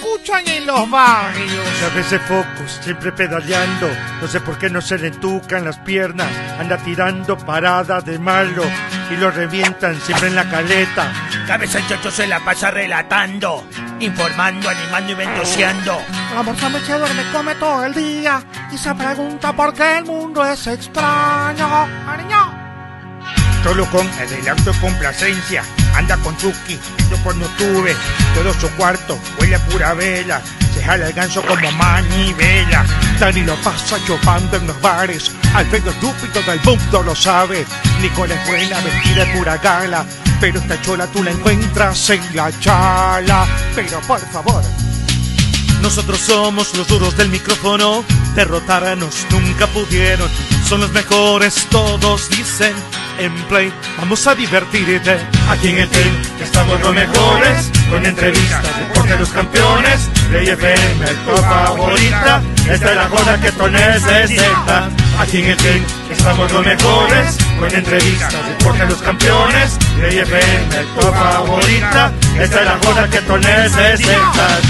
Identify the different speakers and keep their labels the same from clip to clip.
Speaker 1: escuchan en los barrios.
Speaker 2: A veces focos, siempre pedaleando. No sé por qué no se le entucan las piernas. Anda tirando paradas de malo y lo revientan siempre en la caleta.
Speaker 3: Cabeza el chocho se la pasa relatando, informando, animando y ventoseando.
Speaker 1: La morsa se duerme, come todo el día y se pregunta por qué el mundo es extraño. Ariño.
Speaker 4: Solo con adelanto y complacencia Anda con Chucky, yo cuando tuve Todo su cuarto huele a pura vela Se jala el ganso como manivela
Speaker 5: Dani lo pasa chupando en los bares Alfredo estúpido del mundo lo sabe Nicole es buena, vestida de pura gala Pero esta chola tú la encuentras en la chala Pero por favor
Speaker 6: nosotros somos los duros del micrófono, derrotarnos nunca pudieron. Son los mejores, todos dicen. En Play, vamos a divertirte.
Speaker 7: Aquí en el team estamos los mejores, con entrevistas, deporte los campeones. Play FM, tu favorita, esta es la joda que tú necesitas. Aquí en el team estamos los mejores, con entrevistas, deporte los campeones. Play FM, tu favorita, esta es la joda que tú necesitas.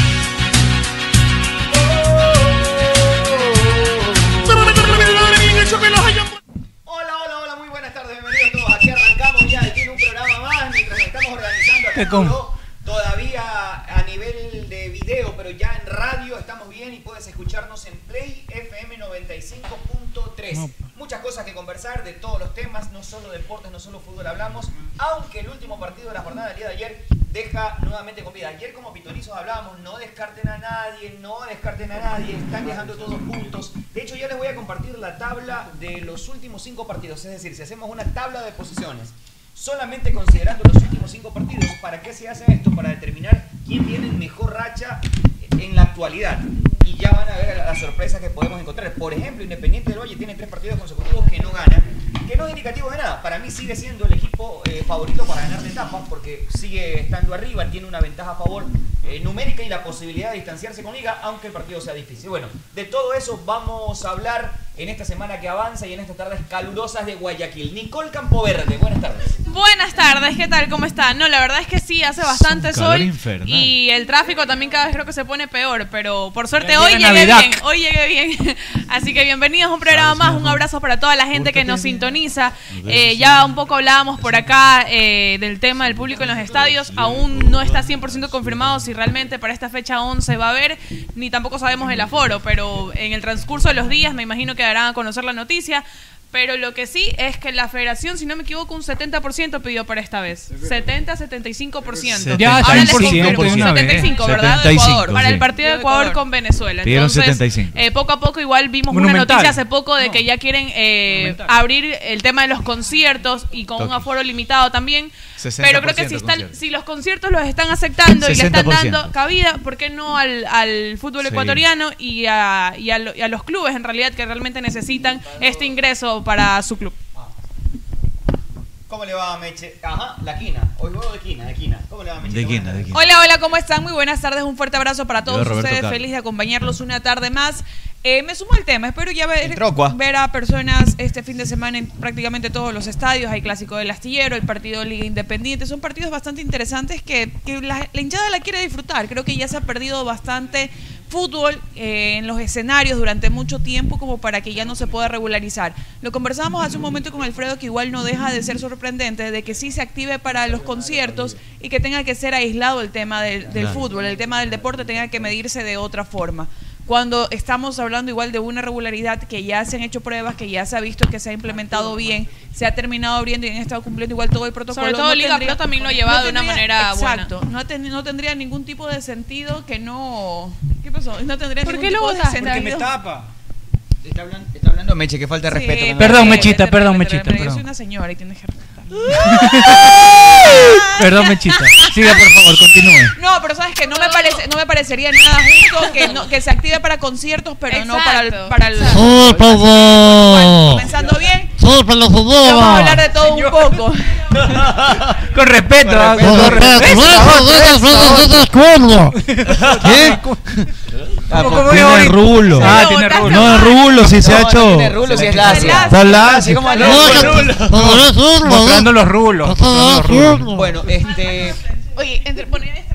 Speaker 8: No, todavía a nivel de video, pero ya en radio estamos bien y puedes escucharnos en Play FM 95.3. Muchas cosas que conversar de todos los temas, no solo deportes, no solo fútbol hablamos, aunque el último partido de la jornada del día de ayer deja nuevamente con vida. Ayer como pitorizos hablábamos, no descarten a nadie, no descarten a nadie, están dejando todos puntos. De hecho, yo les voy a compartir la tabla de los últimos cinco partidos, es decir, si hacemos una tabla de posiciones solamente considerando los últimos cinco partidos. ¿Para qué se hace esto? Para determinar quién tiene mejor racha en la actualidad. Y ya van a ver las sorpresas que podemos encontrar. Por ejemplo, Independiente del Valle tiene tres partidos consecutivos que no gana, que no es indicativo de nada. Para mí sigue siendo el equipo eh, favorito para ganar de etapa, porque sigue estando arriba, tiene una ventaja a favor eh, numérica y la posibilidad de distanciarse con Liga, aunque el partido sea difícil. Bueno, de todo eso vamos a hablar en esta semana que avanza y en estas tardes calurosas de Guayaquil. Nicole Campoverde, buenas tardes.
Speaker 9: Buenas tardes, ¿qué tal? ¿Cómo está? No, la verdad es que sí, hace bastante sol infernal. y el tráfico también cada vez creo que se pone peor, pero por suerte hoy llegué Navidad. bien, hoy llegué bien. Así que bienvenidos a un programa más, un abrazo para toda la gente que este nos sintoniza. Eh, ya un poco hablábamos por acá eh, del tema del público en los estadios, aún no está 100% confirmado si realmente para esta fecha 11 va a haber, ni tampoco sabemos el aforo, pero en el transcurso de los días me imagino que que darán a conocer la noticia. Pero lo que sí es que la federación, si no me equivoco, un 70% pidió para esta vez. 70-75%.
Speaker 10: Ya
Speaker 9: Ahora
Speaker 10: les confirmo.
Speaker 9: 75, ¿verdad? 75, de Ecuador. Sí. Para el partido de Ecuador con Venezuela.
Speaker 10: Pidieron
Speaker 9: Entonces,
Speaker 10: 75.
Speaker 9: Eh, poco a poco igual vimos una
Speaker 10: Monumental.
Speaker 9: noticia hace poco de que ya quieren eh, abrir el tema de los conciertos y con un
Speaker 10: Toques.
Speaker 9: aforo limitado también.
Speaker 10: 60%
Speaker 9: Pero creo que si, están,
Speaker 10: conciertos.
Speaker 9: si los conciertos los están aceptando y le están
Speaker 10: 60%.
Speaker 9: dando cabida, ¿por qué no al, al fútbol
Speaker 10: Sí.
Speaker 9: ecuatoriano y a, y a lo- y a los clubes en realidad que realmente necesitan este ingreso para su club?
Speaker 8: ¿Cómo le va, Meche? Ajá, la quina. Hoy juego de quina, de quina. ¿Cómo le va, Meche?
Speaker 11: 네
Speaker 10: ¿De quién? ¿De quién?
Speaker 9: Hola, hola, ¿cómo están? Muy buenas tardes, un fuerte abrazo para todos
Speaker 10: Roberto
Speaker 9: ustedes,
Speaker 10: Carlos.
Speaker 9: feliz de acompañarlos una tarde más. Eh, me sumo al tema, espero ya ver,
Speaker 10: Entró, Cuá.
Speaker 9: ver a personas este fin de semana en prácticamente todos los estadios, hay Clásico del Astillero, el partido de Liga Independiente, son partidos bastante interesantes que, que la, la hinchada la quiere disfrutar, creo que ya se ha perdido bastante fútbol eh, en los escenarios durante mucho tiempo como para que ya no se pueda regularizar. Lo conversábamos hace un momento con Alfredo que igual no deja de ser sorprendente de que sí se active para los conciertos y que tenga que ser aislado el tema del, del
Speaker 10: Claro.
Speaker 9: fútbol, el tema del deporte tenga que medirse de otra forma. Cuando estamos hablando igual de una regularidad que ya se han hecho pruebas, que ya se ha visto que se ha implementado bien, se ha terminado abriendo y han estado cumpliendo igual todo el protocolo. Sobre todo Liga Pro también lo ha llevado de una manera buena. Exacto, no, ha teni- no tendría ningún tipo de sentido que no. ¿Qué pasó? No tendría
Speaker 12: ¿Por
Speaker 9: ningún
Speaker 12: qué lo
Speaker 9: tipo de
Speaker 12: votaste?
Speaker 9: sentido.
Speaker 12: tapa.
Speaker 8: Está hablando, está hablando Meche, que falta de
Speaker 9: Sí,
Speaker 8: respeto.
Speaker 10: Perdón,
Speaker 9: porque-
Speaker 10: Mechita,
Speaker 9: te-
Speaker 10: perdón,
Speaker 9: te- te-
Speaker 10: Mechita,
Speaker 9: pero Yo
Speaker 10: perdón.
Speaker 9: soy una señora y tienes que respetar.
Speaker 10: Perdón, Mechita. Siga, por favor, continúe.
Speaker 9: No, pero sabes que no me parece, no me parecería nada justo que, no- que se active para conciertos, pero no para el, para el
Speaker 10: Oh,
Speaker 11: ¡Por favor!
Speaker 9: comenzando bien.
Speaker 11: ¡Por los
Speaker 9: Vamos a hablar
Speaker 11: favor!
Speaker 9: de todo un poco.
Speaker 10: Con respeto, ah, con
Speaker 11: ¡Por
Speaker 10: respeto. Ah,
Speaker 11: respeto! ¡No ¿Qué?
Speaker 10: Tiene rulo. Ah, tiene rulo. No, rulo, si se ha hecho.
Speaker 12: tiene rulo, si es lacia.
Speaker 10: Está lacia.
Speaker 12: como no, con rulo.
Speaker 10: Mostrando los rulos. mostrando los rulos.
Speaker 8: Bueno, este.
Speaker 9: Oye, entre poner extra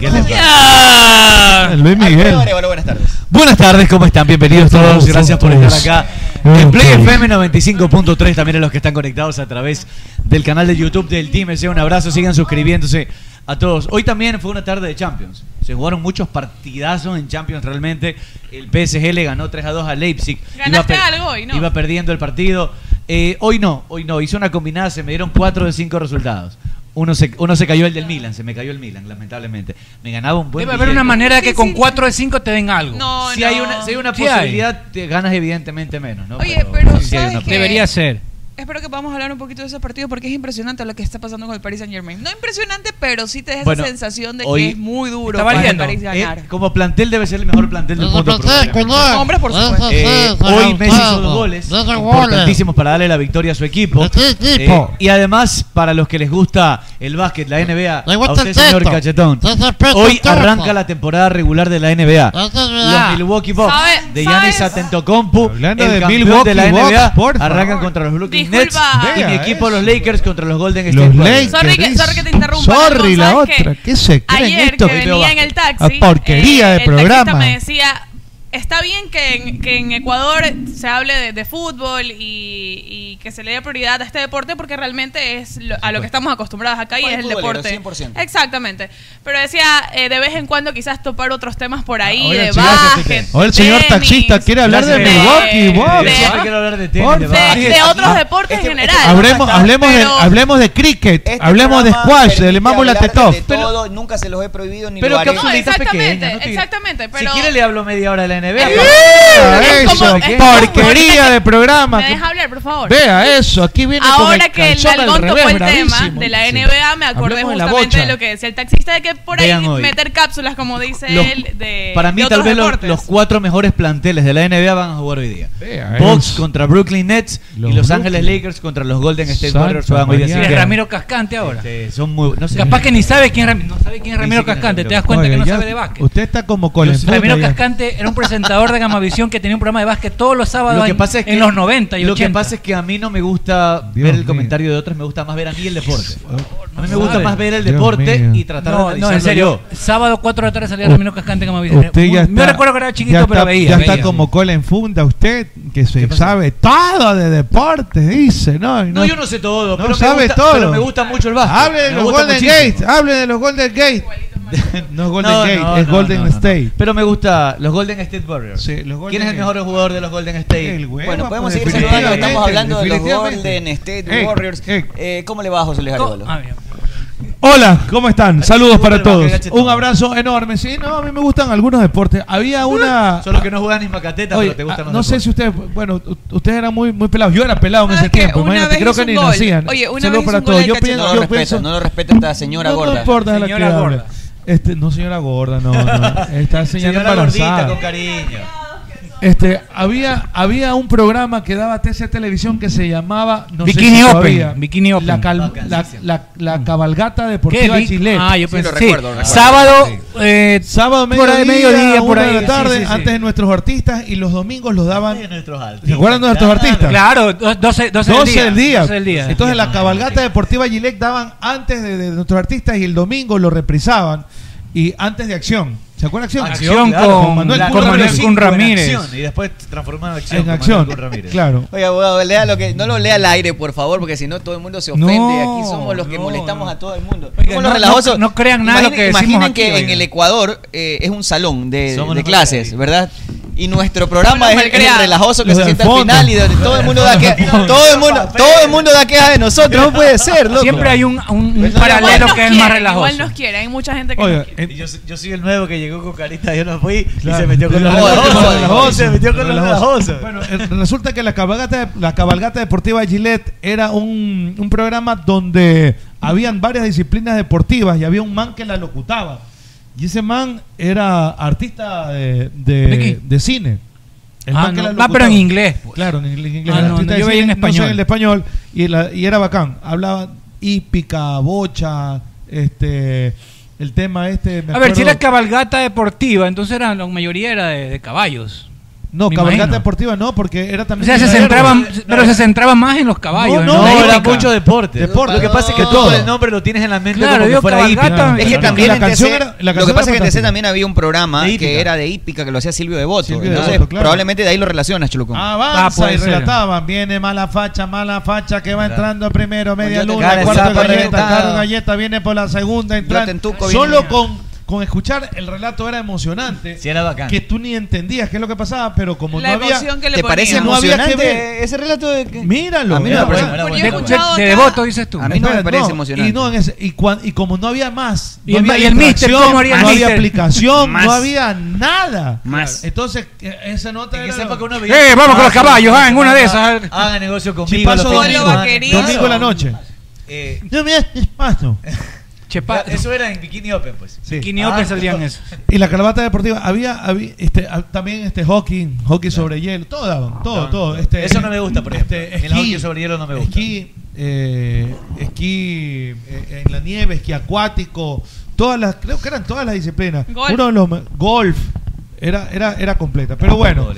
Speaker 6: ¿Qué le pasa?
Speaker 11: Luis Miguel.
Speaker 6: buenas tardes.
Speaker 11: Buenas tardes, ¿cómo están? Bienvenidos todos,
Speaker 6: Todos,
Speaker 11: gracias por
Speaker 6: todos.
Speaker 11: estar acá.
Speaker 6: Todos.
Speaker 11: En Play FM 95.3, también a los que están conectados a través del canal de YouTube del Team SC, un abrazo, sigan suscribiéndose a todos. Hoy también fue una tarde de Champions, se jugaron muchos partidazos en Champions realmente. El PSG le ganó 3 a 2 a Leipzig.
Speaker 9: Ganaste
Speaker 11: per-
Speaker 9: algo hoy, ¿no?
Speaker 11: iba perdiendo el partido. Eh, hoy no, hoy no, hice una combinada, se me dieron 4 de 5 resultados. Uno se, uno se cayó el del Milan, se me cayó el Milan, lamentablemente. Me ganaba un buen
Speaker 10: Debe haber una
Speaker 11: billete.
Speaker 10: manera de que con 4 de 5 te den algo.
Speaker 11: si, hay una, si hay una
Speaker 10: Sí
Speaker 11: posibilidad, te ganas evidentemente menos, ¿no?
Speaker 9: Oye, pero
Speaker 11: sí hay
Speaker 9: ¿sabes
Speaker 11: una posibilidad.
Speaker 9: qué? Debería ser. Espero que podamos hablar un poquito de ese partido porque es impresionante lo que está pasando con el Paris Saint Germain. No impresionante, pero sí te da
Speaker 11: Bueno,
Speaker 9: esa sensación de
Speaker 11: hoy-
Speaker 9: que es muy duro
Speaker 11: Está
Speaker 9: para el
Speaker 11: valiendo.
Speaker 9: París ganar.
Speaker 11: Eh, como plantel debe ser el mejor plantel del mundo. probablemente.
Speaker 9: Hombres, por supuesto.
Speaker 11: Eh, hoy Messi hizo dos goles importantísimos para darle la victoria a su equipo.
Speaker 3: Este tipo.
Speaker 11: Eh, y además, para los que les gusta el básquet, la NBA,
Speaker 3: Le
Speaker 11: a
Speaker 3: gusta
Speaker 11: usted,
Speaker 3: el
Speaker 11: señor
Speaker 3: teto.
Speaker 11: Cachetón,
Speaker 3: peto
Speaker 11: hoy
Speaker 3: todo.
Speaker 11: arranca la temporada regular de la NBA. Los Milwaukee Bucks
Speaker 9: ¿Sabe-
Speaker 11: de Giannis
Speaker 9: sabes?
Speaker 11: Atentocompu,
Speaker 6: Hablando
Speaker 11: el
Speaker 6: de
Speaker 11: campeón
Speaker 6: Milwaukee
Speaker 11: de la NBA,
Speaker 6: Bucks, por
Speaker 11: arrancan
Speaker 6: favor.
Speaker 11: contra los Brooklyn
Speaker 9: Disculpa.
Speaker 11: Nets y mi
Speaker 9: Vea
Speaker 11: equipo los Lakers contra los Golden
Speaker 6: Los
Speaker 11: State Warriors.
Speaker 6: Lakers, Sorry que- dice.
Speaker 9: Sorry que te interrumpa.
Speaker 6: Sorry,
Speaker 9: Alonso,
Speaker 6: la
Speaker 9: ¿sabes qué?
Speaker 6: otra. ¿Qué se creen
Speaker 9: Ayer
Speaker 6: esto?
Speaker 9: que venía en el taxi, eh,
Speaker 6: A porquería de
Speaker 9: el taxista
Speaker 6: programa.
Speaker 9: me decía, está bien que en, que en Ecuador se hable de, de fútbol y, y que se le dé prioridad a este deporte porque realmente es lo- a lo que estamos acostumbrados acá y
Speaker 8: Para
Speaker 9: es
Speaker 8: el
Speaker 9: el
Speaker 8: futbolero,
Speaker 9: deporte.
Speaker 8: 100%.
Speaker 9: Exactamente. Pero decía, eh, de vez en cuando quizás topar otros temas por ahí,
Speaker 6: Oye,
Speaker 9: de
Speaker 6: sí, gracias,
Speaker 9: básquet,
Speaker 6: Tete. Oye, el señor taxista quiere hablar de
Speaker 9: Gracias, Tete.
Speaker 6: Milwaukee Bucks.
Speaker 9: De-
Speaker 6: Siempre
Speaker 11: quiero hablar de
Speaker 6: Por
Speaker 11: tenis,
Speaker 6: favor.
Speaker 9: de, de
Speaker 8: Ah,
Speaker 9: otros deportes
Speaker 8: este
Speaker 9: en general.
Speaker 6: Hablemos, hablemos, de,
Speaker 9: Pero- este
Speaker 6: hablemos de cricket, hablemos de squash, le llamamos la tetov.
Speaker 8: Todo, nunca se los he prohibido ni
Speaker 11: Pero
Speaker 8: lo haré.
Speaker 11: capsulitas
Speaker 9: Exactamente,
Speaker 11: pequeñas, no te-
Speaker 9: exactamente. Pero
Speaker 11: Si quiere le hablo media hora de la NBA.
Speaker 6: Vea
Speaker 9: como-
Speaker 6: eso,
Speaker 9: es como-
Speaker 6: porquería de programa.
Speaker 9: ¿Me deja hablar, por favor?
Speaker 6: Vea eso, aquí viene con
Speaker 9: Ahora
Speaker 6: el
Speaker 9: que el
Speaker 6: calzón al
Speaker 9: Dalgón
Speaker 6: revés,
Speaker 9: tocó el
Speaker 6: bravísimo.
Speaker 9: tema de la NBA, me acordé
Speaker 6: Hablemos de la
Speaker 9: justamente de,
Speaker 6: bocha.
Speaker 9: lo que decía el taxista, de que por ahí
Speaker 11: Vean hoy.
Speaker 9: meter cápsulas, como dice
Speaker 11: Los-
Speaker 9: él, de
Speaker 11: Para mí,
Speaker 9: de
Speaker 11: tal
Speaker 9: otros
Speaker 11: vez los,
Speaker 9: deportes.
Speaker 11: los cuatro mejores planteles de la NBA van a jugar hoy día.
Speaker 6: Vea
Speaker 11: Bucks
Speaker 6: eso.
Speaker 11: contra Brooklyn Nets y
Speaker 6: Los
Speaker 11: Los Ángeles
Speaker 6: Brooklyn.
Speaker 11: Lakers contra los Golden State
Speaker 6: Santa
Speaker 11: Warriors juegan hoy día.
Speaker 6: María.
Speaker 11: Así que-
Speaker 6: Es
Speaker 10: Ramiro Cascante ahora.
Speaker 11: Este, son muy, no sé.
Speaker 10: Capaz que ni sabe quién, Ram- no sabe quién es Ramiro Cascante, te das cuenta
Speaker 6: Oiga,
Speaker 10: que no
Speaker 6: ya-
Speaker 10: sabe de básquet.
Speaker 6: Usted está como con el
Speaker 10: Ramiro Cascante era un presentador de Gamavisión que tenía un programa de básquet todos los sábados
Speaker 11: Lo que
Speaker 10: en-
Speaker 11: pasa es que-
Speaker 10: en los 90 y
Speaker 11: Lo
Speaker 10: 80.
Speaker 11: que pasa es que a mí no me gusta ver el comentario de otros, me gusta más ver a mí el deporte. A mí me gusta
Speaker 10: ¿Sabe?
Speaker 11: más ver el
Speaker 10: Dios
Speaker 11: deporte
Speaker 10: mío.
Speaker 11: y tratar
Speaker 10: No,
Speaker 11: de
Speaker 10: no, en
Speaker 11: analizarlo
Speaker 10: serio.
Speaker 11: yo.
Speaker 10: Sábado 4 de la tarde salía Ramiro Cascante en Gamavisión.
Speaker 6: Usted ya
Speaker 10: Yo
Speaker 6: está-
Speaker 10: recuerdo que era
Speaker 6: ya
Speaker 10: chiquito, pero
Speaker 6: está-
Speaker 10: veía.
Speaker 6: Ya
Speaker 10: veía.
Speaker 6: está como cola en funda usted, que se sabe todo de deporte, dice, ¿no? Y
Speaker 11: No, yo no sé todo,
Speaker 6: no
Speaker 11: pero, me
Speaker 6: sabe
Speaker 11: gusta,
Speaker 6: todo.
Speaker 11: pero me gusta mucho el básquet.
Speaker 6: Hable de
Speaker 11: Me
Speaker 6: los
Speaker 11: gusta
Speaker 6: Golden
Speaker 11: muchísimo.
Speaker 6: Gate, hable de los Golden Gate. no es Golden
Speaker 11: No,
Speaker 6: Gate,
Speaker 11: no,
Speaker 6: es
Speaker 11: no,
Speaker 6: Golden
Speaker 11: no, no, no.
Speaker 6: State.
Speaker 11: Pero me gusta los Golden State Warriors. ¿Quién es el mejor jugador de los Golden State?
Speaker 6: pues,
Speaker 8: Bueno, podemos seguir saludando. Estamos hablando de los Golden State Warriors. Eh, ¿Cómo le va, José Luis Arevalo? ah,
Speaker 6: Hola, ¿cómo están? Saludos para
Speaker 11: básquet,
Speaker 6: todos.
Speaker 11: Gachetón.
Speaker 6: Un abrazo enorme. Sí, no, a mí me gustan algunos deportes. Había una
Speaker 11: Solo que no juegas ni macateta,
Speaker 6: Oye,
Speaker 11: pero te gustan los
Speaker 6: ah, no sé si ustedes, bueno, u- ustedes eran muy, muy pelados. Yo era pelado en
Speaker 8: que
Speaker 6: ese tiempo,
Speaker 8: una
Speaker 6: imagínate.
Speaker 8: vez
Speaker 6: Creo
Speaker 8: hizo
Speaker 6: que
Speaker 8: un
Speaker 6: ni
Speaker 8: gol.
Speaker 6: nacían.
Speaker 8: Oye, una
Speaker 6: Saludos
Speaker 8: vez hizo
Speaker 6: para
Speaker 8: un
Speaker 6: todos.
Speaker 8: gol
Speaker 6: Yo
Speaker 8: de Cachetón. No
Speaker 6: pienso,
Speaker 8: lo
Speaker 6: yo
Speaker 8: respeta,
Speaker 6: pienso-
Speaker 8: no lo respeta esta señora
Speaker 6: no,
Speaker 8: gorda.
Speaker 6: No importa la
Speaker 8: Señora
Speaker 6: que habla.
Speaker 8: gorda.
Speaker 6: Este, no, señora gorda, no, no. Esta señora
Speaker 11: Señora gordita,
Speaker 6: embarazada.
Speaker 11: con cariño.
Speaker 6: Este, había, había un programa que daba TC Televisión que se llamaba no sé
Speaker 10: Bikini
Speaker 6: si
Speaker 10: Open,
Speaker 6: todavía,
Speaker 10: Bikini Open.
Speaker 6: La, cal- la, la- la cabalgata deportiva
Speaker 10: ¿Qué?
Speaker 6: Chile.
Speaker 10: Ah, yo Sí, pensé- lo sí. recuerdo, lo recuerdo. Sábado,
Speaker 6: sábado
Speaker 10: por ahí, mediodía, por
Speaker 6: una
Speaker 10: ahí.
Speaker 6: de la tarde,
Speaker 10: Sí, sí, sí.
Speaker 6: antes de nuestros artistas y los domingos los daban. ¿Se acuerdan de nuestros
Speaker 10: Claro.
Speaker 6: artistas?
Speaker 10: Claro, do- 12 12 del día, 12 del día.
Speaker 6: Entonces la cabalgata deportiva Gillette daban antes de, de nuestros artistas y el domingo lo reprisaban y antes de acción. ¿Se acuerdan de acción?
Speaker 10: Acción con- con
Speaker 6: Kun
Speaker 10: Manuel
Speaker 6: Ramírez.
Speaker 10: Kun Ramírez.
Speaker 11: En acción, y después transformado en acción.
Speaker 6: En
Speaker 11: con
Speaker 6: acción,
Speaker 11: Manuel Ramírez.
Speaker 6: claro.
Speaker 8: Oiga, abogado, lea lo que, no lo lea al aire, por favor, porque si no todo el mundo se ofende.
Speaker 10: No,
Speaker 8: aquí somos los que molestamos a todo el mundo.
Speaker 10: Oiga,
Speaker 8: Somos
Speaker 10: no-
Speaker 8: los relajosos.
Speaker 10: no- no crean nada de lo que decimos
Speaker 8: Imaginen
Speaker 10: aquí,
Speaker 8: que en
Speaker 10: oiga.
Speaker 8: el Ecuador eh, es un salón de,
Speaker 10: Somos
Speaker 8: de
Speaker 10: los
Speaker 8: clases, ¿verdad? Y nuestro
Speaker 10: Somos
Speaker 8: programa es
Speaker 10: los
Speaker 8: el, es el
Speaker 10: malcriados.
Speaker 8: relajoso que
Speaker 10: Los
Speaker 8: se
Speaker 10: del
Speaker 8: sienta al
Speaker 10: fondo.
Speaker 8: final y donde todo el mundo da queja. Todo el mundo, todo el mundo da queja de nosotros, no puede ser, loco.
Speaker 10: Siempre hay un, un- un
Speaker 9: Igual
Speaker 10: paralelo
Speaker 9: nos
Speaker 10: que es el más
Speaker 9: quieren,
Speaker 10: relajoso.
Speaker 9: Igual nos quiere, hay mucha gente que nos
Speaker 11: Oye,
Speaker 9: quiere.
Speaker 11: en- yo, yo soy el nuevo que llegó con carita, yo no fui
Speaker 6: Claro.
Speaker 11: y se metió con los
Speaker 6: Relajoso,
Speaker 11: relajosos.
Speaker 6: relajoso,
Speaker 11: Se metió con los
Speaker 6: relajoso.
Speaker 11: relajosos.
Speaker 6: Bueno, eh, resulta que la cabalgata, la cabalgata deportiva Gillette era un, un programa donde habían varias disciplinas deportivas y había un man que la locutaba. Y ese man era artista de, de-
Speaker 10: ¿De qué?
Speaker 6: de cine.
Speaker 10: Ah,
Speaker 6: man que
Speaker 10: no.
Speaker 6: la
Speaker 10: Ah, pero
Speaker 6: locutaba.
Speaker 10: en inglés, pues.
Speaker 6: Claro, en inglés. en inglés.
Speaker 10: Ah,
Speaker 6: El
Speaker 10: no, no,
Speaker 6: artista de
Speaker 10: yo veía en
Speaker 6: cine, no sé,
Speaker 10: español.
Speaker 6: el de español. Y, la- y era bacán. Hablaba hípica, bocha, este... El tema este... me
Speaker 10: A ver, si
Speaker 6: acuerdo-
Speaker 10: era cabalgata deportiva, entonces era, la mayoría era de, de caballos.
Speaker 6: No,
Speaker 10: Me
Speaker 6: cabalgata
Speaker 10: imagino.
Speaker 6: deportiva no, porque era
Speaker 10: O
Speaker 6: también.
Speaker 10: sea, se
Speaker 6: criadero.
Speaker 10: centraba, pero se centraba más en los caballos.
Speaker 6: No, no,
Speaker 10: en la
Speaker 6: era
Speaker 10: hípica.
Speaker 6: mucho deporte. Deporte.
Speaker 11: Lo que pasa es que
Speaker 6: No.
Speaker 11: todo el nombre lo tienes en la mente
Speaker 8: Claro,
Speaker 11: como que
Speaker 8: digo,
Speaker 11: fuera
Speaker 8: cabalgata,
Speaker 11: hípica.
Speaker 8: Es que también en TC, lo que pasa es que en TC
Speaker 11: fantástica.
Speaker 8: también había un programa
Speaker 11: De hípica.
Speaker 8: que era de hípica que lo hacía Silvio Devoto.
Speaker 11: Silvio
Speaker 8: Entonces,
Speaker 11: Devoto, claro.
Speaker 8: probablemente de ahí lo relacionas, Ah, Cholucón.
Speaker 6: Ah,
Speaker 10: Ah,
Speaker 6: Avanza y relataban. Viene mala facha, mala facha que va entrando primero, media
Speaker 8: Yo te
Speaker 6: luna,
Speaker 8: cara,
Speaker 6: cuarto
Speaker 8: sapo,
Speaker 6: galleta,
Speaker 8: reventado.
Speaker 6: caro galleta, viene por la segunda
Speaker 8: Yo te
Speaker 6: entrada.
Speaker 8: entuco, viene
Speaker 6: Solo
Speaker 8: mía.
Speaker 6: con, con escuchar el relato era emocionante.
Speaker 11: Sí, era bacán.
Speaker 6: Que tú ni entendías qué es lo que pasaba, pero como
Speaker 9: La
Speaker 6: no había.
Speaker 9: emoción que le ¿Te parece
Speaker 6: no había que ver.
Speaker 8: ese relato de que...
Speaker 6: Míralo.
Speaker 8: A mí no
Speaker 6: era
Speaker 8: me parece
Speaker 6: bacán.
Speaker 8: emocionante. Yo he De- escuchado de- de acá- devoto, dices tú. A mí no me
Speaker 6: Espera,
Speaker 8: parece emocionante.
Speaker 6: Y, no, en ese- y, cuan- y como no había más.
Speaker 10: Y
Speaker 6: no
Speaker 10: el-
Speaker 6: había
Speaker 10: y el mister,
Speaker 6: distracción,
Speaker 10: ¿cómo haría el
Speaker 6: No había
Speaker 10: mister?
Speaker 6: aplicación,
Speaker 10: Más.
Speaker 6: no había nada.
Speaker 10: Más.
Speaker 6: Entonces, eh, esa nota era.
Speaker 10: Eh, vamos con los caballos, ah, en una de esas.
Speaker 11: Haga negocio conmigo.
Speaker 6: Si paso
Speaker 11: los
Speaker 6: domingo,
Speaker 11: domingos, ah,
Speaker 6: domingo en la noche. No, mira, es pasto.
Speaker 11: Chepa- Eso era en Bikini Open, pues.
Speaker 6: Sí.
Speaker 11: Ah,
Speaker 6: Y la cabalgata deportiva, había, había, este, ah, también este hockey, hockey sobre hielo, todo daban, todo,
Speaker 11: Daban,
Speaker 6: todo.
Speaker 11: daban.
Speaker 6: Este,
Speaker 11: Eso no me gusta, por ejemplo.
Speaker 6: este,
Speaker 11: A mí el hockey sobre hielo no me gusta.
Speaker 6: Esquí, eh, esquí eh, en la nieve, esquí acuático, todas las, creo que eran todas las disciplinas.
Speaker 10: Golf.
Speaker 6: Uno de los me- golf. Era, era, era completa. Pero bueno.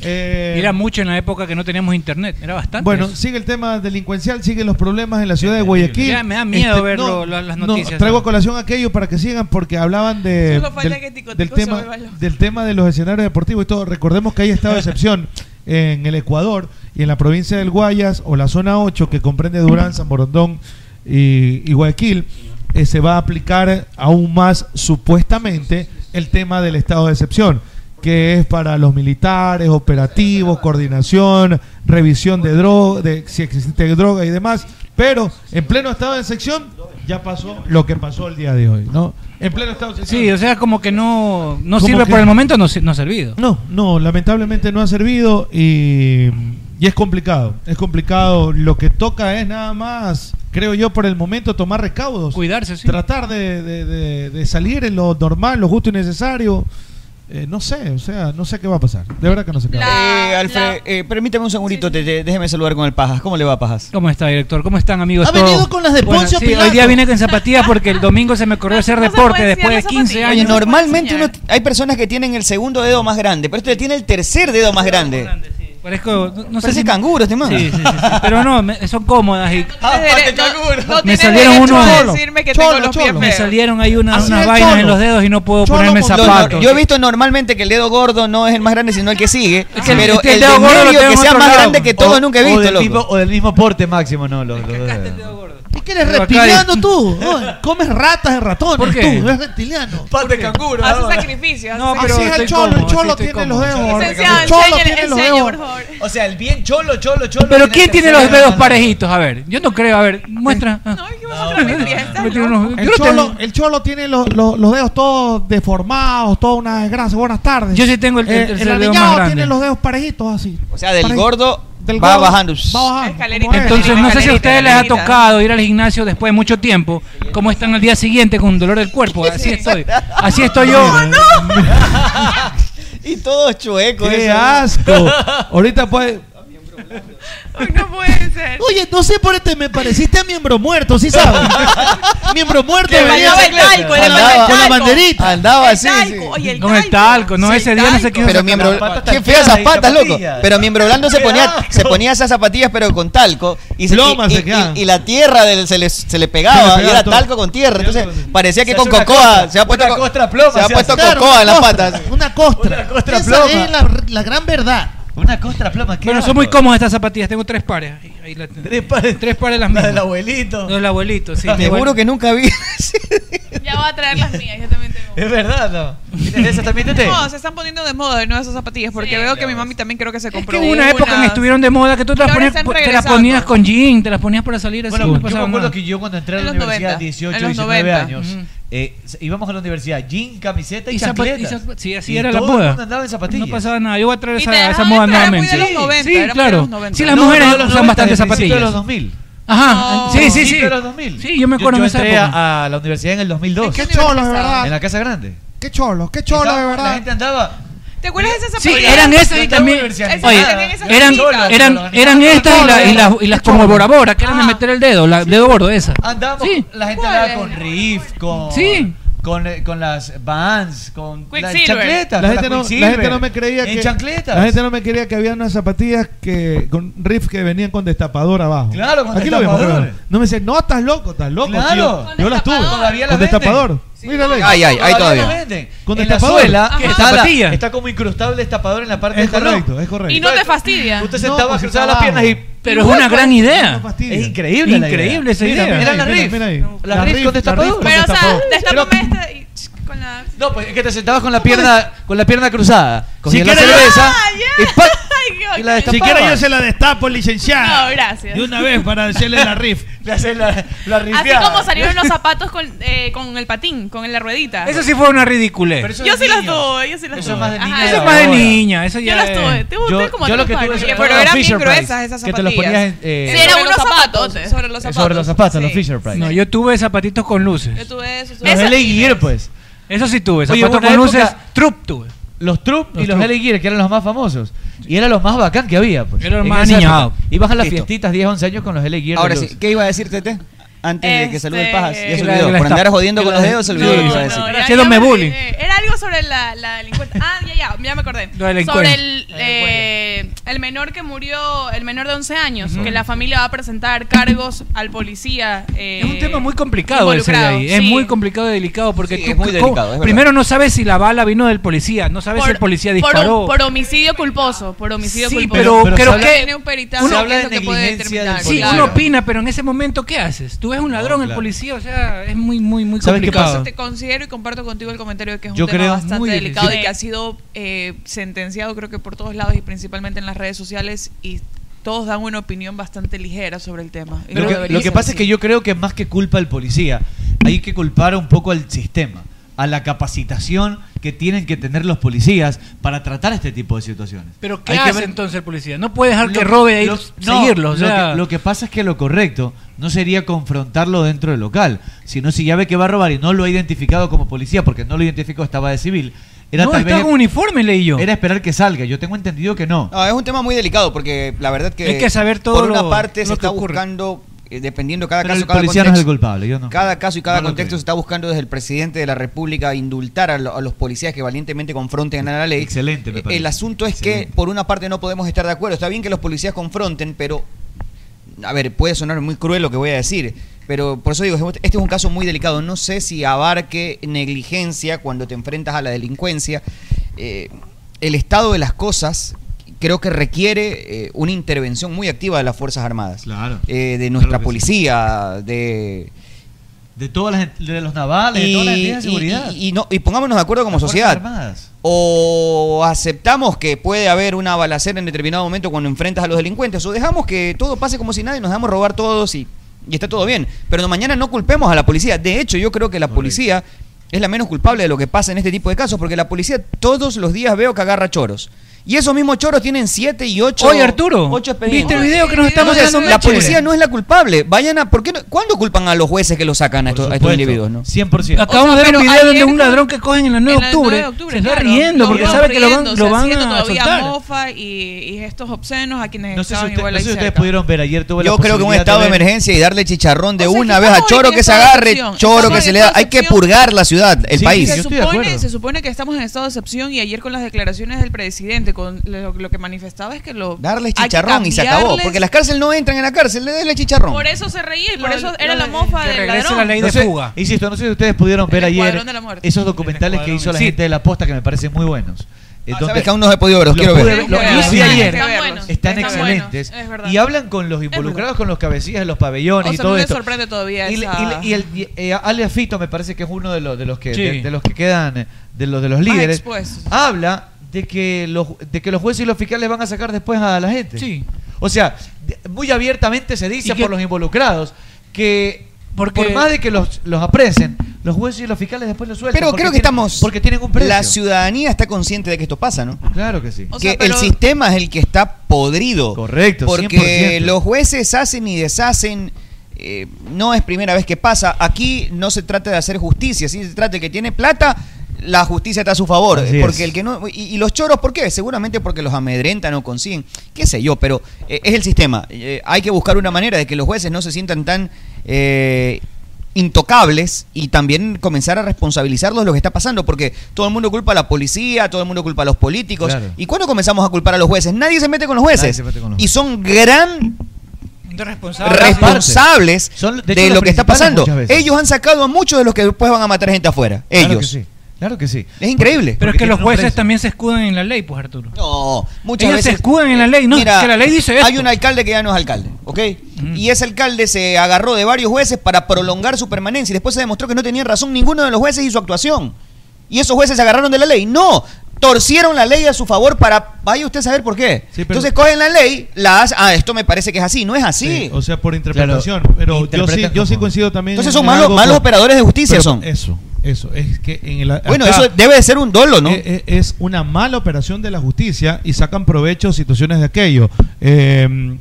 Speaker 10: era mucho en la época que no teníamos internet, era bastante.
Speaker 6: eh, Bueno,
Speaker 10: eso.
Speaker 6: sigue el tema delincuencial, siguen los problemas en la ciudad de Guayaquil. Este,
Speaker 10: Ya me da miedo ver lo- lo- las noticias.
Speaker 6: traigo a colación aquello para que sigan porque hablaban de,
Speaker 10: Solo falta
Speaker 6: del,
Speaker 10: que Tico
Speaker 6: del
Speaker 10: Tico se
Speaker 6: tema,
Speaker 10: vuelva loco.
Speaker 6: del tema de los escenarios deportivos y todo. Recordemos que hay estado de excepción en el Ecuador y en la provincia del Guayas o la zona 8 que comprende Durán, San Borondón y, y Guayaquil. eh, se va a aplicar aún más supuestamente el tema del estado de excepción que es para los militares, operativos, coordinación, revisión de droga, de si existe droga y demás, pero en pleno estado de sección ya pasó lo que pasó el día de hoy, ¿no? En pleno estado de sección.
Speaker 10: Sí, o sea, como que no, no
Speaker 6: Como
Speaker 10: sirve
Speaker 6: que-
Speaker 10: por el momento, no, si- no ha servido.
Speaker 6: No, no, lamentablemente no ha servido y, y es complicado, es complicado. Lo que toca es nada más, creo yo, por el momento tomar recaudos.
Speaker 10: Cuidarse,
Speaker 6: Tratar de, de- de- de salir en lo normal, lo justo y necesario. Eh, no sé, o sea, no sé qué va a pasar. De verdad que no sé qué va a pasar.
Speaker 9: Ah,
Speaker 8: Eh, Alfred, eh, permítame un segundito, te- te- déjeme saludar con el Pajas. ¿Cómo le va, Pajas?
Speaker 10: ¿Cómo está, director? ¿Cómo están, amigos?
Speaker 8: Ha venido
Speaker 10: Todo-
Speaker 8: con las de
Speaker 10: Bueno,
Speaker 8: Poncio
Speaker 10: sí,
Speaker 8: Pilato.
Speaker 10: Hoy día vine con zapatillas porque el domingo se me corrió hacer deporte después de 15
Speaker 8: Oye,
Speaker 10: años.
Speaker 8: normalmente uno, hay personas que tienen el segundo dedo más grande, pero este tiene el tercer dedo más grande.
Speaker 10: Parezco, no, no sé
Speaker 8: Parece
Speaker 10: si-
Speaker 8: canguro este man.
Speaker 10: Sí, sí, sí, sí. Pero no, me- son cómodas y
Speaker 9: no
Speaker 10: me
Speaker 9: tienes
Speaker 10: salieron
Speaker 9: derecho
Speaker 10: unos
Speaker 9: a decirme que tengo los pies
Speaker 10: me
Speaker 9: feos.
Speaker 10: salieron ahí unas,
Speaker 8: Así
Speaker 10: unas
Speaker 8: es,
Speaker 10: vainas
Speaker 8: cholo.
Speaker 10: en los dedos y no puedo
Speaker 8: Cholo
Speaker 10: ponerme
Speaker 8: con-
Speaker 10: zapatos.
Speaker 8: Lo- Yo he visto normalmente que el dedo gordo no es el más grande, sino el que sigue.
Speaker 11: Es que-
Speaker 10: este,
Speaker 8: pero
Speaker 11: es que
Speaker 8: el dedo
Speaker 11: gordo lo
Speaker 8: medio
Speaker 11: tengo
Speaker 8: que
Speaker 11: en
Speaker 8: sea
Speaker 11: otro
Speaker 8: más
Speaker 11: lado.
Speaker 8: grande que todo
Speaker 11: O-
Speaker 8: nunca he
Speaker 11: o
Speaker 8: visto,
Speaker 11: del
Speaker 8: loco.
Speaker 11: mismo- o del mismo porte máximo, no. Los, los-
Speaker 6: ¿Qué eres
Speaker 11: Pero acá
Speaker 6: reptiliano tú? Oye, comes ratas de ratones
Speaker 11: ¿Por qué?
Speaker 6: tú, eres reptiliano.
Speaker 11: Pate canguro.
Speaker 9: Hace sacrificios.
Speaker 11: No,
Speaker 9: hace
Speaker 11: pero
Speaker 9: sacrificios.
Speaker 6: Así es el
Speaker 11: estoy
Speaker 6: cholo, el
Speaker 11: cómodo,
Speaker 6: cholo
Speaker 11: sí, estoy
Speaker 6: tiene los
Speaker 11: cómodo.
Speaker 6: dedos.
Speaker 9: Licenciado,
Speaker 6: El cholo
Speaker 9: enseñe,
Speaker 6: tiene los
Speaker 9: enseñe,
Speaker 6: dedos.
Speaker 9: por favor.
Speaker 11: O sea, el bien cholo, cholo, cholo.
Speaker 10: Pero ¿quién tiene los dedos parejitos? A ver, yo no creo. A ver, muestra. Ah. Me tiene unos- yo
Speaker 6: El
Speaker 10: no tengo-
Speaker 6: cholo, el cholo tiene los, los- los dedos todos deformados, toda una desgracia. Buenas tardes.
Speaker 10: Yo sí tengo el- el tercer dedo
Speaker 6: aniñado
Speaker 10: más grande.
Speaker 6: tiene los dedos parejitos así.
Speaker 8: O sea, del
Speaker 6: Parejitos.
Speaker 8: gordo va bajando.
Speaker 6: Va bajando.
Speaker 8: Escalerita,
Speaker 6: como es.
Speaker 10: Entonces, no sé si a ustedes les ha
Speaker 8: calerita.
Speaker 10: tocado ir al gimnasio después de mucho tiempo, cómo están al día siguiente con dolor del cuerpo. Así estoy. Así estoy yo.
Speaker 8: Y todo chueco.
Speaker 6: ¡Qué
Speaker 8: eso.
Speaker 6: asco! Ahorita puede.
Speaker 9: No puede ser.
Speaker 6: Oye, no sé por este, me pareciste a miembro muerto, ¿sí sabes? miembro muerto.
Speaker 9: Le
Speaker 6: venía
Speaker 9: faltaba el talco, le faltaba el
Speaker 6: bicicleta. Andaba Con la
Speaker 9: talco.
Speaker 6: banderita.
Speaker 8: Andaba
Speaker 9: así, talco, sí. oye, el
Speaker 10: Con el talco, no, ese día no sé quién
Speaker 8: Pero
Speaker 10: sacó
Speaker 8: miembro,
Speaker 10: las patas
Speaker 8: qué
Speaker 10: tan
Speaker 8: feas esas
Speaker 10: feas y
Speaker 8: patas, loco.
Speaker 10: zapatillas.
Speaker 8: Pero miembro blando se ponía, se ponía esas zapatillas, pero con talco. Y, se-
Speaker 6: Plomas
Speaker 8: y-
Speaker 6: se
Speaker 8: y-
Speaker 6: quedan.
Speaker 8: y la tierra del- se, le, se le
Speaker 6: Se le
Speaker 8: pegaba.
Speaker 6: pegaba
Speaker 8: y era
Speaker 6: todo.
Speaker 8: talco con tierra. Entonces parecía que
Speaker 6: Se
Speaker 8: con
Speaker 6: hace una
Speaker 8: cocoa.
Speaker 6: costra,
Speaker 8: Se ha puesto,
Speaker 6: una
Speaker 8: co-
Speaker 6: costra ploma,
Speaker 8: se ha
Speaker 6: se
Speaker 8: puesto
Speaker 6: hace.
Speaker 8: cocoa en las
Speaker 6: Claro,
Speaker 8: patas.
Speaker 6: Una costra. Una
Speaker 11: costra
Speaker 6: Esa
Speaker 11: ploma.
Speaker 6: es la, la gran verdad.
Speaker 11: Una costra ploma.
Speaker 10: Bueno, son muy cómodas estas zapatillas. Tengo tres pares. Ahí- ahí la- tres pares. las mismas.
Speaker 11: del abuelito.
Speaker 10: No, del abuelito, sí.
Speaker 8: Te juro que nunca vi.
Speaker 9: Ya voy a traer las mías, yo también tengo.
Speaker 11: Es verdad, ¿no? ¿Tienes esas también, Tete?
Speaker 9: No, se están poniendo de moda de nuevo esas zapatillas porque veo que mi mami también creo que se
Speaker 10: que
Speaker 9: compró.
Speaker 10: hubo una época que
Speaker 9: unas.
Speaker 10: estuvieron de moda que tú te las,
Speaker 9: Pero ahora
Speaker 10: ponías,
Speaker 9: están
Speaker 10: te las
Speaker 9: regresando.
Speaker 10: ponías con jean, te las ponías para salir así.
Speaker 11: Bueno,
Speaker 10: no
Speaker 11: yo
Speaker 10: pasaba
Speaker 11: me acuerdo
Speaker 10: nada.
Speaker 11: que yo cuando entré a
Speaker 10: En
Speaker 11: la
Speaker 10: los
Speaker 11: universidad,
Speaker 10: 90,
Speaker 11: 18,
Speaker 10: en los
Speaker 11: 19
Speaker 10: 90.
Speaker 11: años,
Speaker 10: Ujú.
Speaker 11: eh, s- íbamos a la universidad, jean, camiseta y,
Speaker 10: Y zapa-
Speaker 11: chancletas.
Speaker 10: y zapa- sí, así
Speaker 11: Y
Speaker 10: era la
Speaker 11: todo
Speaker 10: moda.
Speaker 11: el mundo andaba en zapatillas.
Speaker 10: No pasaba nada. Yo voy a traer
Speaker 11: Y
Speaker 10: esa,
Speaker 11: te
Speaker 10: esa
Speaker 11: dejaban
Speaker 10: moda
Speaker 11: entrar, era
Speaker 10: nuevamente.
Speaker 11: muy de los 90,
Speaker 10: sí,
Speaker 11: era muy de
Speaker 10: claro.
Speaker 11: los 90.
Speaker 10: Sí, las
Speaker 11: No, no,
Speaker 10: mujeres
Speaker 11: de los
Speaker 10: usan
Speaker 11: 90,
Speaker 10: bastante
Speaker 11: del principio
Speaker 10: zapatillas.
Speaker 11: de los 2000.
Speaker 10: Ajá. Ah, Sí, sí, sí.
Speaker 11: Ah, Principio de los 2000.
Speaker 10: Sí, yo me
Speaker 11: Yo,
Speaker 10: acuerdo de esa
Speaker 11: entré
Speaker 10: época.
Speaker 11: a, a la universidad en el 2002.
Speaker 6: Qué cholo, de
Speaker 11: En
Speaker 6: verdad.
Speaker 11: la Casa Grande.
Speaker 6: Qué cholo, qué cholo, de verdad.
Speaker 11: La gente andaba...
Speaker 9: ¿Te acuerdas de esas
Speaker 10: Sí,
Speaker 9: zapatillas?
Speaker 10: eran esas y también.
Speaker 11: Yo tengo universidad.
Speaker 10: Oye,
Speaker 11: Esas tenían esas
Speaker 10: eran,
Speaker 11: chiquitas.
Speaker 10: eran, eran estas y, la- y las, y las como Bora
Speaker 9: Ah,
Speaker 10: Bora, que eran de meter el dedo, la, el dedo gordo, esa.
Speaker 11: Andábamos, la gente andaba con riff, con...
Speaker 10: Sí.
Speaker 11: con, eh, con las Vans, con las
Speaker 6: Quicksilver.
Speaker 11: chancletas.
Speaker 6: La
Speaker 11: con
Speaker 6: gente, no,
Speaker 11: las
Speaker 6: la gente no me
Speaker 11: Quicksilver,
Speaker 6: creía
Speaker 11: En
Speaker 6: que
Speaker 11: chancletas.
Speaker 6: La gente no me creía que había unas zapatillas que con riff que venían con destapador abajo.
Speaker 11: Claro, con
Speaker 6: Aquí lo vemos,
Speaker 11: destapadores.
Speaker 6: creo. No me decían, "No, estás loco, estás loco."
Speaker 11: Claro.
Speaker 6: tío.
Speaker 11: Con
Speaker 6: Yo las tuve.
Speaker 11: Todavía las
Speaker 6: con destapador.
Speaker 11: venden.
Speaker 6: Mírala ahí.
Speaker 11: Ay, ay, ay, todavía. las venden.
Speaker 6: Con
Speaker 11: en la
Speaker 6: destapador.
Speaker 11: suela
Speaker 6: ¿Qué
Speaker 11: está, la-
Speaker 6: zapatilla?
Speaker 11: está como incrustado el destapador en la parte
Speaker 6: Es
Speaker 11: de atrás.
Speaker 6: correcto, es correcto. pues,
Speaker 9: Y no te fastidia.
Speaker 11: Usted sentaba, cruzaba las piernas y...
Speaker 10: Pero es una gran idea.
Speaker 11: Es increíble la
Speaker 10: Increíble
Speaker 11: idea.
Speaker 10: esa
Speaker 11: Mira,
Speaker 10: idea.
Speaker 11: Era la
Speaker 10: Mira,
Speaker 11: riff.
Speaker 10: mira ahí.
Speaker 11: La,
Speaker 10: La
Speaker 11: riff
Speaker 10: riff, la
Speaker 11: con destapador.
Speaker 10: riff con Pero, o sea, destapador.
Speaker 9: Destapame esta y ch, con la...
Speaker 11: No, pues es que te sentabas con la pierna, con la pierna cruzada. Cogías la
Speaker 6: quieres-
Speaker 11: cerveza y ¡pac!
Speaker 9: Ah, Ay, qué
Speaker 11: Y la
Speaker 9: horrible.
Speaker 11: destapabas.
Speaker 6: Si quiere yo se la destapo, licenciada.
Speaker 9: No, gracias.
Speaker 6: De una vez para hacerle la riff.
Speaker 11: Le haces la, la
Speaker 9: Así como salieron los zapatos con, eh, con el patín, con la ruedita.
Speaker 10: Eso sí fue una ridiculez.
Speaker 9: Yo sí las tuve, yo sí las tuve.
Speaker 11: más de
Speaker 9: Ajá,
Speaker 11: niña.
Speaker 10: Eso es
Speaker 11: de
Speaker 10: más de
Speaker 11: ahora.
Speaker 10: niña. Eso ya
Speaker 9: Yo las
Speaker 10: es-
Speaker 9: tuve. Tuve
Speaker 11: Yo-
Speaker 9: como
Speaker 11: yo lo
Speaker 9: tres
Speaker 11: que tuve
Speaker 9: pares.
Speaker 11: son-
Speaker 9: Pero
Speaker 11: los
Speaker 9: eran bien
Speaker 11: Fisher
Speaker 9: gruesas
Speaker 11: Price,
Speaker 9: esas
Speaker 11: que te los
Speaker 9: zapatillas.
Speaker 11: ponías en, eh,
Speaker 9: Sí, eran unos zapatos. Sobre los zapatos.
Speaker 11: sobre los zapatos, los Fisher Price.
Speaker 10: No, yo tuve zapatitos con luces.
Speaker 9: Yo tuve esos.
Speaker 10: Los
Speaker 9: Esos-
Speaker 10: LA
Speaker 11: Gear, pues.
Speaker 10: Eso sí tuve.
Speaker 11: Oye,
Speaker 10: Zapatos
Speaker 11: una
Speaker 10: con
Speaker 11: época-
Speaker 10: luces. Trup tuve.
Speaker 11: Los Trup y
Speaker 10: Los
Speaker 11: los
Speaker 10: Trup.
Speaker 11: Hell Gear, que eran los más famosos. Y eran los más bacán que había. Pues,
Speaker 10: Eran los
Speaker 11: en
Speaker 10: más
Speaker 11: esa
Speaker 10: aniñados.
Speaker 11: época. Ibas a las
Speaker 8: Listo.
Speaker 11: fiestitas 10, 11 años con los Hell Gear.
Speaker 8: Ahora
Speaker 11: de
Speaker 8: sí,
Speaker 11: luz.
Speaker 8: ¿qué iba a decir, Tete? Antes de que salude el Pajas. Ya
Speaker 11: que
Speaker 8: se
Speaker 11: la-
Speaker 8: olvidó.
Speaker 11: que la
Speaker 8: Por andar
Speaker 11: estafa.
Speaker 8: jodiendo
Speaker 11: Que
Speaker 8: con
Speaker 11: la-
Speaker 8: los dedos, se olvidó lo que iba a
Speaker 9: Este, No,
Speaker 8: decir.
Speaker 9: no, ya- ya me olvidé. Era algo sobre la, la delincuencia. Ah, ya, ya, ya me acordé.
Speaker 8: La delincuencia.
Speaker 9: Sobre el, eh, el menor que murió, el menor de 11 años, que la familia va a presentar cargos al policía. eh, es un tema
Speaker 10: muy complicado ese de ahí. Es muy complicado y delicado porque tú
Speaker 8: es muy
Speaker 10: ¿cómo?
Speaker 8: delicado, es verdad.
Speaker 10: primero no sabes si la bala vino del policía, no sabes si el policía disparó.
Speaker 9: Por, homicidio culposo, por homicidio
Speaker 10: Sí,
Speaker 9: culposo.
Speaker 10: pero- pero se habla-
Speaker 9: tiene un peritaje
Speaker 10: uno-
Speaker 9: que es lo que puede determinar.
Speaker 10: Sí,
Speaker 9: claro.
Speaker 10: uno opina, pero en ese momento ¿qué haces? Tú ves un ladrón, el
Speaker 11: claro.
Speaker 10: policía, o sea, es muy muy muy
Speaker 11: ¿Sabes qué
Speaker 10: complicado.
Speaker 11: pasa?
Speaker 9: Te considero y comparto contigo el comentario de que es un
Speaker 11: Yo
Speaker 9: tema
Speaker 11: creo
Speaker 9: bastante
Speaker 11: muy
Speaker 9: delicado
Speaker 11: difícil.
Speaker 9: y que ha sido eh, sentenciado creo que por todos lados y principalmente en las redes sociales y todos dan una opinión bastante ligera sobre el tema. Y
Speaker 11: Lo
Speaker 9: no
Speaker 11: que,
Speaker 9: debería
Speaker 11: lo que
Speaker 9: ser
Speaker 11: pasa es
Speaker 9: así.
Speaker 11: que yo creo que más que culpa al policía, hay que culpar un poco al sistema, a la capacitación que tienen que tener los policías para tratar este tipo de situaciones.
Speaker 10: Pero ¿qué
Speaker 11: Hay que
Speaker 10: hace
Speaker 11: ver-
Speaker 10: entonces el policía? No puede dejar
Speaker 11: Lo-
Speaker 10: que robe ahí
Speaker 11: lo- no,
Speaker 10: seguirlo, o
Speaker 11: lo,
Speaker 10: sea,
Speaker 11: que, lo que pasa es que lo correcto no sería confrontarlo dentro del local, sino si ya ve que va a robar y no lo ha identificado como policía, porque no lo identificó, estaba de civil. Era
Speaker 10: No,
Speaker 11: tal vez,
Speaker 10: estaba con uniforme, leí yo.
Speaker 11: Era esperar que salga. Yo tengo entendido que no.
Speaker 8: No, es un tema muy delicado porque la verdad que.
Speaker 11: Hay que saber todo
Speaker 8: Por una
Speaker 11: lo-
Speaker 8: parte
Speaker 11: lo
Speaker 8: se
Speaker 11: que
Speaker 8: está
Speaker 11: ocurre.
Speaker 8: buscando, eh, dependiendo cada
Speaker 11: Pero
Speaker 8: caso,
Speaker 11: el
Speaker 8: cada
Speaker 11: policía no es el
Speaker 8: contexto.
Speaker 11: culpable, yo no.
Speaker 8: Cada caso y cada
Speaker 11: No lo
Speaker 8: contexto
Speaker 11: creo.
Speaker 8: se está buscando desde el presidente de la República indultar a, lo- a los policías que valientemente confronten a la ley.
Speaker 11: Excelente, me parece.
Speaker 8: El asunto es que, por una parte, no podemos estar de acuerdo. Está bien que los policías confronten, pero. A ver, puede sonar muy cruel lo que voy a decir, pero por eso digo, este es un caso muy delicado. No sé si abarque negligencia cuando te enfrentas a la delincuencia. Eh, el estado de las cosas creo que requiere eh, una intervención muy activa de las Fuerzas Armadas. Eh, de nuestra policía, de
Speaker 11: De todas las, de los navales, de todas las
Speaker 8: y,
Speaker 11: entidades de
Speaker 8: y-
Speaker 11: seguridad.
Speaker 8: y- y no, y pongámonos de acuerdo como
Speaker 11: Las Fuerzas
Speaker 8: sociedad.
Speaker 11: Armadas.
Speaker 8: O aceptamos que puede haber una balacera en determinado momento cuando enfrentas a los delincuentes. O dejamos que todo pase como si nadie nos dejamos robar todos y, y está todo bien. Pero no, mañana no culpemos a la policía. De hecho, yo creo que la policía es la menos culpable de lo que pasa en este tipo de casos. Porque la policía todos los días veo que agarra choros. Y esos mismos choros tienen 7 y 8
Speaker 10: Oye, Arturo, ¿viste el video que nos estamos
Speaker 8: Entonces,
Speaker 10: dando
Speaker 8: La
Speaker 10: leche?
Speaker 8: policía no es la culpable. Vayan a. ¿por qué no- ¿Cuándo culpan a los jueces que los sacan a estos, a estos individuos? ¿no?
Speaker 11: 100%.
Speaker 10: Acabamos de ver un
Speaker 8: pero
Speaker 10: video donde
Speaker 8: ayer
Speaker 10: un ladrón que cogen en la 9
Speaker 9: En
Speaker 10: de
Speaker 9: la
Speaker 10: octubre,
Speaker 9: 9 de octubre,
Speaker 10: se está
Speaker 9: claro.
Speaker 10: riendo
Speaker 9: Lo
Speaker 10: porque
Speaker 9: iban
Speaker 10: sabe que lo van,
Speaker 9: riendo, o
Speaker 10: lo
Speaker 9: sea,
Speaker 10: van
Speaker 9: haciendo
Speaker 10: a
Speaker 9: todavía
Speaker 10: soltar.
Speaker 9: mofa y, y gestos obscenos a quienes
Speaker 11: No sé si,
Speaker 9: estaban
Speaker 11: usted-
Speaker 9: igual
Speaker 11: no
Speaker 9: ahí
Speaker 11: sé si ustedes
Speaker 9: cerca.
Speaker 11: pudieron ver, ayer tuve la
Speaker 8: Yo creo que un
Speaker 11: posibilidad
Speaker 8: estado de
Speaker 11: ver-
Speaker 8: emergencia y darle chicharrón de una vez
Speaker 9: estamos
Speaker 8: a Choro
Speaker 9: en
Speaker 8: que se
Speaker 9: estado de
Speaker 8: agarre,
Speaker 9: excepción.
Speaker 8: Choro
Speaker 9: Estamos
Speaker 8: que
Speaker 9: en
Speaker 8: se le da.
Speaker 9: estado de
Speaker 8: Hay que
Speaker 9: excepción.
Speaker 8: purgar la ciudad, el
Speaker 11: Sí,
Speaker 8: país.
Speaker 11: yo
Speaker 9: se,
Speaker 11: estoy de
Speaker 9: supone,
Speaker 11: acuerdo.
Speaker 9: se supone que estamos en estado de excepción y ayer con las declaraciones del presidente, con lo, lo que manifestaba es que lo...
Speaker 8: Darles
Speaker 9: hay que
Speaker 8: chicharrón y se acabó.
Speaker 9: cambiarles-
Speaker 8: Porque las cárceles no entran en la cárcel, le denle chicharrón.
Speaker 9: Por eso se reía, y por eso era la mofa del ladrón.
Speaker 11: No sé- Insisto, no sé si ustedes pudieron ver ayer
Speaker 9: Escuadrón de la Muerte.
Speaker 11: esos documentales que hizo la
Speaker 8: sí.
Speaker 11: gente de la posta que me parecen muy buenos. Eh, donde-
Speaker 8: Ah, sabes que aún no los he podido ver, los
Speaker 11: Lo
Speaker 8: quiero
Speaker 11: pude
Speaker 8: ver.
Speaker 11: lo-
Speaker 8: Tienes que
Speaker 11: los vi
Speaker 8: verlos.
Speaker 11: ayer.
Speaker 8: Están
Speaker 11: Están
Speaker 9: buenos, están
Speaker 11: excelentes.
Speaker 9: buenos, es verdad.
Speaker 11: Y hablan con los involucrados, con los cabecillas de los pabellones
Speaker 9: O
Speaker 11: y
Speaker 9: sea,
Speaker 11: todo
Speaker 9: no me
Speaker 11: esto.
Speaker 9: sorprende todavía
Speaker 11: Y, le-
Speaker 9: esa-
Speaker 11: y le- y el, y, eh, alias Fito me parece que es uno de los, de los, que,
Speaker 10: Sí.
Speaker 11: de, de los que quedan, eh, de los, de los
Speaker 10: Más
Speaker 11: líderes.
Speaker 10: expuestos.
Speaker 11: Habla de que, los, de que los jueces y los fiscales van a sacar después a la gente.
Speaker 10: Sí.
Speaker 11: O sea, de- muy abiertamente se dice por los involucrados que por más de que los, los apresen, los jueces y los fiscales después los sueltan.
Speaker 8: Pero
Speaker 11: porque
Speaker 8: creo que
Speaker 11: tienen-
Speaker 8: estamos.
Speaker 11: Porque tienen un precio.
Speaker 8: La ciudadanía está consciente de que esto pasa, ¿no?
Speaker 11: Claro que sí.
Speaker 8: Que
Speaker 11: O sea,
Speaker 8: el
Speaker 11: pero-
Speaker 8: sistema es el que está podrido.
Speaker 11: Correcto, 100%.
Speaker 8: Porque los jueces hacen y deshacen. eh, no es primera vez que pasa. Aquí no se trata de hacer justicia, sí se trata de que tiene plata. La justicia está a su favor.
Speaker 11: Así
Speaker 8: porque
Speaker 11: es.
Speaker 8: el que no, y, y los choros, ¿por qué? Seguramente porque los amedrentan o consiguen. Qué sé yo, pero eh, es el sistema. Eh, hay que buscar una manera de que los jueces no se sientan tan eh, intocables y también comenzar a responsabilizarlos de lo que está pasando, porque todo el mundo culpa a la policía, todo el mundo culpa a los políticos.
Speaker 11: Claro.
Speaker 8: ¿Y cuándo comenzamos a culpar a los jueces? Nadie se mete con los
Speaker 11: Nadie
Speaker 8: jueces.
Speaker 11: se mete con los
Speaker 8: Y son gran
Speaker 10: responsable.
Speaker 8: responsables
Speaker 11: Son,
Speaker 8: de,
Speaker 11: hecho, los
Speaker 8: lo que está
Speaker 11: principales
Speaker 8: pasando.
Speaker 11: muchas veces.
Speaker 8: Ellos han sacado a muchos de los que después van a matar gente afuera. Ellos.
Speaker 11: Claro que sí. Claro que sí.
Speaker 8: Es increíble.
Speaker 10: Pero es que los jueces también se escudan en la ley, pues Arturo.
Speaker 8: No, muchas
Speaker 10: Ellos
Speaker 8: veces.
Speaker 10: se escudan en la ley, no,
Speaker 8: Mira,
Speaker 10: que la ley dice
Speaker 8: Hay un alcalde que ya no es alcalde, ¿ok? Y ese alcalde se agarró de varios jueces para prolongar su permanencia y después se demostró que no tenían razón ninguno de los jueces y su actuación. ¿Y esos jueces se agarraron de la ley? No, torcieron la ley a su favor para, vaya usted a saber por qué. Entonces cogen la ley, la hacen, ah, esto me parece que es así, no es así.
Speaker 6: O sea, por interpretación. pero yo sí,
Speaker 8: interpretas
Speaker 6: yo sí coincido también.
Speaker 8: Entonces son
Speaker 6: en- en
Speaker 8: malos-
Speaker 6: algo
Speaker 8: malos operadores de justicia
Speaker 6: Pero
Speaker 8: son.
Speaker 6: Eso, eso. Es que en el,
Speaker 8: Bueno, eso debe de ser un dolo, ¿no?
Speaker 6: Es, es- eh, es una mala operación de la justicia y sacan provecho situaciones de aquello. Eh,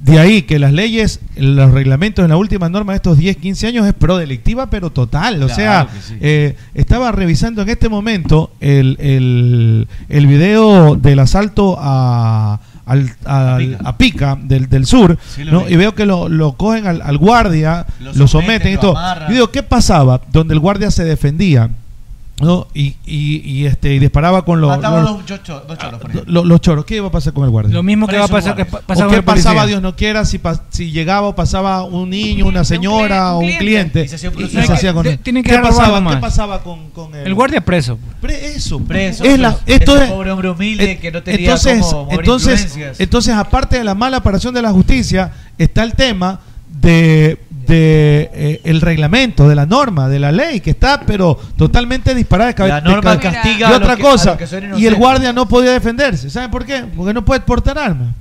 Speaker 6: de ahí que las leyes, los reglamentos en la última norma de estos 10, 15 años es prodelictiva, pero total. O
Speaker 11: Claro
Speaker 6: sea,
Speaker 11: que sí.
Speaker 6: eh, estaba revisando en este momento el, el, el video del asalto a, al- al- a Pica del, del sur,
Speaker 11: Sí lo
Speaker 6: ¿no?
Speaker 11: vi.
Speaker 6: y veo que lo, lo cogen al, al guardia,
Speaker 11: Lo someten,
Speaker 6: lo, someten y
Speaker 11: lo
Speaker 6: todo.
Speaker 11: amarran.
Speaker 6: Yo digo, ¿qué pasaba? Donde el guardia se defendía. ¿no? Y, y, y, este y disparaba con los
Speaker 11: Mataban
Speaker 6: los,
Speaker 11: dos chocho- dos choros, por
Speaker 6: lo-
Speaker 11: ejemplo.
Speaker 6: lo- los choros. ¿Qué iba a pasar con el guardia?
Speaker 10: Ah, Lo mismo que
Speaker 6: Preso
Speaker 10: va a pasar
Speaker 6: guardia.
Speaker 10: que pa- pasa
Speaker 6: ¿O
Speaker 10: con
Speaker 6: qué
Speaker 10: el policía.
Speaker 6: pasaba, Dios no quiera, si, pas- si llegaba o pasaba un niño, una señora o un cliente?
Speaker 11: Y se hacía un
Speaker 6: Y- y
Speaker 11: crucero.
Speaker 6: se hacía con
Speaker 11: Te-
Speaker 6: él.
Speaker 11: tienen que
Speaker 6: ¿Qué
Speaker 11: robar
Speaker 6: pasaba?
Speaker 11: nomás.
Speaker 6: ¿Qué pasaba con, con él?
Speaker 10: El guardia preso.
Speaker 6: Pre- eso,
Speaker 11: pues.
Speaker 6: pues.
Speaker 11: Preso,
Speaker 6: es la-
Speaker 11: preso.
Speaker 6: esto
Speaker 11: Ese
Speaker 6: es-
Speaker 11: pobre hombre humilde que no tenía
Speaker 6: entonces,
Speaker 11: cómo mover
Speaker 6: entonces,
Speaker 11: influencias.
Speaker 6: entonces, aparte de la mala operación de la justicia, está el tema de, de eh, el reglamento, de la norma, de la ley, que está pero totalmente disparada de cabeza.
Speaker 11: La norma
Speaker 6: de cabeza.
Speaker 11: castiga
Speaker 6: y
Speaker 11: a
Speaker 6: otra
Speaker 11: los que- a
Speaker 6: cosa.
Speaker 11: los que son
Speaker 6: Y el
Speaker 11: inocentes.
Speaker 6: guardia no podía defenderse. ¿Saben por qué? Porque no puede portar armas.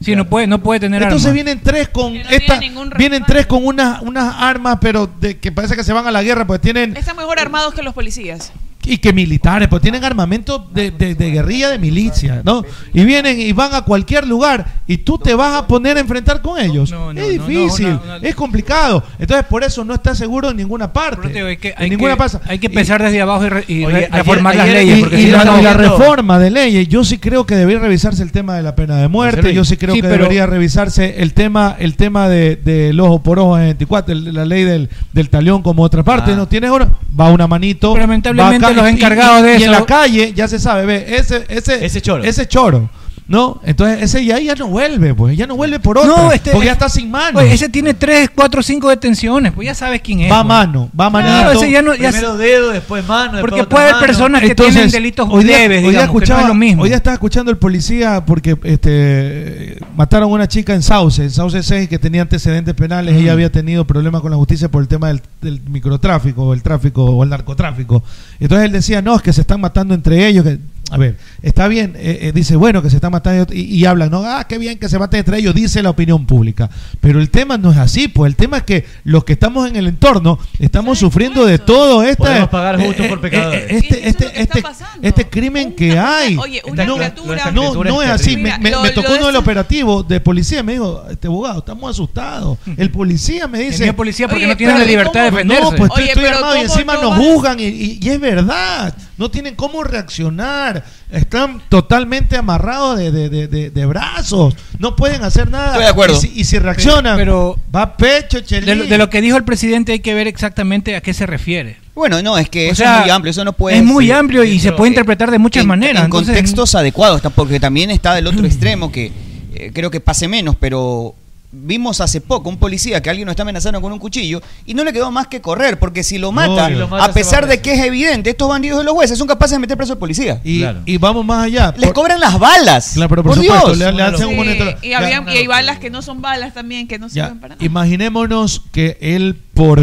Speaker 10: Sí, no puede, no puede tener
Speaker 6: Entonces
Speaker 10: armas.
Speaker 6: vienen tres con esta, vienen tres con unas unas armas, pero de, que parece que se van a la guerra, pues tienen
Speaker 9: Están mejor armados que los policías.
Speaker 6: y que militares, pues tienen armamento de, de- de guerrilla, de milicia, ¿no? Y vienen y van a cualquier lugar y tú te vas a poner a enfrentar con ellos. es difícil, es complicado. Entonces por eso no está seguro en ninguna parte. en
Speaker 10: Hay
Speaker 6: ninguna
Speaker 10: que,
Speaker 6: pasa.
Speaker 10: hay que
Speaker 6: Y-
Speaker 10: empezar desde abajo y, re- y
Speaker 11: Oye,
Speaker 10: re-
Speaker 11: ayer-
Speaker 10: reformar las
Speaker 11: ayer-
Speaker 10: leyes.
Speaker 11: y-
Speaker 10: porque
Speaker 6: y
Speaker 10: si
Speaker 6: la,
Speaker 10: no,
Speaker 6: y la
Speaker 10: no-
Speaker 6: reforma de leyes, yo sí creo que debería revisarse el tema de la pena de muerte,
Speaker 11: Marcelo,
Speaker 6: yo sí creo
Speaker 11: sí,
Speaker 6: que
Speaker 11: pero-
Speaker 6: debería revisarse el tema el tema de- del ojo por ojo en 24, el- la ley del, del talión como otra parte,
Speaker 11: Ah.
Speaker 6: no tienes ahora, va una manito,
Speaker 10: Pero lamentablemente
Speaker 6: va acá,
Speaker 10: los
Speaker 6: y- y-
Speaker 10: encargados de
Speaker 6: y en
Speaker 10: eso-
Speaker 6: la calle ya se sabe, ve, ese ese
Speaker 11: Ese choro.
Speaker 6: ese choro, ¿no? Entonces ese ya ya no vuelve, pues, ya no vuelve por otra,
Speaker 10: No, este-
Speaker 6: porque ya está sin mano.
Speaker 10: Oye, ese tiene 3, 4, 5 detenciones, pues ya sabes quién es.
Speaker 6: va a
Speaker 10: pues.
Speaker 6: mano, va a
Speaker 10: Claro,
Speaker 6: manito.
Speaker 10: ese ya no- ya
Speaker 11: Primero dedo, después mano.
Speaker 10: Porque puede haber personas que tienen delitos
Speaker 6: hoy día,
Speaker 10: leves,
Speaker 6: hoy día
Speaker 10: digamos, que no
Speaker 6: escuchaba,
Speaker 10: es lo mismo.
Speaker 6: Hoy día estaba escuchando el policía porque este mataron a una chica en Sauce, en Sauce 6, que tenía antecedentes penales.
Speaker 11: Mm.
Speaker 6: Ella había tenido problemas con la justicia por el tema del, del microtráfico, o el tráfico, o el narcotráfico. Entonces él decía, no, es que se están matando entre ellos. que- a ver, está bien, eh, eh, dice, bueno, que se están matando y, y hablan, no, ah, qué bien que se maten entre ellos, dice la opinión pública. Pero el tema no es así, pues el tema es que los que estamos en el entorno estamos sufriendo de todo esta...
Speaker 11: Podemos pagar justo
Speaker 6: eh,
Speaker 11: por
Speaker 6: eh,
Speaker 11: pecadores.
Speaker 6: eh, este, este, este, este crimen que hay.
Speaker 9: oye, una
Speaker 6: no,
Speaker 9: criatura-
Speaker 6: no, no es así. Me,
Speaker 9: Mira,
Speaker 6: me-
Speaker 9: lo-
Speaker 6: me
Speaker 9: lo
Speaker 6: tocó
Speaker 9: de
Speaker 6: uno del
Speaker 9: esa-
Speaker 6: operativo de policía. Me dijo, este abogado, estamos asustados. El policía me dice.
Speaker 10: Tenía policía porque Oye, no tiene pero la ¿y libertad de cómo- defenderse.
Speaker 6: No, pues estoy-
Speaker 10: Oye,
Speaker 6: estoy
Speaker 10: pero
Speaker 6: armado y
Speaker 10: ¿cómo
Speaker 6: encima
Speaker 10: no
Speaker 6: nos
Speaker 10: vas-
Speaker 6: juzgan. Y, y- y es verdad. No tienen cómo reaccionar. Están totalmente amarrados de, de- de- de- de brazos. No pueden hacer nada.
Speaker 8: Estoy de acuerdo.
Speaker 6: Y si, y si reaccionan,
Speaker 10: Pero-
Speaker 6: va pecho, chelín.
Speaker 10: De lo, de lo que dijo el presidente hay que ver exactamente a qué se refiere.
Speaker 8: Bueno, no, es que
Speaker 10: O
Speaker 8: eso
Speaker 10: sea,
Speaker 8: es muy amplio, eso no puede
Speaker 10: es muy
Speaker 8: sí,
Speaker 10: amplio y
Speaker 8: pero,
Speaker 10: se puede
Speaker 8: eh,
Speaker 10: interpretar de muchas
Speaker 8: en-
Speaker 10: maneras.
Speaker 8: En
Speaker 10: entonces-
Speaker 8: contextos adecuados, tam- porque también está del otro extremo que eh, creo que pase menos, pero vimos hace poco un policía que alguien lo está amenazando con un cuchillo y no le quedó más que correr, porque si lo mata,
Speaker 6: y lo mata,
Speaker 8: a
Speaker 6: se
Speaker 8: pesar
Speaker 6: va
Speaker 8: de que es evidente, estos bandidos de los jueces son capaces de meter preso al policía.
Speaker 6: Y, y vamos más allá.
Speaker 8: Les cobran las balas.
Speaker 6: Claro, pero por,
Speaker 8: Por
Speaker 6: supuesto,
Speaker 8: Dios.
Speaker 6: le, le hacen un
Speaker 9: Sí,
Speaker 6: monitor.
Speaker 9: Eh, y,
Speaker 6: Ya,
Speaker 9: habían- y hay balas que no son balas también, que no
Speaker 6: Ya,
Speaker 9: sirven para nada.
Speaker 6: Imaginémonos que él, por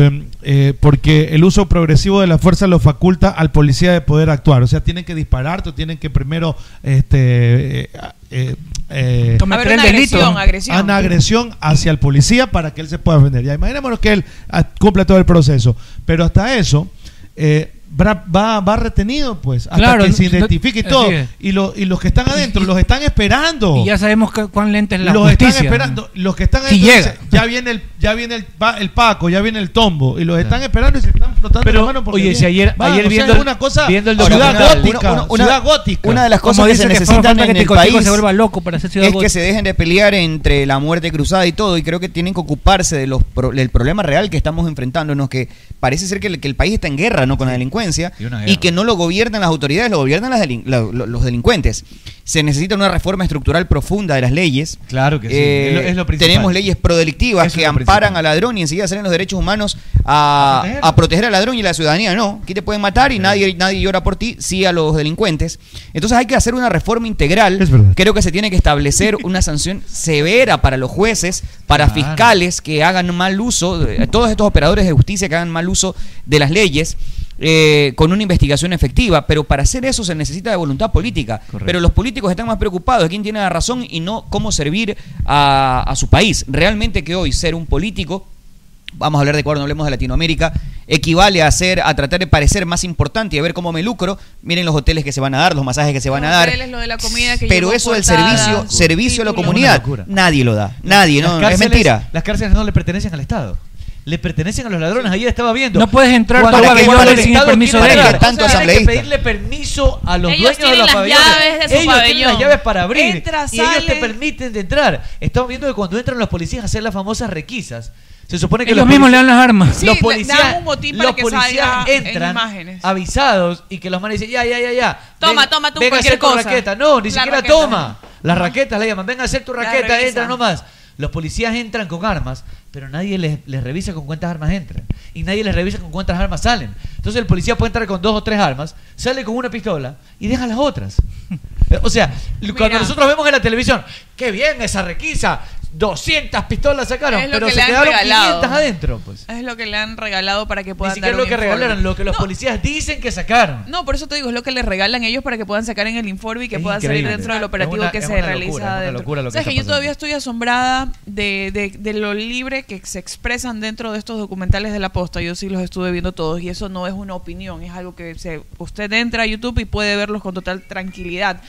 Speaker 6: eh, porque el uso progresivo de la fuerza lo faculta al policía de poder actuar. O sea, tienen que dispararte, o tienen que primero este, eh, eh, eh,
Speaker 9: Cometer Haber una el delito. agresión, agresión.
Speaker 6: Una agresión hacia el policía para que él se pueda defender. Ya imaginémonos que él ah, cumpla todo el proceso. Pero hasta eso... eh, Va, va- va retenido pues hasta
Speaker 10: Claro,
Speaker 6: que se
Speaker 10: no- no-
Speaker 6: identifique y
Speaker 10: así
Speaker 6: todo
Speaker 10: es.
Speaker 6: y, lo- y los que están adentro los están esperando
Speaker 10: Y ya sabemos cu- cuán lenta es la
Speaker 6: los
Speaker 10: justicia.
Speaker 6: están esperando los que están
Speaker 10: Si
Speaker 6: adentro
Speaker 10: llega.
Speaker 6: dicen, ya viene el ya ya viene el, pa- el Paco, ya viene el Tombo. Y los están esperando y se están flotando
Speaker 11: Pero,
Speaker 6: la mano porque
Speaker 11: oye,
Speaker 6: viene.
Speaker 11: si ayer-
Speaker 6: Va,
Speaker 11: ayer
Speaker 6: o sea,
Speaker 11: viendo
Speaker 6: es
Speaker 11: el-
Speaker 6: una cosa,
Speaker 11: viendo el
Speaker 6: ciudad
Speaker 11: documental.
Speaker 6: gótica,
Speaker 11: Una-
Speaker 8: una-
Speaker 6: ciudad gótica.
Speaker 8: Una de las cosas que se necesitan en el país es que se se dejen de pelear entre la muerte cruzada y todo, y creo que tienen que ocuparse de los pro- del problema real que estamos enfrentándonos, que parece ser que el, que el país está en guerra no con la delincuencia
Speaker 11: Y una
Speaker 8: y, que no lo gobiernan las autoridades, lo gobiernan las delin- la- lo- los delincuentes. Se necesita una reforma estructural profunda de las leyes.
Speaker 11: Claro que sí,
Speaker 8: Eh,
Speaker 11: es lo- es lo principal.
Speaker 8: Tenemos leyes prodelictivas que amparan al ladrón y enseguida salen los derechos humanos a, a proteger al ladrón y a la ciudadanía. No, aquí te pueden matar y nadie, nadie llora por ti, sí a los delincuentes. Entonces hay que hacer una reforma integral. Creo que se tiene que establecer una sanción severa para los jueces, para
Speaker 11: Claro.
Speaker 8: fiscales que hagan mal uso, de- todos estos operadores de justicia que hagan mal uso de las leyes. eh, con una investigación efectiva, pero para hacer eso se necesita de voluntad política. Pero los políticos están más preocupados de quién tiene la razón y no cómo servir a, a su país. Realmente que hoy ser un político vamos a hablar de cuando hablemos de Latinoamérica, equivale a hacer, a tratar de parecer más importante y a ver cómo me lucro. Miren los hoteles que se van a dar, los masajes que se van a dar.
Speaker 9: Hoteles, lo de la comida que
Speaker 8: Pero
Speaker 9: llegó
Speaker 8: eso del
Speaker 9: cortada.
Speaker 8: servicio, servicio a la
Speaker 11: Una
Speaker 8: comunidad,
Speaker 11: locura.
Speaker 8: nadie lo da. Nadie,
Speaker 11: Las
Speaker 8: no, es
Speaker 11: cárceles-
Speaker 8: mentira.
Speaker 11: Las cárceles no le pertenecen al Estado. Le pertenecen a los ladrones. Ayer estaba viendo.
Speaker 10: No puedes entrar
Speaker 11: Cuando-
Speaker 10: tú a
Speaker 11: cuando
Speaker 10: Guayaquil
Speaker 11: el
Speaker 10: sin
Speaker 11: Estado
Speaker 10: permiso
Speaker 11: quiere
Speaker 10: de
Speaker 11: entrar,
Speaker 10: ellos. ¿Qué tanto
Speaker 11: o sea, hay que
Speaker 10: asambleísta?
Speaker 11: pedirle permiso a los
Speaker 10: Ellos
Speaker 11: dueños de
Speaker 10: tienen
Speaker 11: los
Speaker 10: las
Speaker 11: pabellones.
Speaker 10: llaves de su
Speaker 11: ellos tienen las
Speaker 10: pabellón.
Speaker 11: llaves para abrir.
Speaker 10: Entra,
Speaker 11: y ellos te
Speaker 10: sale.
Speaker 11: permiten de entrar. Estamos viendo que cuando entran los policías a hacer las famosas requisas, se supone que
Speaker 10: Ellos
Speaker 11: los
Speaker 10: mismos
Speaker 11: polici-
Speaker 10: le dan las armas. Sí,
Speaker 11: Los
Speaker 10: le-
Speaker 11: policías,
Speaker 10: dan un botín para
Speaker 11: los
Speaker 10: que
Speaker 11: policías
Speaker 10: salga en
Speaker 11: entran
Speaker 10: imágenes.
Speaker 11: avisados y que los manes dicen, ya, ya, ya, ya.
Speaker 9: Toma,
Speaker 11: Ven-
Speaker 9: toma tú
Speaker 11: ven a
Speaker 9: cualquier
Speaker 11: hacer tu
Speaker 9: cosa.
Speaker 11: raqueta. No, ni
Speaker 9: La
Speaker 11: siquiera
Speaker 9: raqueta.
Speaker 11: toma. Las raquetas le llaman, ven a hacer tu
Speaker 9: La
Speaker 11: raqueta,
Speaker 9: revisan.
Speaker 11: entra nomás. Los policías entran con armas, pero nadie les, les revisa con cuántas armas entran. Y nadie les revisa con cuántas armas salen. Entonces el policía puede entrar con dos o tres armas, sale con una pistola y deja las otras. O sea, cuando nosotros vemos en la televisión, qué bien esa requisa, 200 pistolas sacaron,
Speaker 9: Es lo
Speaker 11: pero
Speaker 9: que
Speaker 11: se
Speaker 9: le han
Speaker 11: quedaron
Speaker 9: regalado.
Speaker 11: 500 adentro. Pues.
Speaker 9: Es lo que le han regalado para que
Speaker 11: Ni
Speaker 9: puedan
Speaker 11: siquiera
Speaker 9: dar
Speaker 11: lo
Speaker 9: un
Speaker 11: que
Speaker 9: informe.
Speaker 11: regalaron, lo que los policías dicen que sacaron.
Speaker 9: No, por eso te digo, es lo que les regalan ellos para que puedan sacar en el informe y que
Speaker 11: Es
Speaker 9: pueda
Speaker 11: increíble.
Speaker 9: salir dentro del
Speaker 11: Es
Speaker 9: operativo
Speaker 11: una-
Speaker 9: que
Speaker 11: es
Speaker 9: se
Speaker 11: una locura,
Speaker 9: realiza.
Speaker 11: es una
Speaker 9: dentro.
Speaker 11: locura lo que
Speaker 9: Sabes
Speaker 11: está
Speaker 9: que yo
Speaker 11: pasando.
Speaker 9: todavía estoy asombrada de, de- de lo libre que se expresan dentro de estos documentales de la posta. Yo sí los estuve viendo todos y eso no es una opinión, es algo que se- usted entra a YouTube y puede verlos con total tranquilidad.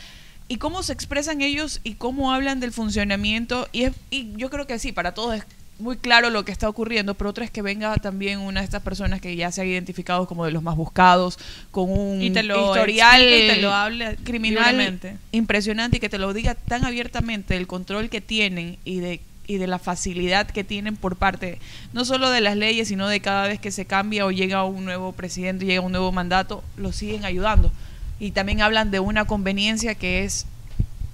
Speaker 9: Y cómo se expresan ellos y cómo hablan del funcionamiento. Y, es, y yo creo que sí, para todos es muy claro lo que está ocurriendo, pero otra es que venga también una de estas personas que ya se ha identificado como de los más buscados, con un
Speaker 13: Y te lo
Speaker 9: historial
Speaker 13: explique y te lo hable
Speaker 9: criminal
Speaker 13: libremente.
Speaker 9: impresionante y que te lo diga tan abiertamente el control que tienen y de y de la facilidad que tienen por parte no solo de las leyes, sino de cada vez que se cambia o llega un nuevo presidente, llega un nuevo mandato, lo siguen ayudando. Y también hablan de una conveniencia que es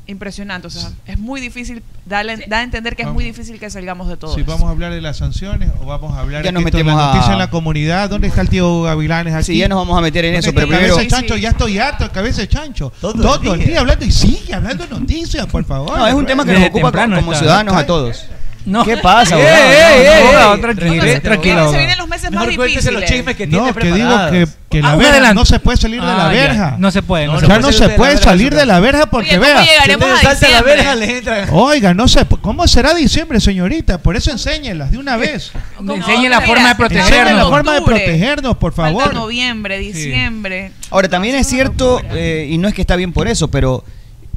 Speaker 9: impresionante, o sea, es muy difícil dar a- da a entender que es muy difícil que salgamos de todo.
Speaker 6: Si
Speaker 9: esto.
Speaker 6: vamos a hablar de las sanciones o vamos a hablar
Speaker 8: Ya
Speaker 6: de
Speaker 8: nos
Speaker 6: que esto es la
Speaker 8: metemos a-
Speaker 6: noticia en la comunidad, ¿dónde está el tío Gavilanes aquí?
Speaker 8: Sí, ya nos vamos a meter en
Speaker 6: ¿Dónde
Speaker 8: eso,
Speaker 6: está
Speaker 8: pero
Speaker 6: cabeza
Speaker 8: primero.
Speaker 6: de chancho, ya estoy harto, de cabeza de chancho. Todo, el día. hablando y sigue hablando de noticias, por favor.
Speaker 8: No, es un tema que nos ocupa como, como ciudadanos a todos. ¿Qué pasa,
Speaker 6: Ey,
Speaker 8: abogado? No,
Speaker 6: ey, ey,
Speaker 8: abogado,
Speaker 6: ey.
Speaker 8: tranquilo,
Speaker 6: eh, Tranquilo,
Speaker 8: tranquilo,
Speaker 6: abogado.
Speaker 8: abogado.
Speaker 11: Mejor cuéntese los chismes que tiene
Speaker 6: No, que digo
Speaker 11: preparados.
Speaker 6: que, que la
Speaker 11: Ah,
Speaker 6: verja
Speaker 11: adelante.
Speaker 6: no se puede salir de la
Speaker 11: Ah, ya.
Speaker 6: verja.
Speaker 11: No se puede, no
Speaker 6: ya
Speaker 11: se puede
Speaker 6: no
Speaker 11: salir
Speaker 6: se
Speaker 11: de la
Speaker 6: puede
Speaker 11: verja,
Speaker 6: salir
Speaker 11: no se
Speaker 6: de la
Speaker 11: puede.
Speaker 6: verja porque
Speaker 11: Oye, ¿cómo
Speaker 6: vea.
Speaker 11: llegaremos Si usted a salta la diciembre? verja, le entra-
Speaker 6: Oiga, no se, ¿cómo será diciembre, señorita? Por eso enséñelas de una vez.
Speaker 9: No, enseñe la mira, forma de estamos en
Speaker 6: Enséñe la
Speaker 9: octubre.
Speaker 6: forma de protegernos, por
Speaker 9: Falta
Speaker 6: favor.
Speaker 9: noviembre, diciembre.
Speaker 8: Ahora, también es cierto, eh, y no es que está bien por eso, pero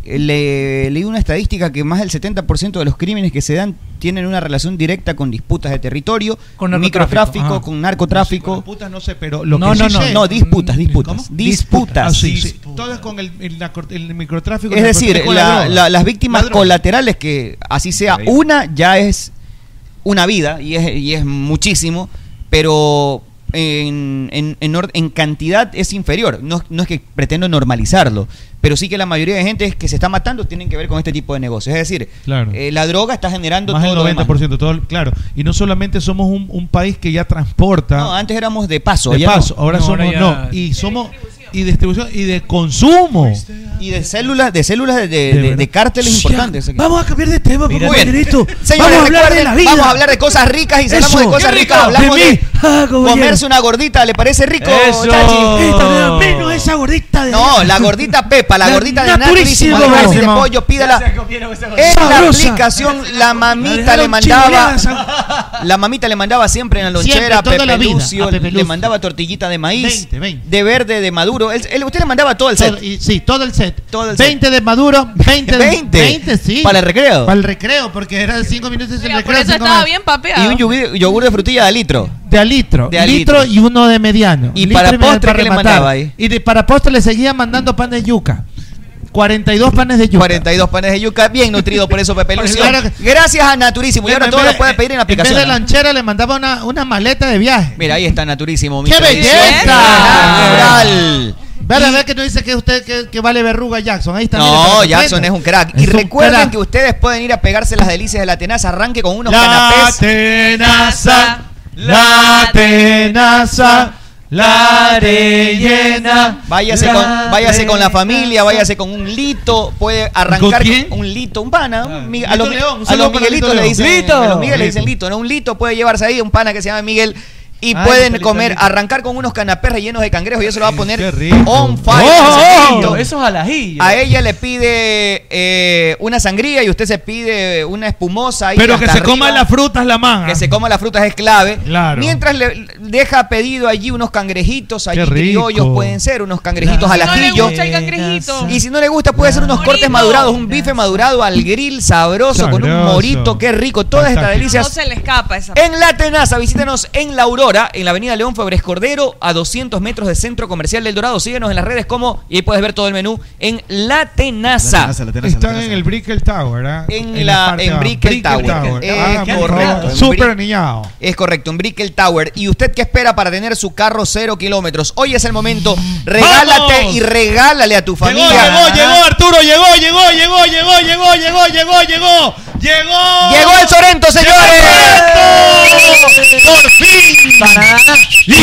Speaker 8: eh, le, leí una estadística que más del 70% de los crímenes que se dan tienen una relación directa con disputas de territorio,
Speaker 6: Con
Speaker 8: con
Speaker 6: narcotráfico,
Speaker 8: microtráfico,
Speaker 6: ajá.
Speaker 8: con narcotráfico.
Speaker 6: Disputas no sé, pero lo
Speaker 8: no,
Speaker 6: que
Speaker 8: no,
Speaker 6: sí
Speaker 8: no,
Speaker 6: sé-
Speaker 8: no, disputas, disputas. Disputas.
Speaker 6: Ah, sí, sí. Todo es con el, el narco- el microtráfico.
Speaker 8: Es
Speaker 6: el
Speaker 8: decir,
Speaker 6: narcotráfico,
Speaker 8: la-
Speaker 6: droga.
Speaker 8: la- las víctimas
Speaker 6: La droga.
Speaker 8: colaterales, que así sea una, ya es una vida y es, y es muchísimo, pero en, en- en or- en cantidad es inferior. No, no es que pretendo normalizarlo, pero sí que la mayoría de gente que se está matando tienen que ver con este tipo de negocios. Es decir,
Speaker 6: Claro.
Speaker 8: eh, la droga está generando
Speaker 6: Más
Speaker 8: todo lo
Speaker 6: del
Speaker 8: demás.
Speaker 6: 90%, todo, el- claro. Y no solamente somos un, un país que ya transporta.
Speaker 8: No, antes éramos de paso.
Speaker 6: de
Speaker 8: ya no.
Speaker 6: paso, ahora somos no y somos y distribución y de consumo.
Speaker 8: Y de células, de células de, de- de- de cárteles
Speaker 6: Ya,
Speaker 8: importantes.
Speaker 6: vamos
Speaker 8: a cambiar de tema,
Speaker 6: Mira,
Speaker 8: Señores, recuerden, Vamos a hablar de cosas ricas y si hablamos de cosas ricas, hablamos de, comerse una gordita, ¿le parece rico,
Speaker 3: Eso.
Speaker 8: Chachi?
Speaker 3: Esta me da
Speaker 8: menos esa gordita de No, la gordita Pepa, la,
Speaker 3: La
Speaker 8: gordita de
Speaker 3: naturísimo.
Speaker 8: naturísimo, de carne y de
Speaker 3: Buenísimo.
Speaker 8: pollo, pídala. En la
Speaker 3: Sabrosa.
Speaker 8: aplicación la mamita le mandaba la mamita le mandaba siempre en la
Speaker 3: Siempre,
Speaker 8: lonchera a
Speaker 3: toda
Speaker 8: Pepe
Speaker 3: la vida,
Speaker 8: Lucio,
Speaker 3: a Pepe
Speaker 8: le
Speaker 3: Lucio.
Speaker 8: mandaba tortillita de maíz,
Speaker 6: 20, 20.
Speaker 8: de verde, de maduro, Todo, él- él- usted le mandaba todo el set. sí, todo el set. Todo el
Speaker 13: 20 de Maduro, 20 de
Speaker 8: 20.
Speaker 13: 20, sí.
Speaker 8: Para el recreo.
Speaker 13: Para el recreo, porque era de 5 minutos el recreo.
Speaker 9: Por eso
Speaker 13: cinco
Speaker 9: estaba
Speaker 13: más.
Speaker 9: bien
Speaker 8: Y
Speaker 9: papeado.
Speaker 8: un yogur, yogur de frutilla de litro.
Speaker 13: De al litro.
Speaker 8: De al
Speaker 13: litro, y uno de mediano.
Speaker 8: ¿Y
Speaker 13: Litro
Speaker 8: para
Speaker 13: medio
Speaker 8: postre qué le
Speaker 13: rematar.
Speaker 8: mandaba ahí?
Speaker 13: Y de, para postre le seguía mandando pan de yuca. 42 panes de yuca.
Speaker 8: 42 panes de yuca, bien nutrido por eso Pepe Lucio.
Speaker 13: Claro que-
Speaker 8: Gracias a Naturísimo. Y ahora
Speaker 13: En
Speaker 8: todo
Speaker 13: vez-
Speaker 8: lo puede pedir en la
Speaker 13: En vez de
Speaker 8: aplicación.
Speaker 13: lanchera le mandaba una, una maleta de viaje.
Speaker 8: Mira, ahí está Naturísimo. mi
Speaker 13: ¡Qué
Speaker 8: tradición
Speaker 13: belleza!
Speaker 8: Natural.
Speaker 13: Ve a ver que no dice que usted que, que vale verruga Jackson. Ahí está. mire, para
Speaker 8: No,
Speaker 13: que
Speaker 8: Jackson
Speaker 13: aprenda.
Speaker 8: es un crack. Y
Speaker 13: Es un
Speaker 8: recuerden
Speaker 13: crack.
Speaker 8: que ustedes pueden ir a pegarse las delicias de la tenaza. Arranque con unos
Speaker 13: La
Speaker 8: canapés.
Speaker 13: tenaza, la tenaza, la rellena.
Speaker 8: Váyase,
Speaker 13: la
Speaker 8: con, váyase con la familia, váyase con un lito. Puede arrancar con un lito, un pana. un mi- a
Speaker 13: Ah, Lito
Speaker 8: los, mi-
Speaker 13: León, un
Speaker 8: a
Speaker 13: saludo
Speaker 8: los
Speaker 13: para
Speaker 8: Miguelitos
Speaker 13: Lito
Speaker 8: le
Speaker 13: León.
Speaker 8: dicen.
Speaker 13: Lito.
Speaker 8: A los Miguel le dicen lito, ¿no? Un lito puede llevarse ahí, un pana que se llama Miguel. Y
Speaker 13: Ay,
Speaker 8: pueden
Speaker 13: Lito,
Speaker 8: comer,
Speaker 13: Lito.
Speaker 8: arrancar con unos canapés rellenos de cangrejos y eso lo va a poner on fire.
Speaker 11: ¡Oh!
Speaker 8: Lito.
Speaker 11: Esos alajillos.
Speaker 8: A ella le pide eh, una sangría y usted se pide una espumosa. ahí
Speaker 6: Pero
Speaker 8: hasta
Speaker 6: que se
Speaker 8: arriba.
Speaker 6: coman las frutas la manja.
Speaker 8: Que se coma las frutas es clave.
Speaker 6: Claro.
Speaker 8: Mientras le deja pedido allí unos cangrejitos, allí
Speaker 6: Qué rico.
Speaker 8: criollos pueden ser, unos cangrejitos
Speaker 9: Si
Speaker 8: al
Speaker 9: no le
Speaker 8: ajillo.
Speaker 9: gusta el cangrejito.
Speaker 8: Y si no le gusta, puede ser unos cortes madurados, un bife madurado al grill sabroso, con un
Speaker 13: Sabroso.
Speaker 8: morito, qué rico. Todas estas
Speaker 9: No
Speaker 8: delicias.
Speaker 9: se le escapa esa.
Speaker 8: En La Tenaza, visítenos en La Aurora, en la avenida León Febres Cordero, a 200 metros del Centro Comercial del Dorado. Síguenos en las redes como, y ahí puedes ver todo el menú en La Tenaza.
Speaker 6: Están en el Brickell Tower, ¿ah?
Speaker 8: En, la,
Speaker 6: parte
Speaker 8: en
Speaker 6: baja.
Speaker 8: Brickell Tower. Eh, Es
Speaker 6: Ah, por
Speaker 8: correcto.
Speaker 6: favor.
Speaker 8: en
Speaker 6: Súper
Speaker 8: Brick-
Speaker 6: aniñado.
Speaker 8: Es correcto, en Brickell Tower. ¿Y usted qué espera para tener su carro cero kilómetros? Hoy es el momento. Regálate
Speaker 13: ¡Vamos!
Speaker 8: y regálale a tu familia.
Speaker 13: llegó, llegó,
Speaker 6: Arturo, Mm. llegó, llegó, llegó, llegó, llegó, llegó, llegó, llegó, llegó.
Speaker 8: Llegó el Sorento, señores.
Speaker 6: Por fin.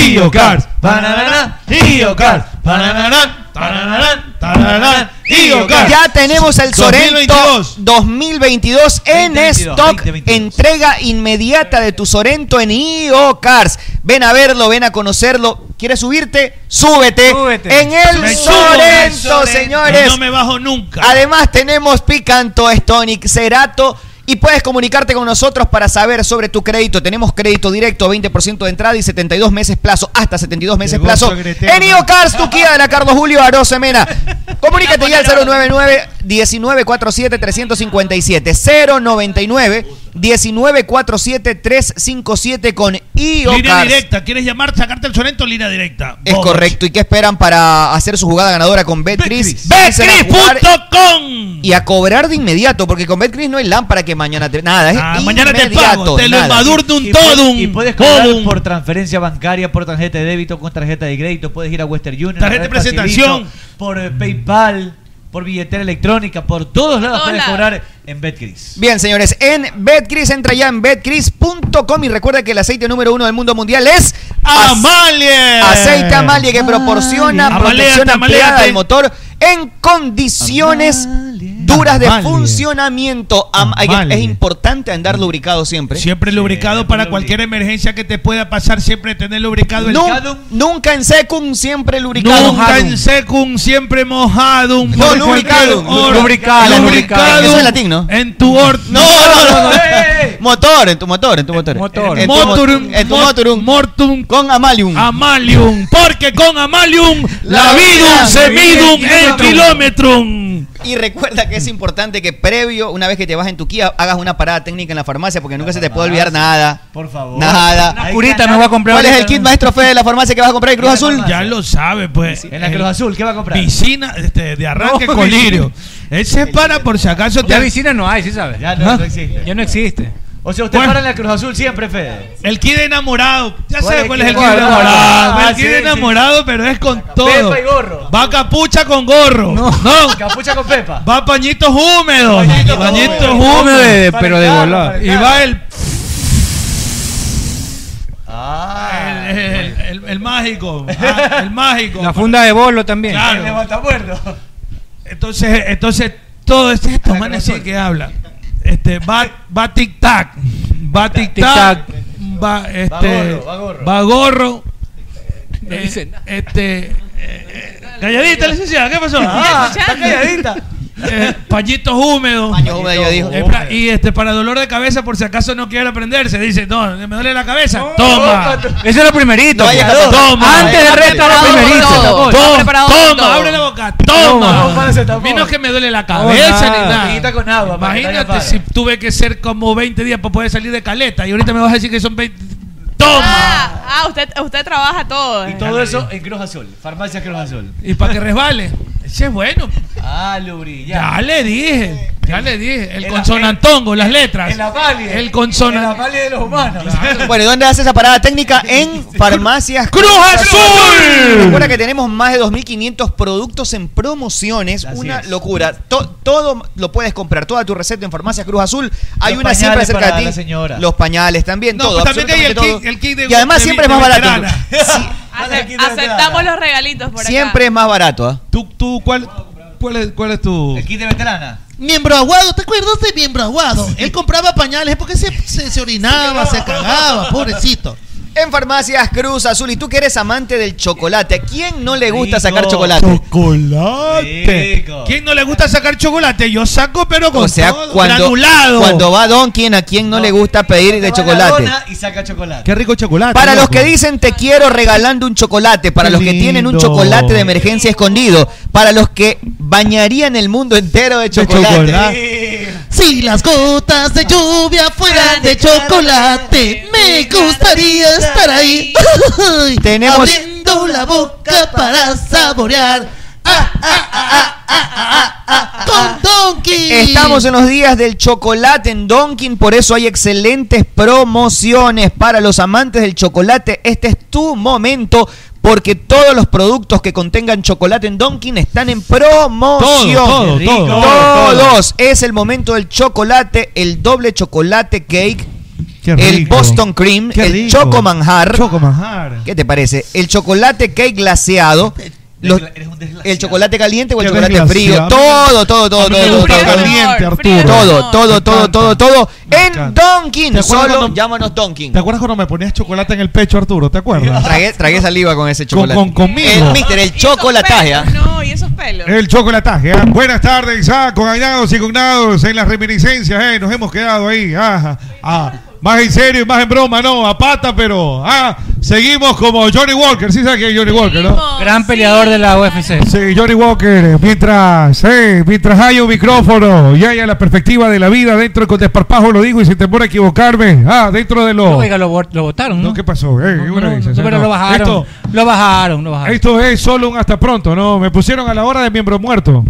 Speaker 6: Gio Cars, bananana, Gio Cars, bananana, bananana, bananana, Gio Cars.
Speaker 8: Ya tenemos el Sorento 2022, 2022 en
Speaker 6: 2022,
Speaker 8: stock. Entrega inmediata de tu Sorento en IO Cars. Ven a verlo, ven a conocerlo. ¿Quieres subirte? Súbete. En
Speaker 6: Me
Speaker 8: el
Speaker 6: subo, me
Speaker 8: Sorento,
Speaker 6: subo.
Speaker 8: señores.
Speaker 6: Y no me bajo nunca.
Speaker 8: Además tenemos Picanto, Stonic, Cerato y puedes comunicarte con nosotros para saber sobre tu crédito. Tenemos crédito directo, 20% de entrada y 72 meses plazo, hasta 72 meses
Speaker 13: Llegó
Speaker 8: plazo.
Speaker 13: Sagretero.
Speaker 8: En IOCARS, tu Kia de la Carlos Julio Aroce Mena. Comunícate ya al 099 1947 357 099 1947 357 con
Speaker 6: Línea
Speaker 8: IOCARS.
Speaker 6: directa, ¿quieres llamar, sacarte el Sorento? Línea directa.
Speaker 8: Es
Speaker 6: Vos.
Speaker 8: correcto. ¿Y qué esperan para hacer su jugada ganadora con Betcris? Betcris.com Y a cobrar de inmediato, porque con Betcris no hay lámpara que mañana te. Nada, es
Speaker 11: Ah, mañana te pago, te lo embadurno un todum. Y puedes cobrar por transferencia bancaria, por tarjeta de débito, con tarjeta de crédito, puedes ir a Western Union,
Speaker 6: Tarjeta
Speaker 11: a
Speaker 6: de
Speaker 11: Red
Speaker 6: presentación.
Speaker 11: Facilito, por eh, PayPal, por billetera electrónica, por todos lados
Speaker 8: Todos
Speaker 11: puedes
Speaker 8: lados.
Speaker 11: cobrar en Betcris.
Speaker 8: Bien, señores, en Betcris, entra ya en betcris.com y recuerda que el aceite número uno del mundo mundial es
Speaker 6: Amalie.
Speaker 8: Aceite Amalie que proporciona
Speaker 6: Amalie.
Speaker 8: protección
Speaker 6: Amalie,
Speaker 8: ampliada
Speaker 6: Amalie.
Speaker 8: del motor en condiciones duras de
Speaker 6: Amalie.
Speaker 8: funcionamiento. Am- hay que-
Speaker 6: Amalie.
Speaker 8: es importante andar lubricado siempre.
Speaker 6: Siempre lubricado para cualquier emergencia que te pueda pasar, siempre tener lubricado el
Speaker 8: Nu-
Speaker 6: cadum.
Speaker 8: nunca en secum, siempre lubricado.
Speaker 6: Nunca
Speaker 8: Jadum.
Speaker 6: en secum, siempre mojado.
Speaker 8: No, lubricado. Lubricado,
Speaker 6: Lubricado.
Speaker 8: lubricado. Eso es latín,
Speaker 6: Lubricado. En tu or... Eh,
Speaker 8: No, no, no, no. Motor, en tu motor, en tu motor.
Speaker 6: Motor.
Speaker 8: En tu mo-
Speaker 6: Motorum.
Speaker 8: en tu
Speaker 6: mot-
Speaker 8: motorum.
Speaker 6: Mortum.
Speaker 8: Con Amalium.
Speaker 6: Amalium. Porque con Amalium, la vidum se midum el kilómetro.
Speaker 8: Y recuerda que es importante que previo, una vez que te vas en tu Kia, hagas una parada técnica en la farmacia porque nunca se te puede olvidar nada.
Speaker 11: Por favor.
Speaker 8: Nada.
Speaker 11: Una curita me voy a comprar
Speaker 8: ¿Cuál es el
Speaker 11: ahorita,
Speaker 8: kit
Speaker 11: ¿no?
Speaker 8: maestro Fede de la farmacia que vas a comprar en Cruz Azul?
Speaker 6: Ya lo sabe, pues.
Speaker 11: En la Cruz Azul, ¿qué va a comprar?
Speaker 6: Piscina este, de arranque
Speaker 10: No,
Speaker 6: colirio. Ese es para por si acaso
Speaker 10: Ya
Speaker 6: te
Speaker 10: piscina no hay, sí sabes.
Speaker 11: Ah. Ya
Speaker 6: Ah, no- no
Speaker 11: existe.
Speaker 10: Ya no existe.
Speaker 11: O sea, usted
Speaker 6: Bueno.
Speaker 11: para en la Cruz Azul siempre, Fede.
Speaker 6: El Kid enamorado. Ya
Speaker 11: ¿Cuál
Speaker 6: sabe
Speaker 11: es
Speaker 6: cuál
Speaker 11: el
Speaker 6: es el Kid
Speaker 11: Kid
Speaker 6: enamorado.
Speaker 11: enamorado? Ah,
Speaker 6: el Kid
Speaker 11: sí, sí.
Speaker 6: enamorado, pero es con todo.
Speaker 11: Pepa y gorro.
Speaker 6: Va capucha con gorro. No.
Speaker 11: Capucha con Pepa.
Speaker 6: Va pañitos húmedos. Pañitos,
Speaker 10: húmedos.
Speaker 6: húmedos.
Speaker 10: Húmedos, Para pero el de carro, volar. para el
Speaker 6: Y
Speaker 10: carro.
Speaker 6: va el.
Speaker 11: Ah.
Speaker 6: El, el- el- el mágico. Ah, el mágico.
Speaker 10: La funda de bolo también.
Speaker 6: Claro.
Speaker 11: muerto.
Speaker 6: Entonces, entonces todo este, estos manes sí que hablan. Este, va, va tic tac, va tic tac, va este,
Speaker 11: gorro, va gorro.
Speaker 6: va gorro.
Speaker 11: No
Speaker 6: Eh,
Speaker 11: dice
Speaker 6: Este, eh, eh, calladita licenciada, ¿qué pasó?
Speaker 11: Ah, está calladita.
Speaker 6: Eh, pañitos húmedos.
Speaker 8: Paño húmedo, ya dijo.
Speaker 6: Eh, pra- y este para dolor de cabeza por si acaso no quiere aprenderse, dice, "No, me duele la cabeza." toma.
Speaker 10: Eso es lo primerito.
Speaker 6: No,
Speaker 10: pues.
Speaker 6: ya está. Toma.
Speaker 10: Antes del resto era lo
Speaker 6: Está
Speaker 10: primerito.
Speaker 6: preparado todo. Está
Speaker 10: Toma.
Speaker 6: preparado todo.
Speaker 13: Toma, abre la boca. Toma. Menos que me duele la cabeza
Speaker 11: Toma.
Speaker 13: ni nada.
Speaker 11: Amiguita con agua, para que
Speaker 13: Imagínate
Speaker 11: traiga
Speaker 13: si tuve que ser como 20 días para poder salir de caleta. Y ahorita me vas a decir que son 20.
Speaker 9: Ah, ah, usted, usted trabaja todo.
Speaker 11: Y todo eso en Cruz Azul, farmacia Cruz Azul.
Speaker 13: Y para que resbale. Ese es bueno.
Speaker 11: Ah, Lubri, ya.
Speaker 13: Ya le dije. Ya le dije. El
Speaker 11: En la-
Speaker 13: consonantongo, las letras.
Speaker 11: En la valle.
Speaker 13: El consonante.
Speaker 11: En la valle de los humanos.
Speaker 8: Bueno, ¿y ¿dónde hace esa parada técnica? En Farmacias
Speaker 13: Cruz Azul.
Speaker 8: Recuerda que tenemos más de 2.500 productos en promociones. una
Speaker 11: es.
Speaker 8: locura. To- todo lo puedes comprar, toda tu receta en Farmacias Cruz Azul. Hay
Speaker 11: Los
Speaker 8: una siempre
Speaker 11: pañales
Speaker 8: cerca
Speaker 11: para
Speaker 8: de
Speaker 11: la
Speaker 8: ti.
Speaker 11: señora.
Speaker 8: Los pañales también,
Speaker 11: No,
Speaker 8: todo.
Speaker 11: pues también hay el
Speaker 8: absolutamente
Speaker 11: kit- el kit de-
Speaker 8: y además
Speaker 11: de-
Speaker 8: siempre
Speaker 11: de
Speaker 8: es más barato.
Speaker 11: veterana.
Speaker 9: Ace- aceptamos los regalitos por acá.
Speaker 8: Siempre es más barato. ¿ah?
Speaker 6: ¿Tú, tú cuál, cuál, es, cuál es tu...?
Speaker 11: Kit de veterana.
Speaker 13: Miembro aguado, ¿te acuerdas de miembro aguado? Él compraba pañales porque se, se, se orinaba, se cagaba, pobrecito.
Speaker 8: En Farmacias Cruz Azul. Y tú que eres amante del chocolate. ¿A quién no le gusta sacar chocolate?
Speaker 13: ¡Chocolate! ¿Quién no le gusta sacar chocolate? Yo saco, pero con
Speaker 8: O sea,
Speaker 13: todo,
Speaker 8: cuando,
Speaker 13: granulado.
Speaker 8: cuando va Don, ¿quién, ¿a quién no, le gusta pedir de chocolate?
Speaker 11: Y saca chocolate.
Speaker 6: Qué rico chocolate.
Speaker 8: Para los
Speaker 6: loco.
Speaker 8: que dicen te quiero regalando un chocolate, para
Speaker 6: Qué
Speaker 8: los que tienen un
Speaker 6: lindo.
Speaker 8: chocolate de emergencia escondido, para los que bañarían el mundo entero de chocolate.
Speaker 14: Si las gotas de lluvia fueran de chocolate, me gustaría estar ahí.
Speaker 8: Tenemos-
Speaker 14: abriendo la boca para saborear. Ah, ah, ah, ah, ah, ah, ah, con Donkey.
Speaker 8: Estamos en los días del chocolate en Donkin, por eso hay excelentes promociones para los amantes del chocolate. Este es tu momento. Porque todos los productos que contengan chocolate en Donkin están en promoción.
Speaker 13: Todo, todo, Qué rico. todo, todo.
Speaker 8: Todos. Es el momento del chocolate, el doble chocolate cake,
Speaker 13: Qué
Speaker 8: el
Speaker 13: rico.
Speaker 8: Boston Cream,
Speaker 13: Qué
Speaker 8: el
Speaker 13: rico.
Speaker 8: Choco Manjar.
Speaker 13: Choco manjar.
Speaker 8: ¿Qué te parece? El chocolate cake glaseado. los- el chocolate caliente o el
Speaker 13: Qué
Speaker 8: chocolate
Speaker 13: desgraciado.
Speaker 8: frío.
Speaker 13: A mí
Speaker 8: Todo, todo, todo,
Speaker 13: a mí me
Speaker 8: todo. todo,
Speaker 13: gusta el
Speaker 8: todo.
Speaker 13: caliente, Arturo.
Speaker 8: Todo, todo, todo, todo, todo. En
Speaker 6: encanta. ¿Te
Speaker 8: Donkin.
Speaker 6: acuerdas
Speaker 8: Solo
Speaker 6: cuando-
Speaker 8: llámanos Donkin.
Speaker 6: ¿Te acuerdas cuando me ponías chocolate en el pecho, Arturo? ¿Te acuerdas?
Speaker 8: Tragué, tragué saliva con ese chocolate.
Speaker 6: con- conmigo.
Speaker 8: El mister, el chocolataje. ¿ah?
Speaker 9: No, y esos pelos.
Speaker 6: El chocolataje. ¿ah? Buenas tardes, ah, cognados y cognados en las reminiscencias, eh, nos hemos quedado ahí. ah, ah. Más en serio y más en broma, no, a pata, pero ah, seguimos como Johnny Walker. Sí, sabes que es Johnny Walker, ¿no?
Speaker 10: Gran peleador de la UFC.
Speaker 6: Este, Sí, Johnny Walker, mientras, eh, mientras haya un micrófono y haya la perspectiva de la vida dentro, con desparpajo lo digo y sin temor a equivocarme, ah, dentro de lo...
Speaker 10: Oiga, lo, bot- lo votaron, ¿no?
Speaker 6: ¿Qué pasó? Eh, una vez,
Speaker 10: no,
Speaker 6: o sea,
Speaker 10: pero
Speaker 6: no.
Speaker 10: lo bajaron.
Speaker 6: Esto-
Speaker 10: Lo bajaron, lo bajaron.
Speaker 6: Esto es solo un hasta pronto, ¿no? Me pusieron a la hora de miembro muerto.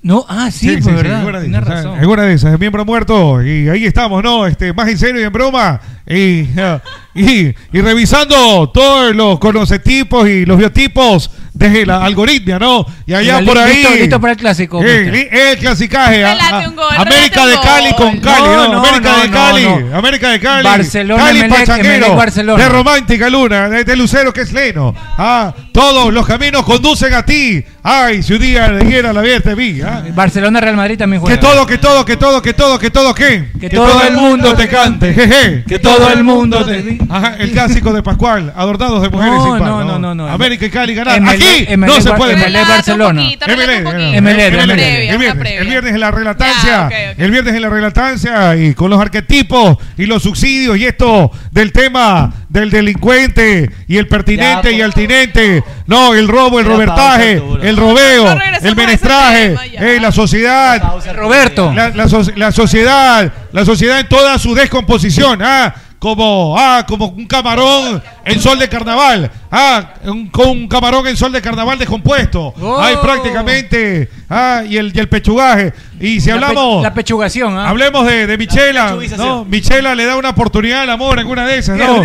Speaker 10: No, ah, sí, pues, verdad.
Speaker 6: es una de
Speaker 10: Tienes
Speaker 6: esas,
Speaker 10: razón.
Speaker 6: es una de esas, es miembro muerto. Y ahí estamos, ¿no? Este, más en serio y en broma. Y, ah, y, y revisando todos los conocetipos y los biotipos desde la algoritmia, ¿no? Y allá
Speaker 10: Listo,
Speaker 6: por ahí.
Speaker 10: listo- listo para el clásico,
Speaker 6: Eh,
Speaker 10: mister.
Speaker 6: li- el clasicaje. ah, ah,
Speaker 10: Relate un gol,
Speaker 6: América
Speaker 10: relate
Speaker 6: de
Speaker 10: un
Speaker 6: Cali
Speaker 10: gol.
Speaker 6: con Cali.
Speaker 10: No,
Speaker 6: ¿no?
Speaker 10: no,
Speaker 6: América
Speaker 10: no,
Speaker 6: de
Speaker 10: no,
Speaker 6: Cali.
Speaker 10: no.
Speaker 6: América de Cali.
Speaker 10: Barcelona,
Speaker 6: Cali
Speaker 10: Emelec,
Speaker 6: pachanguero,
Speaker 10: Emelec, Barcelona.
Speaker 6: De romántica luna. De, de Lucero que es Leno. Ah, todos los caminos conducen a ti. Ay, si un día leyera la vida te vi. ah.
Speaker 10: Barcelona Real Madrid también
Speaker 6: Que
Speaker 10: juega.
Speaker 6: todo, que todo, que todo, que todo, que todo, ¿qué?
Speaker 10: Que todo el mundo
Speaker 6: te cante, jeje.
Speaker 10: Que todo el mundo te-
Speaker 6: Ajá, el clásico de Pascual, adornados de mujeres
Speaker 10: No,
Speaker 6: sin par,
Speaker 10: no, no, no, no.
Speaker 6: América y Cali ganar.
Speaker 10: MLE,
Speaker 6: Aquí no
Speaker 10: MLE,
Speaker 6: se puede.
Speaker 10: MLE, Barcelona. Relata un poquito, relata un
Speaker 6: MLE,
Speaker 10: poquito.
Speaker 6: MLE,
Speaker 10: MLE,
Speaker 6: MLE.
Speaker 10: previa,
Speaker 6: El
Speaker 10: una
Speaker 6: viernes,
Speaker 10: previa.
Speaker 6: el viernes es la relatancia. El viernes es la relatancia y con los arquetipos y los subsidios y esto del tema del delincuente y el pertinente y el tinente. No, el robo, el
Speaker 10: Ya,
Speaker 6: robertaje,
Speaker 10: pausa, Arturo.
Speaker 6: el robeo,
Speaker 10: No regresemos
Speaker 6: el menestraje, eh, la sociedad.
Speaker 10: Roberto.
Speaker 6: La, la so- la sociedad, la sociedad en toda su descomposición, ah, como, ah, como un camarón en sol de carnaval, ah, un, con un camarón en sol de carnaval descompuesto,
Speaker 10: Oh.
Speaker 6: ay, prácticamente, ah, y el, y el pechugaje, y si
Speaker 10: La pe-
Speaker 6: hablamos,
Speaker 10: la pechugación, ¿ah?
Speaker 6: hablemos de, de Michela,
Speaker 10: pechuguización.
Speaker 6: ¿no? Michela le da una oportunidad al amor, alguna de esas, ¿no?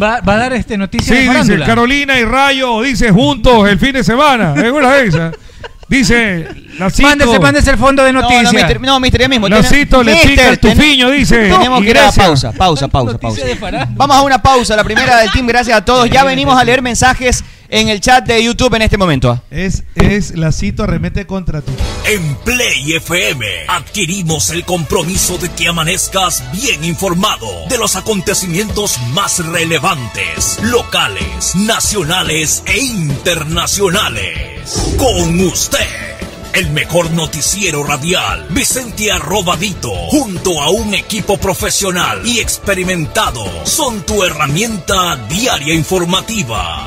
Speaker 10: Va, va a dar este noticia de
Speaker 6: Sí, dice
Speaker 10: farándula.
Speaker 6: Carolina y Rayo, dice juntos el fin de semana, alguna de esas. Dice, la cito-
Speaker 10: Mándese, mándese el fondo de
Speaker 8: No,
Speaker 10: noticias.
Speaker 8: No, mister, no, mister, ya mismo.
Speaker 6: Lacito, le
Speaker 8: Mister,
Speaker 6: pica el
Speaker 8: ten-
Speaker 6: tufiño, dice.
Speaker 8: Tenemos que ir a la
Speaker 6: Iglesia.
Speaker 8: pausa, pausa, pausa, pausa. Vamos a una pausa, la primera del team. Gracias a todos. Ya venimos a leer mensajes en el chat de YouTube en este momento. ah.
Speaker 6: Es, es Lacito arremete contra ti.
Speaker 15: En Play FM adquirimos el compromiso de que amanezcas bien informado de los acontecimientos más relevantes, locales, nacionales e internacionales. Con usted. El mejor noticiero radial, Vicente Arrobadito, junto a un equipo profesional y experimentado, son tu herramienta diaria informativa.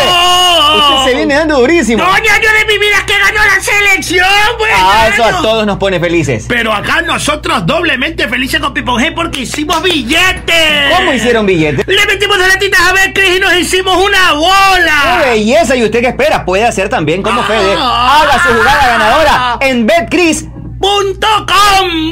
Speaker 16: Usted se viene dando durísimo.
Speaker 11: año de mi vida que ganó la selección, güey!
Speaker 16: Ah, eso a todos nos pone felices.
Speaker 11: Pero acá nosotros doblemente felices con Pipon G porque hicimos billetes.
Speaker 16: ¿Cómo hicieron billetes?
Speaker 11: Le metimos dos latitas a ver y nos hicimos una bola.
Speaker 16: ¡Qué belleza! ¿Y usted qué espera? Puede hacer también como Fede.
Speaker 11: Ah.
Speaker 16: Haga su jugada ganadora en BetCris.com.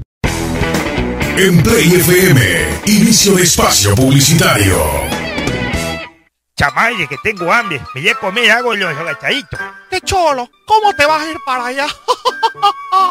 Speaker 17: En Play FM, inicio de espacio publicitario.
Speaker 3: Chamaye, que tengo hambre. Me voy a comer, hago los agachaditos.
Speaker 6: ¡Qué cholo! ¿Cómo te vas a ir para allá?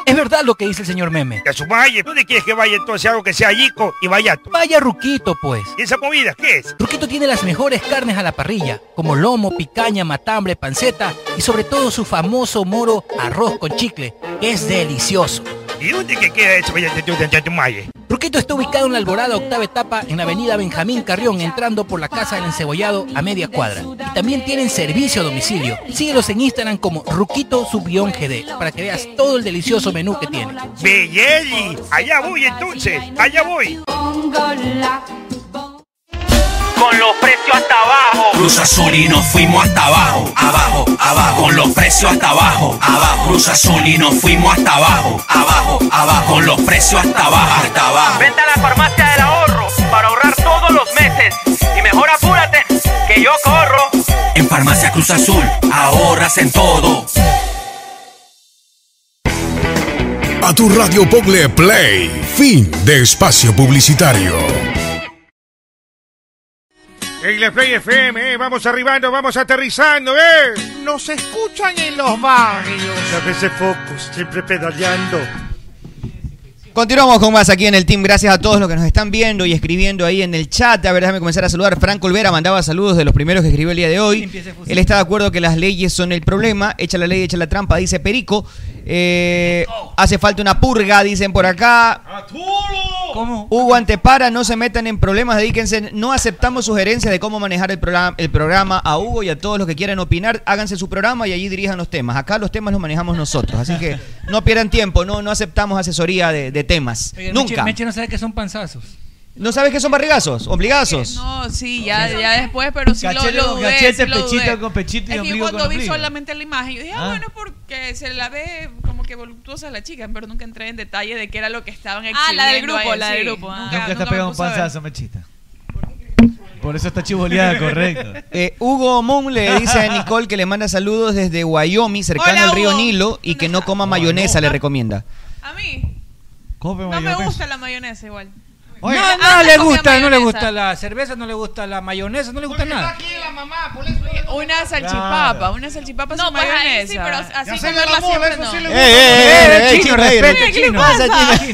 Speaker 12: Es verdad lo que dice el señor Meme.
Speaker 3: Ya su valle, ¿dónde quieres que vaya entonces? Hago que sea yico y vaya tú.
Speaker 12: Vaya Ruquito, pues.
Speaker 3: ¿Y esa comida qué es?
Speaker 12: Ruquito tiene las mejores carnes a la parrilla, como lomo, picaña, matambre, panceta y sobre todo su famoso moro arroz con chicle, que es delicioso.
Speaker 3: ¿Y dónde que queda eso? Vaya, te- te- te- te- Chamaye.
Speaker 12: Ruquito está ubicado en la Alborada Octava Etapa en la avenida Benjamín Carrión, entrando por la Casa del Encebollado a media cuadra. Y también tienen servicio a domicilio. Síguelos en Instagram como Ruquito Subión GD para que veas todo el delicioso menú que tiene.
Speaker 3: Belleli, allá voy entonces, allá voy.
Speaker 11: Con los precios hasta abajo.
Speaker 15: Cruz Azul y nos fuimos hasta abajo, abajo, abajo, con los precios hasta abajo, abajo. Cruz Azul y nos fuimos hasta abajo, abajo, abajo, con los precios hasta abajo, hasta abajo.
Speaker 11: Vente a la farmacia del ahorro para ahorrar todos los meses. Y mejor apúrate, que yo corro.
Speaker 15: En Farmacia Cruz Azul, ahorras en todo.
Speaker 17: A tu radio Pogle Play, fin de espacio publicitario.
Speaker 3: En la Play FM, eh, vamos arribando, vamos aterrizando, eh.
Speaker 6: Nos escuchan en los barrios.
Speaker 7: A veces focos, siempre pedaleando.
Speaker 8: Continuamos con más aquí en el team. Gracias a todos los que nos están viendo y escribiendo ahí en el chat. A ver, déjame comenzar a saludar. Franco Olvera mandaba saludos de los primeros que escribió el día de hoy. Él está de acuerdo que las leyes son el problema. Echa la ley, echa la trampa, dice Perico. Eh,
Speaker 11: Oh.
Speaker 8: hace falta una purga, dicen por acá. Hugo Antepara, no se metan en problemas, dedíquense. No aceptamos sugerencias de cómo manejar el programa, el programa a Hugo y a todos los que quieran opinar. Háganse su programa y allí dirijan los temas. Acá los temas los manejamos nosotros, así que no pierdan tiempo. No, no aceptamos asesoría de, de temas. Nunca.
Speaker 12: no sabe que son panzazos.
Speaker 8: ¿No sabes qué son barrigazos? ¿Ombligazos?
Speaker 9: No, sí, ya, ya después, pero sí lo,
Speaker 8: Cachete
Speaker 9: lo
Speaker 8: con
Speaker 9: dudé.
Speaker 8: cachete,
Speaker 9: sí lo
Speaker 8: pechito
Speaker 9: dudé.
Speaker 8: con pechito y
Speaker 9: es que
Speaker 8: ombligo
Speaker 9: cuando
Speaker 8: con
Speaker 9: vi
Speaker 8: ombligo.
Speaker 9: solamente la imagen, yo dije, ah,
Speaker 8: Ah.
Speaker 9: bueno, porque se la ve como que voluptuosa la chica, pero nunca entré en detalle de qué era lo que estaban
Speaker 10: Ah,
Speaker 9: exhibiendo.
Speaker 10: la del grupo,
Speaker 9: ahí,
Speaker 10: la del
Speaker 9: sí.
Speaker 10: grupo, ah.
Speaker 9: Nunca,
Speaker 18: Nunca
Speaker 9: nunca
Speaker 18: está
Speaker 9: me
Speaker 18: pegado un
Speaker 9: puse a ver.
Speaker 18: panzazo, mechita. Por eso está chivoleada, correcto.
Speaker 8: Eh, Hugo Moon le dice a Nicole que le manda saludos desde Wyoming, cercano
Speaker 9: Hola,
Speaker 8: al río
Speaker 9: Hugo.
Speaker 8: Nilo, y que no coma mayonesa, le recomienda.
Speaker 9: A mí
Speaker 18: Come
Speaker 9: no me gusta la mayonesa igual.
Speaker 12: no,
Speaker 9: Antes
Speaker 12: no
Speaker 9: comía
Speaker 12: le gusta, no le
Speaker 9: mayonesa.
Speaker 12: gusta la cerveza, no le gusta la mayonesa, no le gusta nada.
Speaker 9: Una salchipapa,
Speaker 12: Claro.
Speaker 9: una salchipapa
Speaker 10: No,
Speaker 9: sin
Speaker 10: pues, ahí
Speaker 9: mayonesa.
Speaker 10: sí, pero así
Speaker 9: Ya
Speaker 10: comerla
Speaker 9: se le mamó,
Speaker 10: siempre
Speaker 9: eso
Speaker 10: no.
Speaker 9: sí le
Speaker 10: Eh,
Speaker 9: gusta.
Speaker 8: eh, eh, chino, respete,
Speaker 10: ¿qué le
Speaker 8: chino.
Speaker 10: pasa?
Speaker 8: Pasa,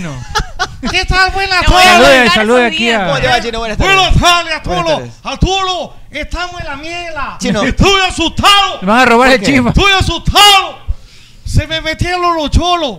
Speaker 6: ¿Qué tal? Buenas
Speaker 10: Te voy a
Speaker 6: tardes.
Speaker 10: mandar
Speaker 8: salude
Speaker 10: esos
Speaker 8: aquí a-
Speaker 10: dientes.
Speaker 8: ¿Cómo te va, Chino? Buenas tardes.
Speaker 6: Buenas tardes, Arturo.
Speaker 8: Buenas tardes.
Speaker 6: Arturo, estamos en la miela.
Speaker 8: Chino.
Speaker 6: Estoy asustado.
Speaker 12: Le van a robar el
Speaker 6: ¿Por qué?
Speaker 12: chifa.
Speaker 6: Estoy asustado. Se me metieron los cholos.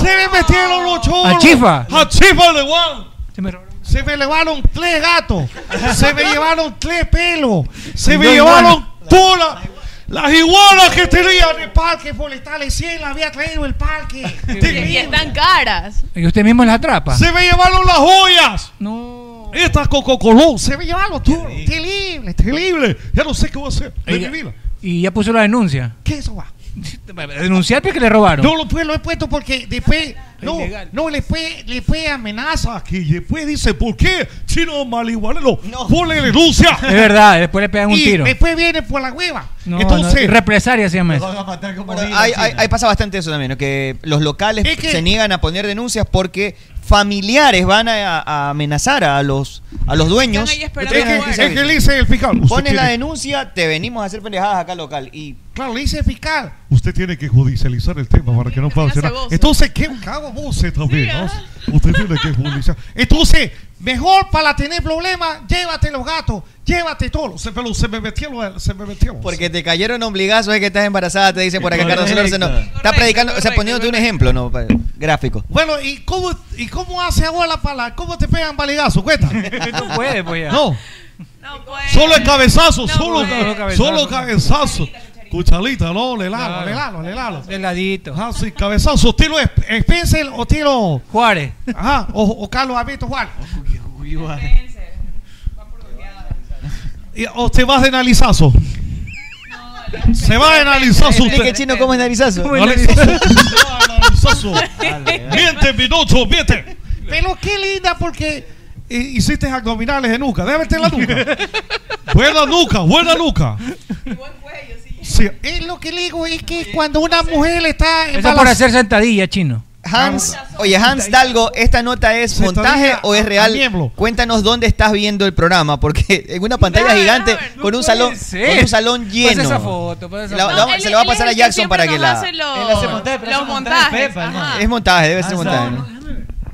Speaker 6: Se me metieron los cholos.
Speaker 12: ¿Al chifa?
Speaker 6: Al chifa le van.
Speaker 12: Se me
Speaker 6: Se me llevaron tres gatos. se me llevaron tres pelos. Se me
Speaker 19: Dos
Speaker 6: llevaron
Speaker 19: iguanas.
Speaker 6: todas las- las iguanas que tenía en el parque forestal. Recién las había traído el parque.
Speaker 9: Y y están caras.
Speaker 12: Y usted mismo las atrapa.
Speaker 6: Se me llevaron las joyas. No. Estas Coco Colón. Se me llevaron tú. Terrible, terrible. Ya no sé qué voy a hacer de
Speaker 12: Y
Speaker 6: mi
Speaker 12: ya,
Speaker 6: vida.
Speaker 12: y ya puso la denuncia.
Speaker 6: ¿Qué es eso va?
Speaker 20: Denunciar porque le robaron.
Speaker 19: No, lo, pues, lo he puesto porque después. No, no, le fue, le fue amenaza.
Speaker 6: Que después dice, ¿por qué? Chino maliguanelo, ponle denuncia.
Speaker 20: Es verdad, después le pegan un
Speaker 19: y
Speaker 20: tiro.
Speaker 19: después viene por la hueva.
Speaker 20: No,
Speaker 19: Entonces.
Speaker 20: no, represalia se llama eso.
Speaker 8: Bueno, hay, hay- hay- pasa bastante eso también, ¿no? que los locales
Speaker 19: Es que-
Speaker 8: se niegan a poner denuncias porque familiares van a, a amenazar a los, a los dueños.
Speaker 19: Es que- es que le dice el fiscal. usted
Speaker 8: Pones la
Speaker 19: tiene-
Speaker 8: denuncia, te venimos a hacer pendejadas acá local. Y
Speaker 19: Claro, le dice el fiscal.
Speaker 6: Usted tiene que judicializar el tema para que no pueda
Speaker 8: hace
Speaker 6: hacer nada.
Speaker 19: voces.
Speaker 6: Entonces, ¿qué cago voces también? no? Usted tiene que judicializar.
Speaker 19: Entonces, mejor para tener problemas, llévate los gatos, llévate todo. Se, pero se me metieron, se me metieron.
Speaker 8: porque te cayeron obligazos es que estás embarazada, te dice por acá Carlos
Speaker 19: Correcto.
Speaker 8: Solórzano. Está predicando, o sea, poniéndote un ejemplo, ¿no? Pa- Gráfico.
Speaker 19: Bueno, ¿y cómo, ¿y cómo hace abuela para la- ¿Cómo te pegan baligazo? Cuenta.
Speaker 20: No puede, pues ya.
Speaker 6: No. Solo el cabezazo, solo,
Speaker 20: güey.
Speaker 6: ca-
Speaker 20: Cabezazo.
Speaker 6: solo cabezazo. Cuchalita, no, le lalo,
Speaker 19: Claro.
Speaker 6: le lalo, le lalo.
Speaker 20: Heladito.
Speaker 6: Ah, sí, cabezazo, tiro Sp- Spencer o tiro
Speaker 20: Juárez.
Speaker 19: Ajá, o, o Carlos Alberto Juárez.
Speaker 6: Y- o te vas de nalizazo. Se va de nalizazo usted.
Speaker 8: Explique, chino cómo es narizazo.
Speaker 6: Nalizazo. Miente, minuto, miente.
Speaker 19: Pero qué linda porque
Speaker 6: Y- Hiciste abdominales de nuca. Déjame ver la nuca. buena nuca, buena nuca. Sí,
Speaker 19: es lo que le digo es que cuando una mujer está
Speaker 20: Eso por hacer sentadilla, chino.
Speaker 8: Hans, oye Hans Dalgo, ¿esta nota es montaje o es real? Cuéntanos dónde estás viendo el programa, porque en una pantalla gigante con un salón con un salón lleno.
Speaker 20: Pasa esa foto, pasa esa
Speaker 8: La-
Speaker 20: foto.
Speaker 8: la- se la va a pasar a Jackson para que la.
Speaker 9: los,
Speaker 20: Él hace montaje, pero
Speaker 9: los
Speaker 20: hace montaje de
Speaker 9: montajes.
Speaker 20: Pepa,
Speaker 9: ajá.
Speaker 8: Es montaje, debe ser montaje. ¿no?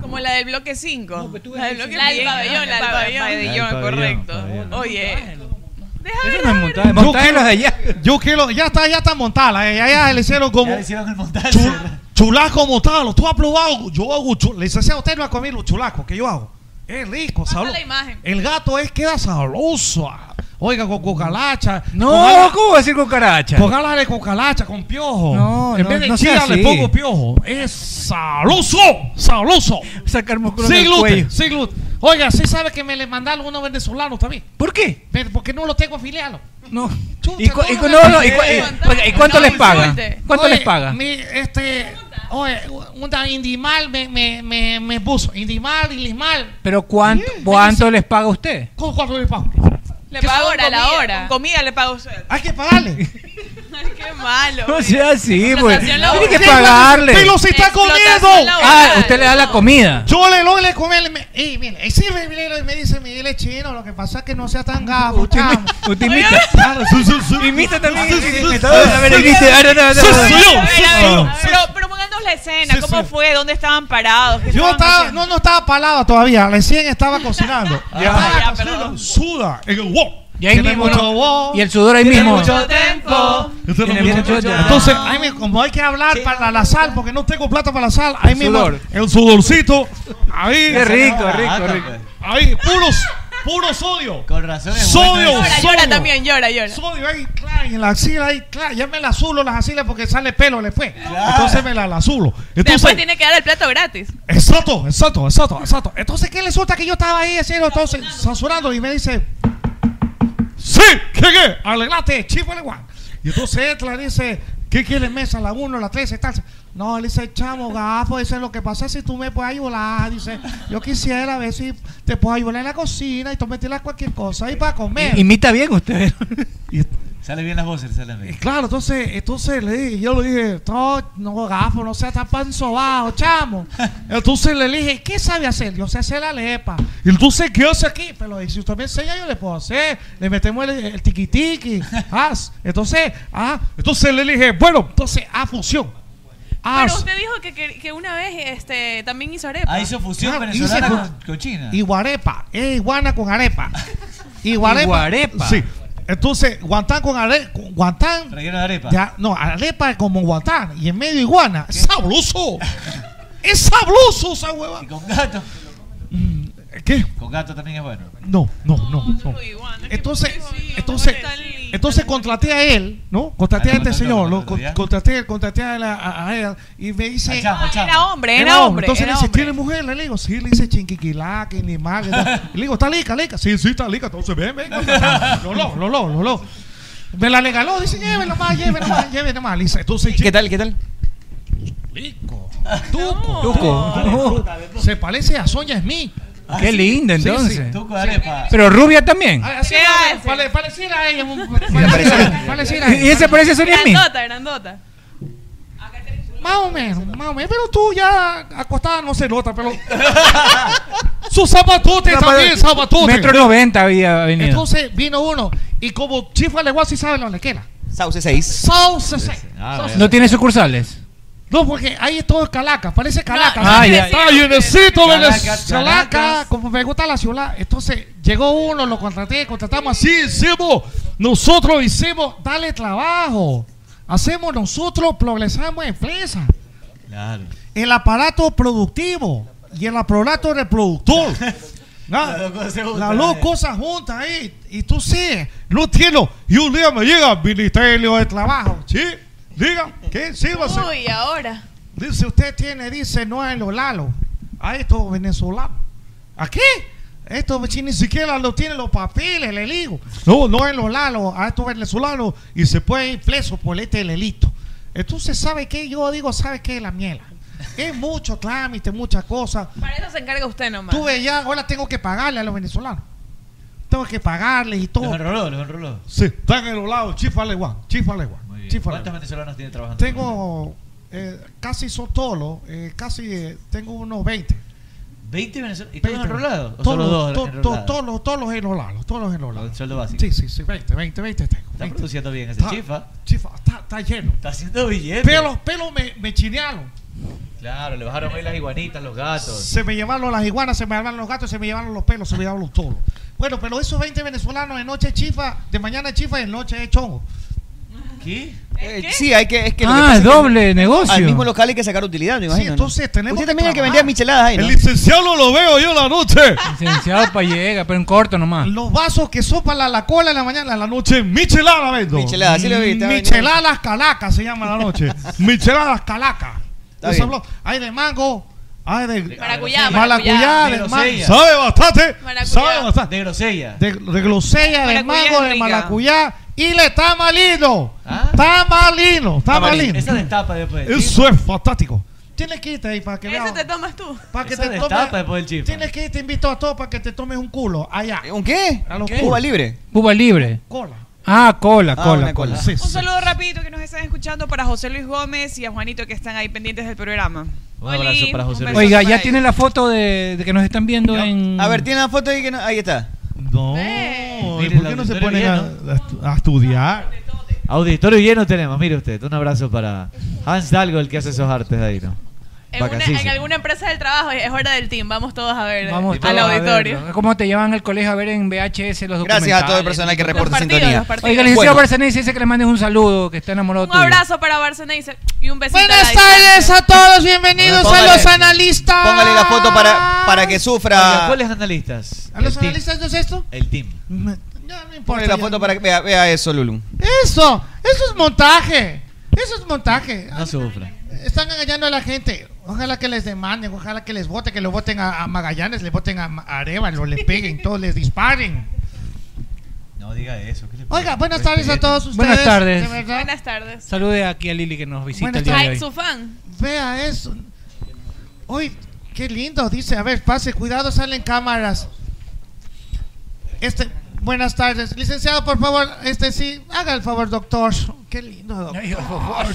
Speaker 9: Como la del bloque 5. la del bloque
Speaker 21: La del
Speaker 9: bien,
Speaker 21: pabellón,
Speaker 9: la del pabellón. correcto. Oye.
Speaker 20: Eso no es montaje. Montaje los de allá.
Speaker 6: Yo quiero, ya está, ya está montada. la- Ya, ya le hicieron como.
Speaker 20: le hicieron el montaje.
Speaker 6: chulaco montado. Tú has probado. Yo hago chulaco. Le dice, "Sí, usted no ha comido los chulacos que yo hago. Es rico, sabroso.
Speaker 9: la imagen.
Speaker 6: El gato es queda sabroso. ah. Oiga, con cucaracha.
Speaker 20: No, ¿cómo va a decir cucaracha?
Speaker 6: Con alas de cucaracha, con piojo.
Speaker 20: No,
Speaker 6: en
Speaker 20: no,
Speaker 6: vez de
Speaker 20: no sea
Speaker 6: chía le
Speaker 20: así.
Speaker 6: pongo piojo. Es sabroso, sabroso.
Speaker 20: Sacar músculo
Speaker 6: Sin
Speaker 20: del
Speaker 6: gluten,
Speaker 20: cuello.
Speaker 6: sin gluten.
Speaker 19: Oiga, sí sabe que me le mandaron unos venezolanos también.
Speaker 20: ¿Por qué?
Speaker 19: Pero porque no lo tengo afiliado.
Speaker 20: No.
Speaker 19: Chucha,
Speaker 20: ¿Y, cu- y cu-
Speaker 19: todo
Speaker 20: no,
Speaker 19: lo
Speaker 20: no, y cu-
Speaker 19: que-
Speaker 20: eh, oiga, ¿y cuánto
Speaker 19: No
Speaker 20: les pagan?
Speaker 19: insulte.
Speaker 20: ¿Cuánto
Speaker 19: Oye,
Speaker 20: les pagan?
Speaker 19: Mi, este, oye, una Indimal me, me, me, me puso. Indimal, Ilismal.
Speaker 20: Pero ¿cuánto, cuánto les paga usted?
Speaker 19: ¿Cómo cuánto le pago?
Speaker 9: Le
Speaker 19: ¿Qué
Speaker 9: pago
Speaker 19: son
Speaker 9: a la
Speaker 19: comida?
Speaker 9: hora. Con comida le pago usted.
Speaker 19: Hay que pagarle.
Speaker 9: Ay, qué malo.
Speaker 20: No sea así, pues.
Speaker 9: Explotación laboral.
Speaker 20: Tiene que pagarle.
Speaker 19: Pero si está comiendo.
Speaker 9: Explotación
Speaker 20: Ah, usted le da la comida.
Speaker 19: Yo le doy le comer. Me, y mire, y sí, me, me, me dice, Miguel es chino. Lo que pasa es que no sea tan gafo, chamo.
Speaker 20: Usted imita.
Speaker 8: Ah,
Speaker 20: Imita también. A ver,
Speaker 19: sí,
Speaker 20: imite.
Speaker 19: sí.
Speaker 20: Ahora, no, no,
Speaker 19: Sí,
Speaker 20: no.
Speaker 9: A
Speaker 19: sí,
Speaker 9: ver, a ver, a ver, Pero, pero pónganos la escena, ¿cómo fue? ¿Dónde estaban parados? ¿Qué
Speaker 19: Yo
Speaker 9: estaban
Speaker 19: estaba,
Speaker 9: haciendo?
Speaker 19: no, no estaba palada todavía, recién estaba cocinando.
Speaker 9: Ah, ya,
Speaker 19: Estaba
Speaker 9: perdón.
Speaker 6: Suda en el wok.
Speaker 20: Y ahí
Speaker 19: Tiene
Speaker 20: mismo,
Speaker 19: mucho
Speaker 20: ¿no?
Speaker 19: wok.
Speaker 20: Y el sudor ahí
Speaker 19: Tiene
Speaker 20: mismo.
Speaker 19: mucho
Speaker 9: tiempo.
Speaker 19: Tiene mucho tiempo.
Speaker 6: Entonces, ahí mismo, como hay que hablar para la sal, porque no tengo plata para la sal, ahí
Speaker 19: El
Speaker 6: mismo
Speaker 19: sudor.
Speaker 6: el sudorcito, ahí.
Speaker 19: Qué rico, rico, rico.
Speaker 6: Ahí, puros, puro sodio.
Speaker 19: Con razón
Speaker 6: es bueno. Sodio,
Speaker 9: Llora, llora
Speaker 6: sodio.
Speaker 9: también, llora, llora.
Speaker 19: Sodio
Speaker 6: ahí, claro, en la axila ahí, claro, ya me la azulo las axilas porque sale pelo después. Entonces me la, la azulo.
Speaker 9: Después
Speaker 6: Entonces,
Speaker 9: tiene que dar el plato gratis.
Speaker 6: exacto, exacto, exacto, exacto.
Speaker 19: Entonces, ¿qué resulta que yo estaba ahí haciendo entonces, censurando? Y me dice,
Speaker 6: Sí, ¿qué qué? Arreglate, chipo igual. Y entonces él le dice, ¿qué quieres mesa? La 1, la 3, tal.
Speaker 19: no, él dice, chamo, gafo, dice, lo que pasa es si tú me puedes ayudar, dice, yo quisiera ver si te puedo ayudar en la cocina y tú meterla cualquier cosa ahí para comer.
Speaker 20: Imita bien usted.
Speaker 11: Sale bien las voces, sale bien.
Speaker 19: Claro, entonces, entonces le dije, yo le dije, no, no, gafo, no seas tan panzobajo, chamo. Entonces le dije, ¿qué sabe hacer? Yo sé hacer la lepa.
Speaker 6: Y entonces, ¿qué hace aquí?
Speaker 19: Sí, pero si usted me enseña, yo le puedo hacer. Le metemos el, el tiquitiqui. Ah, entonces, ah,
Speaker 6: Entonces le dije, bueno, entonces a fusión.
Speaker 19: ah,
Speaker 9: Pero usted dijo que, que, que una vez este, también hizo
Speaker 6: Ah,
Speaker 9: arepa.
Speaker 19: Claro, hice con- Iguarepa. Es eh, iguana con arepa. Iguarepa.
Speaker 6: Iguarepa. Sí. Entonces, guantán con arepa. Guantán.
Speaker 19: Relleno de arepa.
Speaker 6: Ya, no, arepa es como guantán. Y en medio iguana. Es sabroso. es sabroso esa hueva. Mm,
Speaker 11: Con gato.
Speaker 6: ¿Qué?
Speaker 11: Con gato también es bueno.
Speaker 6: No, no, no. no. Entonces, entonces, entonces contraté a él, ¿no? Contraté a este señor, lo con- contraté, a él, contraté a, él, a- a él y me dice,
Speaker 19: Ah, era hombre, era hombre,
Speaker 6: Entonces le
Speaker 19: era
Speaker 6: dice,
Speaker 19: hombre.
Speaker 6: ¿tiene mujer? Le digo, sí, le dice chinquiquilá, que ni mal. que tal". Le digo, está lica, lica. Sí, sí, está lica. Entonces, ven, ven. Lolo, lolo, lolo. Me la regaló, dice, llévelo más, llévelo más, llévelo más. Le dice, tú sí,
Speaker 8: ¿Qué tal? ¿Qué tal?
Speaker 6: Lico. Tuco.
Speaker 8: Tuco. Ah,
Speaker 6: No. Se parece a Sonia Smith.
Speaker 10: Qué linda,
Speaker 6: Sí, sí.
Speaker 10: entonces.
Speaker 6: Tuco
Speaker 11: Arepa.
Speaker 10: Pero rubia también.
Speaker 6: Ah, así pare- pare- Pareciera a ella. un- Pareciera a
Speaker 10: ¿Y
Speaker 6: ella.
Speaker 10: ese parece a Sonia Smith?
Speaker 9: Grandota, grandota.
Speaker 6: Más o menos, más o menos. Pero tú ya acostada no se nota, pero. Sus zapatotes también, zapatotes.
Speaker 10: Metro 90 había venido.
Speaker 6: Entonces vino uno y como chifa de y sabe dónde queda.
Speaker 8: Sauce 6.
Speaker 6: Sauce 6.
Speaker 10: ¿No tiene sucursales?
Speaker 6: No, porque ahí es todo Caracas, parece Caracas.
Speaker 10: No, Ah, ya.
Speaker 6: Está llenecito
Speaker 10: Caracas,
Speaker 6: Caracas,
Speaker 10: Caracas.
Speaker 6: como me gusta la ciudad. Entonces llegó uno, lo contraté, contratamos así, hicimos, nosotros hicimos, dale trabajo. Hacemos nosotros, progresamos en empresa.
Speaker 11: Claro.
Speaker 6: El aparato productivo y el aparato reproductor. Las dos cosas juntas. Las dos cosas juntas ahí. Y tú sí, no entiendo. Y un día me llega Ministerio de Trabajo. Sí, diga, ¿qué? Sí, va a ser.
Speaker 9: Uy, ahora.
Speaker 6: Dice, usted tiene, dice, no es lo lalo. A estos venezolanos. ¿A qué? Estos chi- ni siquiera lo tienen los papeles, le digo. No, no es lo lalo a estos venezolanos y se puede ir preso por este lelito. Entonces, ¿sabe qué? Yo digo, ¿sabe qué? La miela. Es mucho trámite, muchas cosas.
Speaker 9: Para eso se encarga usted nomás.
Speaker 6: Tuve ya, ahora tengo que pagarle a los venezolanos. Tengo que pagarles y todo.
Speaker 11: Los enroló, los enroló.
Speaker 6: Sí, están enrolados, chífale guan, chífale guan, chífale
Speaker 11: ¿Cuántos
Speaker 6: guan.
Speaker 11: venezolanos tiene trabajando?
Speaker 6: Tengo eh, casi sotolo, eh, casi eh, tengo unos 20.
Speaker 11: 20 venezolanos. ¿Y todos
Speaker 6: 20.
Speaker 11: enrolados? ¿O
Speaker 6: Todos,
Speaker 11: solo dos
Speaker 6: to- to-
Speaker 11: enrolados?
Speaker 6: todos los- todos los enrolados, todos los enrolados.
Speaker 11: Sueldo básico.
Speaker 6: Sí, sí, sí, 20, 20, 20 tengo.
Speaker 11: Está
Speaker 6: 20.
Speaker 11: produciendo bien ese
Speaker 6: Está-
Speaker 11: chifa.
Speaker 6: Chifa, está, está lleno.
Speaker 11: Está haciendo billetes.
Speaker 6: Pelos, pelos me, me chinearon.
Speaker 11: Claro, le bajaron ahí las iguanitas, los gatos.
Speaker 6: Se me llevaron las iguanas, se me llevaron los gatos, se me llevaron los pelos, se me llevaron los toros. Bueno, pero esos 20 venezolanos de noche es chifa, de mañana es chifa y de noche es chongo.
Speaker 11: ¿Qué?
Speaker 8: Eh, Sí, hay que. Es que lo
Speaker 10: Ah,
Speaker 8: que pasa es que
Speaker 10: doble negocio.
Speaker 8: Al mismo local hay que sacar utilidad, me imagino.
Speaker 6: entonces tenemos
Speaker 8: Usted
Speaker 6: que
Speaker 8: también hay que
Speaker 6: trabajar.
Speaker 8: vender micheladas ahí, ¿no?
Speaker 10: El
Speaker 6: licenciado lo veo yo la noche.
Speaker 10: Licenciado para llega, pero en corto nomás.
Speaker 6: Los vasos que sopan la, la cola en la mañana, en la noche, michelada vendo.
Speaker 10: Michelada, sí lo vi, está
Speaker 6: Micheladas calacas se llama la noche. micheladas calacas.
Speaker 10: Está
Speaker 6: Eso
Speaker 10: bien.
Speaker 6: habló. Hay de mango, hay de
Speaker 9: maracuyá,
Speaker 6: maracuyá,
Speaker 11: De
Speaker 6: de mango.
Speaker 11: grosella.
Speaker 6: Sabe bastante.
Speaker 9: Maracuyá.
Speaker 6: Sabe bastante.
Speaker 11: De grosella.
Speaker 6: De, de glosella,
Speaker 11: Maracuyá
Speaker 6: de mango,
Speaker 11: es
Speaker 6: de
Speaker 11: rica.
Speaker 6: maracuyá y le tamalino. Tamalino, tamalino.
Speaker 11: Ah. Esa destapa después. del chifa.
Speaker 6: Eso es fantástico. Tienes que irte ahí para que veas.
Speaker 9: Ese te tomas tú.
Speaker 6: Para que
Speaker 11: Esa
Speaker 6: te
Speaker 11: destapa
Speaker 6: tomes-
Speaker 11: después del chifa.
Speaker 6: Tienes que ir, te invito a todos para que te tomes un culo allá.
Speaker 8: ¿Eh, ¿Un qué?
Speaker 6: A los
Speaker 8: ¿Qué?
Speaker 6: culos.
Speaker 8: Cuba libre.
Speaker 10: Cuba libre.
Speaker 6: Cola.
Speaker 10: Ah, cola,
Speaker 8: Ah,
Speaker 10: cola, cola.
Speaker 8: una cola.
Speaker 6: Sí,
Speaker 9: Un saludo rapidito que nos están escuchando para José Luis Gómez y a Juanito que están ahí pendientes del programa.
Speaker 11: Un abrazo para José Luis.
Speaker 10: Oiga, ya tiene la foto de, de que nos están viendo en.
Speaker 8: A ver, tiene la foto ahí que no- Ahí está.
Speaker 22: No. ¿Y
Speaker 11: Mire,
Speaker 22: ¿Por
Speaker 11: el
Speaker 22: qué no se
Speaker 11: auditorio
Speaker 22: ponen a,
Speaker 11: lleno.
Speaker 22: a estu- a estudiar?
Speaker 11: Auditorio lleno tenemos, mire usted. Un abrazo para Hans Dalgo, el que hace esos artes de ahí, ¿no?
Speaker 9: En, una- en
Speaker 11: Vacancísimo.
Speaker 9: alguna empresa del trabajo es hora del team. Vamos todos a ver eh,
Speaker 10: Vamos
Speaker 9: al
Speaker 10: todos a
Speaker 9: auditorio.
Speaker 10: verlo. Es como te llevan al colegio a ver en VHS los documentales.
Speaker 8: Gracias a todo el personal que reporta
Speaker 9: partidos,
Speaker 8: sintonía.
Speaker 9: los partidos.
Speaker 10: Oiga, el licenciado
Speaker 8: Bueno.
Speaker 10: Barcelona dice que le mandes un saludo, que está enamorado
Speaker 9: Un
Speaker 10: tuyo.
Speaker 9: abrazo para Barcelona y se- y un besito. a
Speaker 6: Buenas
Speaker 9: la
Speaker 6: tardes
Speaker 9: distancia.
Speaker 6: a todos, bienvenidos
Speaker 8: Póngale-
Speaker 6: a los analistas.
Speaker 8: Póngale la foto para, para que
Speaker 11: Oiga,
Speaker 8: sufra.
Speaker 11: ¿Cuáles analistas?
Speaker 6: ¿A los
Speaker 11: El team.
Speaker 6: analistas no es esto?
Speaker 8: Eh.
Speaker 11: El team.
Speaker 6: Me- Ya no importa.
Speaker 8: Póngale la
Speaker 6: ya.
Speaker 8: foto para que vea, vea eso, Lulu.
Speaker 6: Eso, eso es montaje. Eso es montaje.
Speaker 11: No sufra.
Speaker 6: Están engañando a la gente. Ojalá que les demanden, ojalá que les voten, que lo voten a, a Magallanes, le voten a, Ma- a Arevalo, le peguen, todos les disparen.
Speaker 11: No diga eso. ¿qué le pasa?
Speaker 6: Oiga, buenas tardes a todos ustedes.
Speaker 10: Buenas tardes.
Speaker 6: De verdad,
Speaker 9: Buenas tardes.
Speaker 10: Salude aquí a Lili que nos visita el día de
Speaker 9: Ay,
Speaker 10: hoy.
Speaker 9: su fan.
Speaker 6: Vea eso. Uy, qué lindo. Dice, a ver, pase, cuidado, salen cámaras. Este, buenas tardes. Licenciado, por favor, este sí, haga el favor, doctor. Qué lindo, doctor.
Speaker 10: Ay, por favor.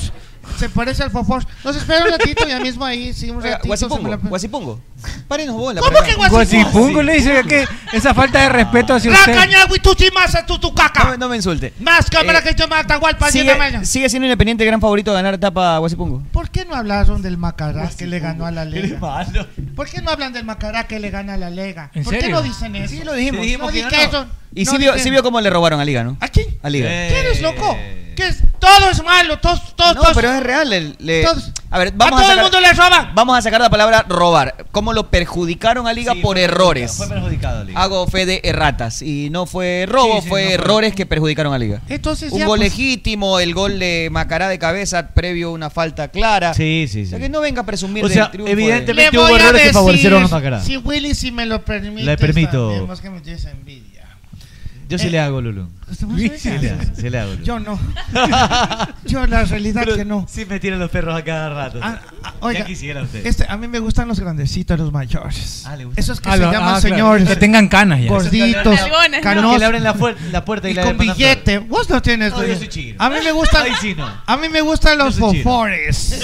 Speaker 6: Se parece al fofor. Los espero un ratito ya mismo ahí, sí,
Speaker 10: Ah,
Speaker 6: un
Speaker 8: Oiga,
Speaker 6: ratito. se me
Speaker 8: Guasipungo,
Speaker 6: la-
Speaker 8: guasipungo. Párenos bola.
Speaker 6: ¿Cómo
Speaker 8: perdón.
Speaker 6: que guasipungo?
Speaker 10: Guasipungo le dice que esa falta de respeto hacia
Speaker 6: La
Speaker 10: usted.
Speaker 6: caña, güey, tú sí más a tu tu
Speaker 8: No, me-
Speaker 6: caca.
Speaker 8: no me insulte.
Speaker 6: Más cámara
Speaker 8: Eh,
Speaker 6: que yo mata, igual para
Speaker 8: Sigue, sigue siendo independiente el gran favorito de ganar tapa Guasipungo.
Speaker 6: ¿Por qué no hablaron del Macará
Speaker 8: Pues
Speaker 6: que le ganó a la Lega?
Speaker 11: malo.
Speaker 6: ¿Por qué no hablan del Macará que le gana a la Lega?
Speaker 10: ¿En
Speaker 6: ¿Por qué
Speaker 10: serio?
Speaker 6: no dicen eso?
Speaker 8: Sí, lo dijimos.
Speaker 6: No
Speaker 8: Sí, dijimos
Speaker 11: que
Speaker 6: dije
Speaker 11: ganó.
Speaker 6: eso.
Speaker 8: Y
Speaker 6: No
Speaker 8: sí, vio,
Speaker 6: dije-
Speaker 8: sí vio cómo le robaron a Liga, ¿no?
Speaker 6: ¿A quién?
Speaker 8: A Liga.
Speaker 11: Eh,
Speaker 6: ¿Qué eres loco? ¿Qué es? Todo es malo, todo, todo,
Speaker 8: No,
Speaker 6: todo-
Speaker 8: pero es real. el- le-
Speaker 6: Entonces,
Speaker 8: a ver,
Speaker 6: a
Speaker 8: vamos a,
Speaker 6: todo el
Speaker 8: sacar,
Speaker 6: mundo le roban.
Speaker 8: vamos a sacar la palabra robar. ¿Cómo lo perjudicaron a Liga
Speaker 11: Sí,
Speaker 8: por
Speaker 11: fue
Speaker 8: errores?
Speaker 11: perjudicado, Fue perjudicado, Liga.
Speaker 8: Hago fe de erratas. Y no fue robo,
Speaker 10: Sí, sí,
Speaker 8: fue
Speaker 10: no fue-
Speaker 8: errores que perjudicaron a Liga.
Speaker 6: Entonces
Speaker 8: Un
Speaker 6: ya,
Speaker 8: gol
Speaker 6: pues,
Speaker 8: legítimo, el gol de Macará de cabeza previo a una falta clara.
Speaker 11: Sí, sí,
Speaker 8: O
Speaker 11: sí.
Speaker 8: sea, que no venga a presumir
Speaker 11: O
Speaker 8: del
Speaker 11: sea,
Speaker 8: triunfo
Speaker 11: evidentemente-
Speaker 6: le
Speaker 11: Hubo
Speaker 6: voy a
Speaker 11: errores que
Speaker 6: decir,
Speaker 11: favorecieron a Macará.
Speaker 6: Si Willy, si me lo permite.
Speaker 11: Le permito.
Speaker 6: más que me tienes envidia.
Speaker 11: Yo sí
Speaker 6: Eh,
Speaker 11: le hago, Lulú.
Speaker 8: Pues
Speaker 11: Sí le hago, sí le hago.
Speaker 6: Yo no. Yo la realidad
Speaker 11: Pero
Speaker 6: que no.
Speaker 11: Sí me tiran los perros a cada rato.
Speaker 6: Ah, Oiga,
Speaker 11: ya quisiera usted.
Speaker 6: este, a mí me gustan los grandecitos, los mayores.
Speaker 11: Ah, le gusta.
Speaker 6: Esos que
Speaker 11: Ah,
Speaker 6: se
Speaker 11: lo-
Speaker 6: llaman
Speaker 11: ah, claro.
Speaker 6: señores.
Speaker 11: Que tengan canas ya. Esos
Speaker 6: Gorditos,
Speaker 11: que le abren las-
Speaker 6: canosos.
Speaker 11: que le abren la puer- la puerta y le
Speaker 6: con
Speaker 11: mandan
Speaker 6: billete. Vos no tienes.
Speaker 11: No, yo soy chino.
Speaker 6: A mí me gustan.
Speaker 11: Ahí sí no.
Speaker 6: A mí me gustan los fofores.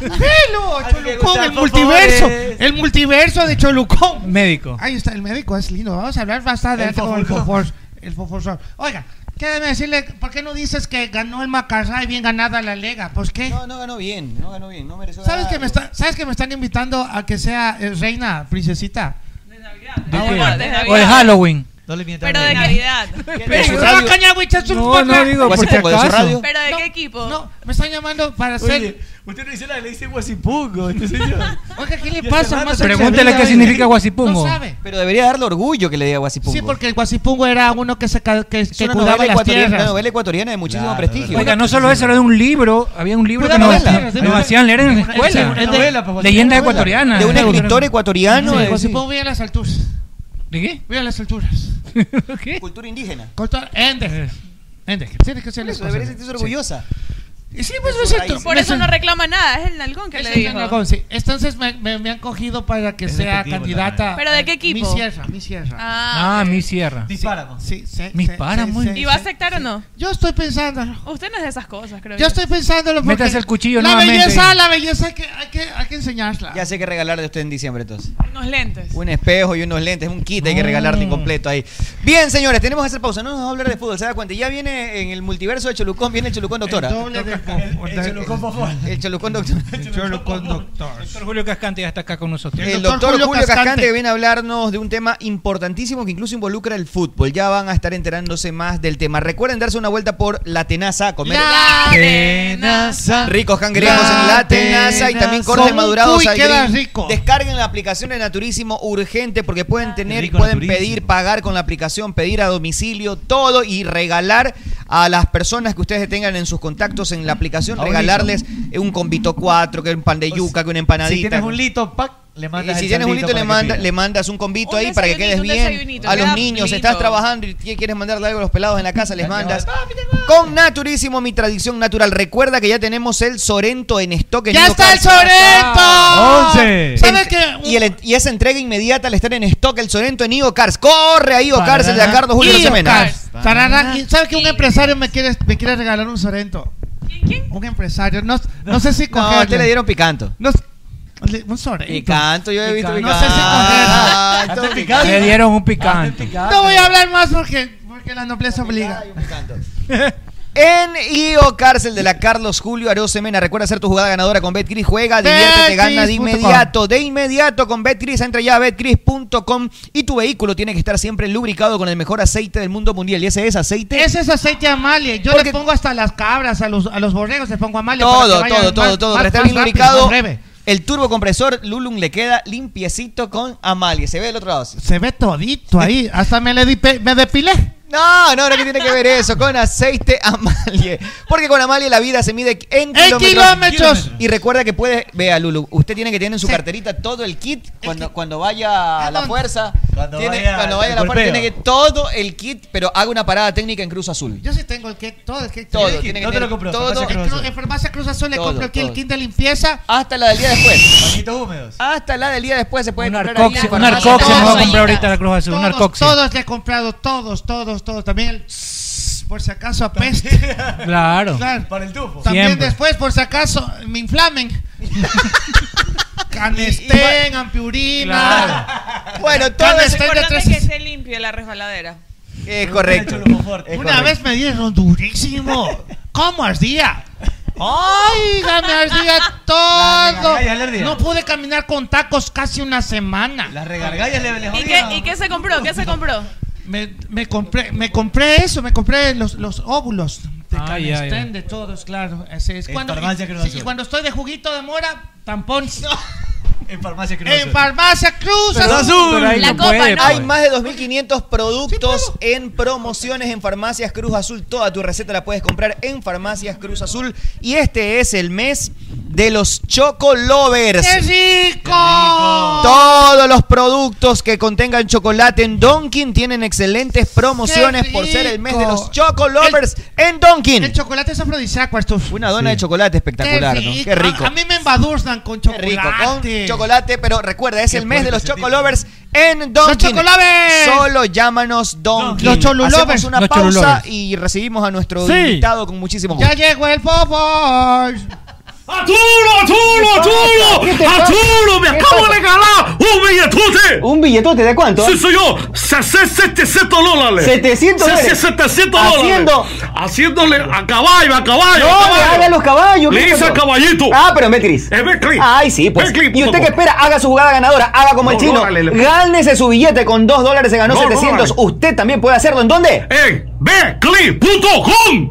Speaker 6: Velo, Cholucón,
Speaker 11: gustan
Speaker 6: el
Speaker 11: los
Speaker 6: multiverso.
Speaker 11: fofores.
Speaker 6: El multiverso de Cholucón.
Speaker 10: Médico.
Speaker 6: Ahí está el médico, es lindo. Vamos a hablar bastante de
Speaker 10: El
Speaker 6: arte con el
Speaker 10: fofor.
Speaker 6: fofor. El fofor suave. Oiga, déjame decirle, ¿por qué no dices que ganó el Macarray bien ganada la Lega? ¿Por qué?
Speaker 8: No, no ganó bien, no ganó bien, no mereció
Speaker 6: ¿Sabes
Speaker 8: ganar.
Speaker 6: que, me está- ¿Sabes que me están invitando a que sea eh, reina, princesita?
Speaker 11: ¿De
Speaker 6: Ah,
Speaker 11: qué?
Speaker 6: bueno.
Speaker 11: De Navidad. O de Halloween. No le mientas
Speaker 9: Pero
Speaker 11: a
Speaker 9: de
Speaker 11: nadie.
Speaker 9: Navidad.
Speaker 6: Pero
Speaker 11: su
Speaker 6: se va
Speaker 11: radio-
Speaker 6: a cañar, güey, chas-
Speaker 11: No, no digo, ¿O hace por si poco de su acaso. radio?
Speaker 9: ¿Pero de qué equipo? No,
Speaker 6: me están llamando para
Speaker 11: Oye, usted no dice nada, le dice guasipungo, este señor.
Speaker 6: Oiga, ¿qué le
Speaker 11: Ya
Speaker 6: pasa,
Speaker 11: se
Speaker 6: más
Speaker 11: mata,
Speaker 6: Pregúntele
Speaker 11: se
Speaker 6: qué
Speaker 11: mata.
Speaker 6: significa guasipungo. No sabe.
Speaker 8: Pero debería darle orgullo que le diga guasipungo.
Speaker 6: Sí, porque el guasipungo era uno que, se, ca- que,
Speaker 8: Es
Speaker 6: que
Speaker 8: una
Speaker 6: cuidaba
Speaker 8: novela
Speaker 6: las
Speaker 8: ecuatoriana, una
Speaker 6: tierras.
Speaker 8: novela ecuatoriana de muchísimo prestigio.
Speaker 10: Oiga, no solo eso, era de un libro. Había un libro que
Speaker 8: Una
Speaker 10: nos,
Speaker 8: novela,
Speaker 10: nos
Speaker 8: de una-
Speaker 10: hacían leer en la
Speaker 8: de una-
Speaker 10: escuela.
Speaker 8: de una novela, pues,
Speaker 10: Leyendas
Speaker 8: novela.
Speaker 10: ecuatorianas.
Speaker 8: De un escritor ecuatoriano,
Speaker 6: Sí,
Speaker 8: eh,
Speaker 6: guasipungo vive a las alturas.
Speaker 10: ¿De qué?
Speaker 6: Vive a las alturas.
Speaker 8: Cultura indígena.
Speaker 6: Contra- Ende. Ende. Tienes que ser
Speaker 8: Por
Speaker 6: las
Speaker 8: eso,
Speaker 6: cosas.
Speaker 8: debería sentirse
Speaker 6: Sí.
Speaker 8: orgullosa.
Speaker 6: Y sí, pues me siento.
Speaker 9: Por
Speaker 6: me
Speaker 9: eso
Speaker 6: siento-
Speaker 9: no reclama nada, es el nalgón que le
Speaker 6: Sí,
Speaker 9: dijo.
Speaker 6: no, no, sí. Entonces me, me- me han cogido para que
Speaker 10: Es
Speaker 6: sea
Speaker 10: detectivo
Speaker 6: candidata.
Speaker 10: también.
Speaker 9: ¿Pero de qué equipo?
Speaker 6: Mi sierra, mi sierra.
Speaker 9: Ah.
Speaker 10: Ah, mi sierra.
Speaker 6: Sí, sí,
Speaker 10: Mis
Speaker 6: sí,
Speaker 10: páramos.
Speaker 6: sí, sí,
Speaker 9: ¿Y va a
Speaker 6: sí.
Speaker 9: aceptar o no?
Speaker 6: Yo estoy pensándolo.
Speaker 9: Usted no es de esas cosas, creo
Speaker 6: Yo estoy pensándolo porque
Speaker 10: Métase el cuchillo
Speaker 6: la
Speaker 10: nuevamente.
Speaker 6: belleza, la belleza hay que, hay que, hay que enseñarla.
Speaker 8: Ya sé que regalarle a usted en diciembre entonces.
Speaker 9: Unos lentes.
Speaker 8: Un espejo y unos lentes, un kit hay que regalarle incompleto ahí. Bien, señores, tenemos que hacer pausa. No nos vamos a hablar de fútbol, se da cuenta. Ya viene en el multiverso de Cholucón, viene el Cholucón Doctora.
Speaker 6: El doble de fofo-
Speaker 8: El Cholucón El Cholucón Doctor. El
Speaker 6: Cholucón Doctor.
Speaker 10: Doctor Julio Cascante ya está acá con nosotros.
Speaker 8: El doctor, Julio, Cascante. que viene a hablarnos de un tema importantísimo que incluso involucra el fútbol. Ya van a estar enterándose más del tema. Recuerden darse una vuelta por La Tenaza a comer.
Speaker 6: La
Speaker 8: Tenaza. Ricos cangrejos en La Tenaza y también cortes
Speaker 6: Con un
Speaker 8: madurados
Speaker 6: cuy
Speaker 8: al
Speaker 6: queda
Speaker 8: grill.
Speaker 6: rico.
Speaker 8: Descarguen la aplicación de Naturísimo urgente porque pueden tener,
Speaker 11: rico
Speaker 8: pueden
Speaker 11: Naturísimo.
Speaker 8: pedir, pagar con la aplicación, pedir a domicilio, todo y regalar a las personas que ustedes tengan en sus contactos en la aplicación,
Speaker 11: Ahorita.
Speaker 8: regalarles un convito 4, que un pan de yuca, que una empanadita.
Speaker 11: Si tienes un lito, pack, le
Speaker 8: Y
Speaker 11: mandas
Speaker 8: si
Speaker 11: el
Speaker 8: tienes un lito,
Speaker 11: sandito
Speaker 8: le,
Speaker 11: para que
Speaker 8: manda-
Speaker 11: pida.
Speaker 8: le mandas un convito
Speaker 11: Un
Speaker 8: ahí para que quedes
Speaker 11: desayunito, un
Speaker 8: bien.
Speaker 11: desayunito,
Speaker 8: A
Speaker 11: le
Speaker 8: los
Speaker 11: das
Speaker 8: niños,
Speaker 11: lito.
Speaker 8: estás trabajando y qui- quieres mandarle algo a los pelados en la casa, les
Speaker 11: Ya,
Speaker 8: mandas.
Speaker 6: Ah,
Speaker 8: Con Naturísimo, mi tradición natural. Recuerda que ya tenemos el Sorento en stock. en
Speaker 6: ¡Ya
Speaker 8: Nido
Speaker 6: está el
Speaker 8: Carso.
Speaker 6: Sorento!
Speaker 8: ¡Once!
Speaker 6: ¿Sabe
Speaker 8: En- Y, el- y esa entrega inmediata al estar en stock el Sorento en Igo Cars. ¡Corre ahí, Igo Cars! El de
Speaker 6: Parará.
Speaker 8: Carlos Julio
Speaker 6: Y
Speaker 8: Rosemena.
Speaker 6: Oscars. Tarará. ¿Y ¿Sabe que un empresario me quiere, me quiere regalar un Sorento? ¿Quién? Un empresario. No, no sé si
Speaker 8: No,
Speaker 6: cogerle.
Speaker 8: a usted le dieron picanto.
Speaker 6: No, le- un Sorento.
Speaker 8: Picanto, yo he visto
Speaker 6: No sé si
Speaker 8: picanto.
Speaker 6: cogerle.
Speaker 10: Le dieron un picante.
Speaker 6: No voy a hablar más porque, porque la nobleza obliga.
Speaker 8: En IO Cárcel de la Carlos Julio Arosemena. Recuerda hacer tu jugada ganadora con Betcris. Juega, diviértete, gana de
Speaker 6: Betcris.com.
Speaker 8: inmediato. De inmediato con Betcris. Entra ya a betcris.com y tu vehículo tiene que estar siempre lubricado con el mejor aceite del mundo mundial. Y ese es aceite.
Speaker 6: Ese es aceite Amalie. Yo le pongo hasta las cabras, a los, a los borregos le pongo Amalie. para que
Speaker 8: todo,
Speaker 6: vayan
Speaker 8: todo,
Speaker 6: más-
Speaker 8: todo, todo.
Speaker 6: más-
Speaker 8: Para estar
Speaker 6: más
Speaker 8: bien
Speaker 6: rápido,
Speaker 8: lubricado.
Speaker 6: más breve.
Speaker 8: El turbocompresor Lulum le queda limpiecito con Amalie. Se ve del otro lado.
Speaker 6: Se ve todito ahí. Hasta me, le dipe- me depilé.
Speaker 8: No, no, no, que tiene que ver eso con aceite Amalie. Porque con Amalie la vida se mide en,
Speaker 6: En kilómetros.
Speaker 8: Y recuerda que puede, vea Lulu, usted tiene que tener en su carterita todo el kit cuando, cuando vaya a la fuerza.
Speaker 11: Cuando
Speaker 8: tiene-
Speaker 11: vaya
Speaker 8: cuando vaya a la
Speaker 11: al
Speaker 8: fuerza
Speaker 11: golpeo.
Speaker 8: tiene que todo el kit, pero haga una parada técnica en Cruz Azul.
Speaker 6: Yo sí tengo el que todo, el que
Speaker 8: Todo,
Speaker 6: el que-
Speaker 8: tiene que No te lo tener compro, todo. farmacia Cruz
Speaker 6: En Cru-
Speaker 8: Azul.
Speaker 6: En farmacia Cruz Azul le
Speaker 8: Todo,
Speaker 6: compro el que el
Speaker 8: todo.
Speaker 6: kit de limpieza.
Speaker 8: Hasta la del día después.
Speaker 11: Pañitos húmedos.
Speaker 8: Hasta la del día después se puede
Speaker 10: Un
Speaker 8: comprar ahí en
Speaker 10: arcoxia, un
Speaker 8: farmacia.
Speaker 10: arcoxia nos va a
Speaker 8: Todo.
Speaker 10: comprar ahorita la Cruz Azul. Un
Speaker 6: Todos,
Speaker 10: arcoxia.
Speaker 6: todos le he comprado, todos, todos, todos. También el tss, por si acaso apeste.
Speaker 10: Claro.
Speaker 6: Para el
Speaker 11: tufo.
Speaker 6: También
Speaker 10: Siempre.
Speaker 6: después, por si acaso, me inflamen. Canestén, ampiurina.
Speaker 8: Bueno, todo
Speaker 6: Canestén de
Speaker 9: Importante
Speaker 6: tres-
Speaker 9: que esté limpio la resbaladera.
Speaker 8: Es correcto. Es
Speaker 6: Una
Speaker 8: correcto.
Speaker 6: vez me dieron durísimo. ¿Cómo ardía? Oiga, me ardía todo.
Speaker 11: regargallas le ardían.
Speaker 6: No pude caminar con tacos casi una semana. Las
Speaker 11: regargallas le- le
Speaker 9: ¿Y qué, ¿Y qué se compró? ¿Qué se compró?
Speaker 6: Me, me compré, me compré eso, me compré los, los óvulos de
Speaker 10: Ah, ya,
Speaker 6: Canestén,
Speaker 10: ya.
Speaker 6: de todos, claro. Así es.
Speaker 10: En
Speaker 6: Cuando,
Speaker 10: farmacia
Speaker 6: y,
Speaker 10: Cruz
Speaker 6: sí,
Speaker 10: Azul.
Speaker 6: y cuando estoy de juguito de mora, tampón.
Speaker 23: En farmacia Cruz
Speaker 24: En
Speaker 23: Azul.
Speaker 24: Farmacia Cruz
Speaker 23: Pero
Speaker 24: Azul.
Speaker 23: Azul, La no copa, puede, ¿no?
Speaker 8: Hay más de 2.500 productos en promociones en Farmacias Cruz Azul. Toda tu receta la puedes comprar en Farmacias Cruz Azul. Y este es el mes de los Chocolovers.
Speaker 24: ¡Qué rico!
Speaker 8: Todos los productos que contengan chocolate en Donkin tienen excelentes promociones
Speaker 24: ¡Qué
Speaker 8: por ser el mes de
Speaker 24: rico!
Speaker 8: los Chocolovers en Donkin.
Speaker 24: El chocolate es afrodisíaco, Artuf.
Speaker 8: Una dona de chocolate espectacular, ¿no? Qué rico.
Speaker 24: A, a mí me embadurnan con chocolate.
Speaker 8: rico, con chocolate, pero recuerda, es el mes de los Chocolovers en Donkin.
Speaker 25: Eh.
Speaker 24: Chocolovers!
Speaker 8: Solo llámanos Donkin.
Speaker 24: Los Cholulovers.
Speaker 8: Hacemos una
Speaker 24: Los
Speaker 8: pausa
Speaker 24: Cholulovers.
Speaker 8: y recibimos a nuestro
Speaker 24: Sí.
Speaker 8: invitado con muchísimo gusto.
Speaker 24: Ya llegó el Popeye.
Speaker 25: ¡Arturo, Arturo, Arturo! ¡Arturo, me acabo de regalar un billetote!
Speaker 26: ¿Un billetote de cuánto?
Speaker 25: Sí, soy yo. Se- se- 700 dólares.
Speaker 26: 700
Speaker 25: Se- se-
Speaker 26: dólares.
Speaker 25: 700 dólares.
Speaker 26: Haciendo-
Speaker 25: Haciéndole a caballo, a caballo.
Speaker 26: No,
Speaker 25: a caballo.
Speaker 26: haga los caballos.
Speaker 25: Le
Speaker 26: ¿qué
Speaker 25: hice
Speaker 26: pasó?
Speaker 25: a caballito.
Speaker 26: Ah, pero en Betcris.
Speaker 25: En Betcris.
Speaker 26: Ay, sí, pues.
Speaker 25: Betcris,
Speaker 26: y usted
Speaker 25: loco.
Speaker 26: que espera, haga su jugada ganadora, haga como
Speaker 25: No,
Speaker 26: el chino.
Speaker 25: no, dale, le-
Speaker 26: Gánese su billete con 2 dólares, se ganó
Speaker 25: No, Eh, no,
Speaker 26: 700. usted también puede hacerlo. ¿En dónde?
Speaker 25: En Betcris.com.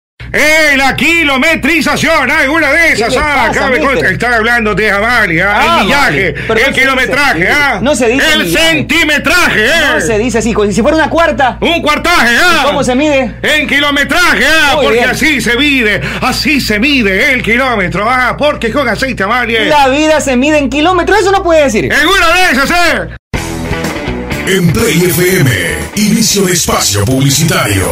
Speaker 6: ¡Eh, la kilometrización! ¡Hay una de esas!
Speaker 27: ¿Qué le
Speaker 6: ¡Ah!
Speaker 27: pasa,
Speaker 6: Acá me
Speaker 27: mister?
Speaker 6: consta- Estaba hablando de Amalia,
Speaker 26: Ah,
Speaker 6: el millaje,
Speaker 26: vale. Pero no
Speaker 6: el
Speaker 26: se
Speaker 6: kilometraje,
Speaker 26: dice así.
Speaker 6: ¿ah?
Speaker 26: No se dice
Speaker 6: ¡El
Speaker 26: millaje.
Speaker 6: centimetraje, ¿eh?
Speaker 26: No se dice así, como si fuera una cuarta.
Speaker 6: ¡Un cuartaje, ah!
Speaker 26: ¿Y cómo se mide?
Speaker 6: En kilometraje, ah,
Speaker 26: Muy
Speaker 6: porque
Speaker 26: bien.
Speaker 6: así se mide, así se mide el kilómetro, ah, porque con aceite, Amalia.
Speaker 26: La vida se mide en kilómetros, eso no puede decir.
Speaker 6: ¡En una de esas, eh!
Speaker 17: En Play FM, inicio de espacio publicitario.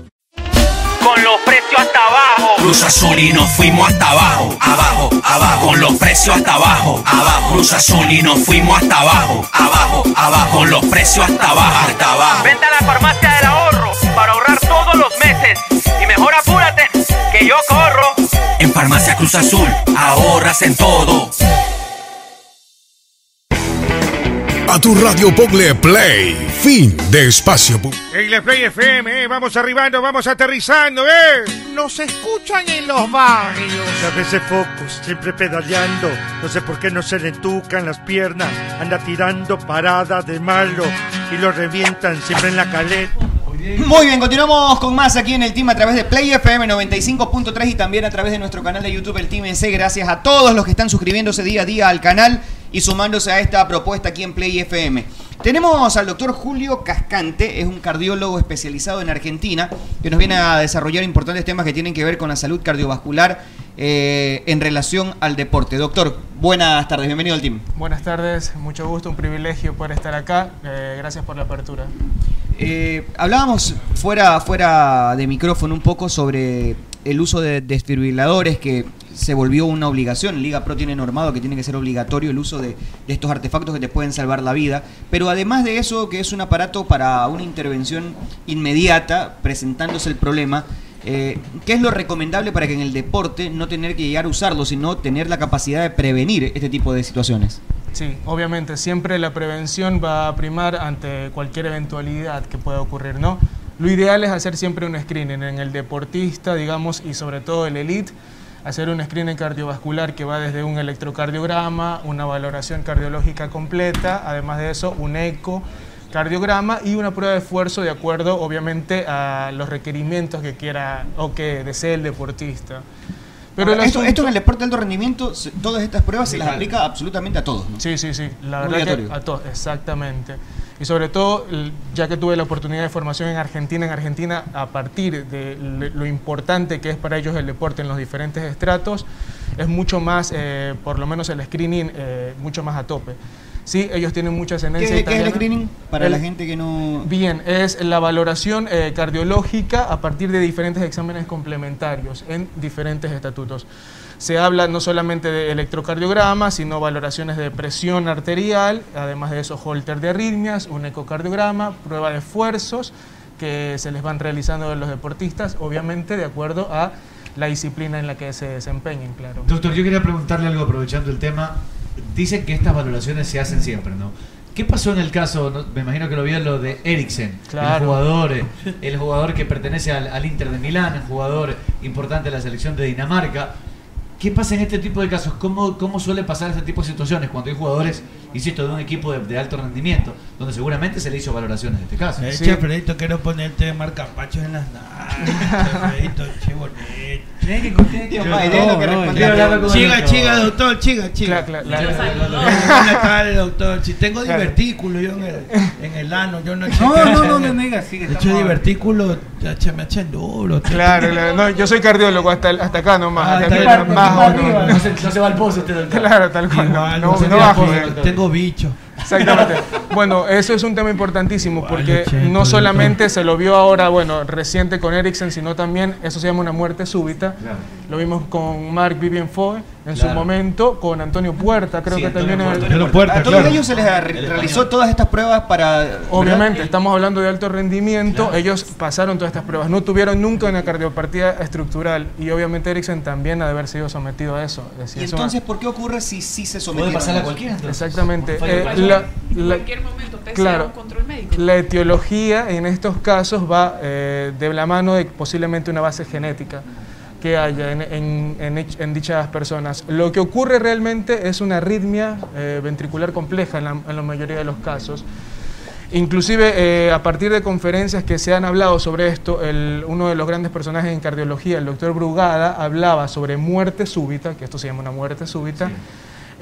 Speaker 15: Con los precios hasta abajo. Cruz Azul y nos fuimos hasta abajo. Abajo, abajo. Con los precios hasta abajo. Abajo. Cruz Azul y nos fuimos hasta abajo. Abajo, abajo. Con los precios hasta abajo. Hasta abajo.
Speaker 11: Venta a la farmacia del ahorro para ahorrar todos los meses. Y mejor apúrate, que yo corro.
Speaker 15: En Farmacia Cruz Azul. Ahorras en todo.
Speaker 17: A tu radio Pogle Play, fin de espacio publicitario.
Speaker 6: En la Play FM, eh, vamos arribando, vamos aterrizando, eh. Nos escuchan en los barrios.
Speaker 7: A veces focos, siempre pedaleando. No sé por qué no se le entucan las piernas. Anda tirando paradas de malo y lo revientan siempre en la caleta.
Speaker 8: Muy bien, continuamos con más aquí en el Team a través de Play FM 95.3 y también a través de nuestro canal de YouTube, el Team NC. Gracias a todos los que están suscribiéndose día a día al canal y sumándose a esta propuesta aquí en Play FM. Tenemos al doctor Julio Cascante, es un cardiólogo especializado en Argentina, que nos viene a desarrollar importantes temas que tienen que ver con la salud cardiovascular eh, en relación al deporte. Doctor, buenas tardes, bienvenido al Team.
Speaker 28: Buenas tardes, mucho gusto, un privilegio poder estar acá. Eh, gracias por la apertura.
Speaker 8: Eh, hablábamos fuera, fuera de micrófono un poco sobre el uso de desfibriladores que se volvió una obligación. Liga Pro tiene normado que tiene que ser obligatorio el uso de, de estos artefactos que te pueden salvar la vida. Pero además de eso, que es un aparato para una intervención inmediata, presentándose el problema, eh, ¿qué es lo recomendable para que en el deporte no tener que llegar a usarlo, sino tener la capacidad de prevenir este tipo de situaciones?
Speaker 28: Sí, obviamente, siempre la prevención va a primar ante cualquier eventualidad que pueda ocurrir, ¿no? Lo ideal es hacer siempre un screening en el deportista, digamos, y sobre todo el elite, hacer un screening cardiovascular que va desde un electrocardiograma, una valoración cardiológica completa, además de eso, un eco cardiograma y una prueba de esfuerzo de acuerdo obviamente a los requerimientos que quiera o que desee el deportista. Pero el
Speaker 8: Ahora, esto,
Speaker 28: asunto-
Speaker 8: esto en el deporte de alto rendimiento, se- todas estas pruebas se las
Speaker 28: Claro.
Speaker 8: aplica absolutamente a todos. ¿no?
Speaker 28: Sí, sí, sí. La verdad
Speaker 8: Obligatorio.
Speaker 28: que a todos, exactamente. Y sobre todo, l- ya que tuve la oportunidad de formación en Argentina, en Argentina, a partir de le- lo importante que es para ellos el deporte en los diferentes estratos, es mucho más, eh, por lo menos el screening, eh, mucho más a tope. Sí, ellos tienen mucha
Speaker 8: ¿Qué,
Speaker 28: ascendencia
Speaker 8: qué es el
Speaker 28: italiana.
Speaker 8: screening? Para
Speaker 28: El-
Speaker 8: la gente que no...
Speaker 28: Bien, es la valoración eh, cardiológica a partir de diferentes exámenes complementarios en diferentes estatutos. Se habla no solamente de electrocardiograma, sino valoraciones de presión arterial, además de eso, holter de arritmias, un ecocardiograma, prueba de esfuerzos que se les van realizando a los deportistas, obviamente de acuerdo a la disciplina en la que se desempeñen, claro.
Speaker 11: Doctor, yo quería preguntarle algo aprovechando el tema. Dicen que estas valoraciones se hacen siempre, ¿no? ¿Qué pasó en el caso, no- me imagino que lo vieron, lo de Eriksen, el
Speaker 28: Claro.
Speaker 11: jugador, eh, el jugador que pertenece al, al Inter de Milán, el jugador importante de la selección de Dinamarca? ¿Qué pasa en este tipo de casos? ¿Cómo, cómo suele pasar este tipo de situaciones cuando hay jugadores, insisto, de un equipo de, de alto rendimiento, donde seguramente se le hizo valoraciones en este caso?
Speaker 6: Eh, Che, Fredito, quiero ponerte marcapachos en las nalgas. Fredito, che, bonito.
Speaker 28: Tío Mayre, es lo que respondió.
Speaker 6: Chiga, chiga, doctor, chiga, chiga.
Speaker 28: Claro, claro,
Speaker 6: Eh,
Speaker 28: claro, claro.
Speaker 6: Buenas tardes, doctor. Si tengo
Speaker 28: Claro.
Speaker 6: divertículo yo en el, en el ano, yo no
Speaker 28: No, no, no, no,
Speaker 6: digas,
Speaker 28: sigue,
Speaker 6: De hecho,
Speaker 28: estamos-
Speaker 6: divertículo, ya che, me echan duro.
Speaker 28: Claro, claro. No, yo soy cardiólogo hasta, hasta acá nomás.
Speaker 6: Ah,
Speaker 28: hasta
Speaker 6: está
Speaker 28: aquí
Speaker 6: bien.
Speaker 28: no- bajo,
Speaker 6: Más arriba,
Speaker 28: no.
Speaker 6: no se- no se va al pozo usted, doctor.
Speaker 28: Claro, tal cual.
Speaker 6: Igual,
Speaker 28: no,
Speaker 6: no se
Speaker 28: no
Speaker 6: tira al
Speaker 28: bajo,
Speaker 6: pozo,
Speaker 28: doctor.
Speaker 6: tengo bicho.
Speaker 28: Exactamente. Bueno, eso es un tema importantísimo porque
Speaker 6: Cheto,
Speaker 28: no
Speaker 6: doctor.
Speaker 28: solamente se lo vio ahora, bueno, reciente con Eriksen, sino también eso se llama una muerte súbita. Lo vimos con Mark Vivian Foe en su
Speaker 8: Claro.
Speaker 28: momento, con Antonio Puerta, creo
Speaker 8: Sí,
Speaker 28: que
Speaker 8: Antonio
Speaker 28: también en
Speaker 8: Puerta. Antonio Puerta, A todos claro. ellos se les re- realizó
Speaker 28: todas estas pruebas para. Obviamente,
Speaker 8: ¿verdad?
Speaker 28: estamos hablando de alto rendimiento. Ellos pasaron todas estas pruebas. No tuvieron nunca una cardiopatía estructural. Y obviamente Eriksen también ha de haber sido sometido a eso. Es decir,
Speaker 8: ¿Y
Speaker 28: eso-
Speaker 8: entonces por qué ocurre si sí se somete?
Speaker 28: Exactamente.
Speaker 8: Por fallo
Speaker 28: Eh,
Speaker 8: cardíaco.
Speaker 28: la-
Speaker 8: En
Speaker 28: la-
Speaker 8: cualquier momento te sea un
Speaker 28: control médico. La etiología en estos casos va eh, de la mano de posiblemente una base genética que haya en, en- en ich- en dichas personas. Lo que ocurre realmente es una arritmia eh, ventricular compleja en la, en la mayoría de los casos. Inclusive eh, a partir de conferencias que se han hablado sobre esto, el- uno de los grandes personajes en cardiología, el doctor Brugada, hablaba sobre muerte súbita, que esto se llama una muerte súbita,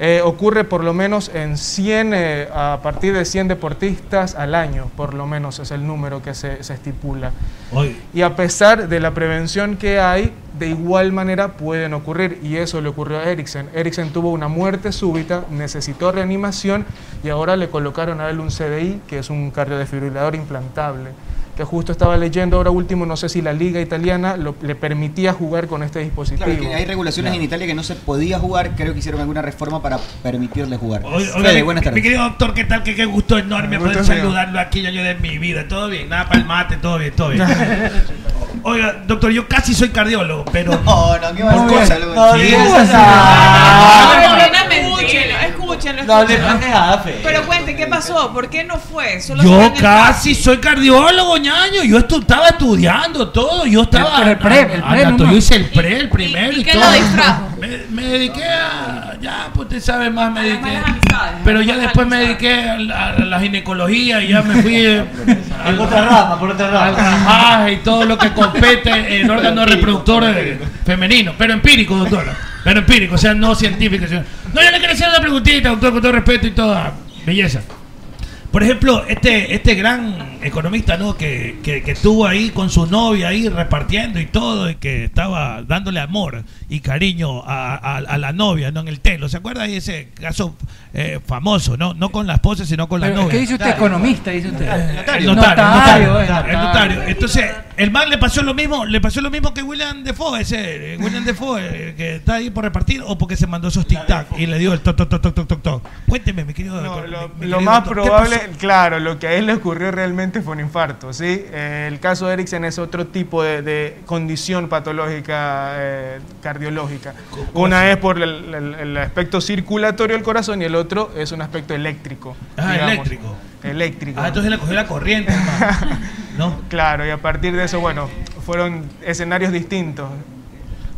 Speaker 28: eh, ocurre por lo menos en 100, eh, a partir de 100 deportistas al año, por lo menos es el número que se, se estipula. Y a pesar de la prevención que hay, de igual manera pueden ocurrir, y eso le ocurrió a Eriksen. Eriksen tuvo una muerte súbita, necesitó reanimación y ahora le colocaron a él un CDI, que es un cardiodefibrilador implantable, que justo estaba leyendo ahora último, no sé si la liga italiana lo- le permitía jugar con este dispositivo.
Speaker 8: Claro, que hay regulaciones en Italia que no se podía jugar, creo que hicieron alguna reforma para permitirle jugar.
Speaker 6: Oye, oye,
Speaker 8: Fede,
Speaker 6: mi-
Speaker 8: buenas
Speaker 6: mi,
Speaker 8: tardes.
Speaker 6: querido doctor, ¿qué tal? Qué, qué gusto enorme
Speaker 8: Gusto
Speaker 6: poder
Speaker 8: es mío.
Speaker 6: saludarlo aquí, yo, yo de mi vida. Todo bien, nada para el mate, todo bien, todo bien. Oiga, doctor, yo casi soy cardiólogo, pero. No, no, ¿qué
Speaker 8: vas a decir?
Speaker 6: No,
Speaker 8: Sí,
Speaker 6: digas
Speaker 8: vas
Speaker 6: esa-
Speaker 9: No, es una mentira. Escúchenlo,
Speaker 6: No, le
Speaker 9: escúchenlo.
Speaker 6: mandes a Afe.
Speaker 9: Pero cuente, ¿qué pasó? ¿Por qué no fue? Solo se
Speaker 6: Yo
Speaker 9: van a-
Speaker 6: casi soy cardiólogo, ñaño. Yo estu- estaba estudiando todo. Yo estaba.
Speaker 9: Pero el pre, el pre,
Speaker 6: anato-
Speaker 9: ¿no?
Speaker 6: Yo hice el pre, el primero y,
Speaker 9: ¿Y qué
Speaker 6: todo.
Speaker 9: lo distrajo?
Speaker 6: Me, me dediqué a. Ya, pues usted sabe más, me dediqué. Pero ya después me dediqué a la, a la ginecología y ya me fui. eh, Al otra rama, por otra rama. y todo lo que compete en órganos reproductores eh, femeninos. Pero empírico, doctora. Pero empírico, o sea, no científico. sino- No, yo le quería hacer una preguntita, doctor, con todo respeto y toda belleza. Por ejemplo, este, este gran economista, ¿no? Que, que, que estuvo ahí con su novia ahí repartiendo y todo, y que estaba dándole amor y cariño a, a- a la novia, ¿no? En el telo. ¿Se acuerda de ese caso eh, famoso, ¿no? No con la esposa, sino con la
Speaker 10: Pero,
Speaker 6: novia.
Speaker 10: ¿qué dice usted? Economista, dice usted.
Speaker 6: Eh,
Speaker 10: Notario.
Speaker 6: El notario.
Speaker 10: Notario, eh.
Speaker 6: notario, notario, el notario. Entonces, el man le pasó lo mismo, le pasó lo mismo que William Defoe, ese eh, William Defoe, eh, que está ahí por repartir, o porque se mandó esos tic-tac y le dio el toc toc toc toc toc toc toc. Cuénteme, mi querido. doctor, mi- mi
Speaker 28: Lo
Speaker 6: querido
Speaker 28: más
Speaker 6: doctor, ¿qué
Speaker 28: probable,
Speaker 6: pasó?
Speaker 28: claro, lo que a él le ocurrió realmente fue un infarto, ¿sí? Eh, el caso de Eriksen es otro tipo de, de condición patológica eh, cardiológica.
Speaker 6: cómo
Speaker 28: Una
Speaker 6: así?
Speaker 28: es por el, el- el aspecto circulatorio del corazón y el otro es un aspecto eléctrico.
Speaker 6: Ah,
Speaker 28: digamos.
Speaker 6: eléctrico.
Speaker 28: Eléctrico.
Speaker 6: Ah, entonces le cogió la corriente, hermano. ¿No?
Speaker 28: Claro, y a partir de eso, bueno, fueron escenarios distintos.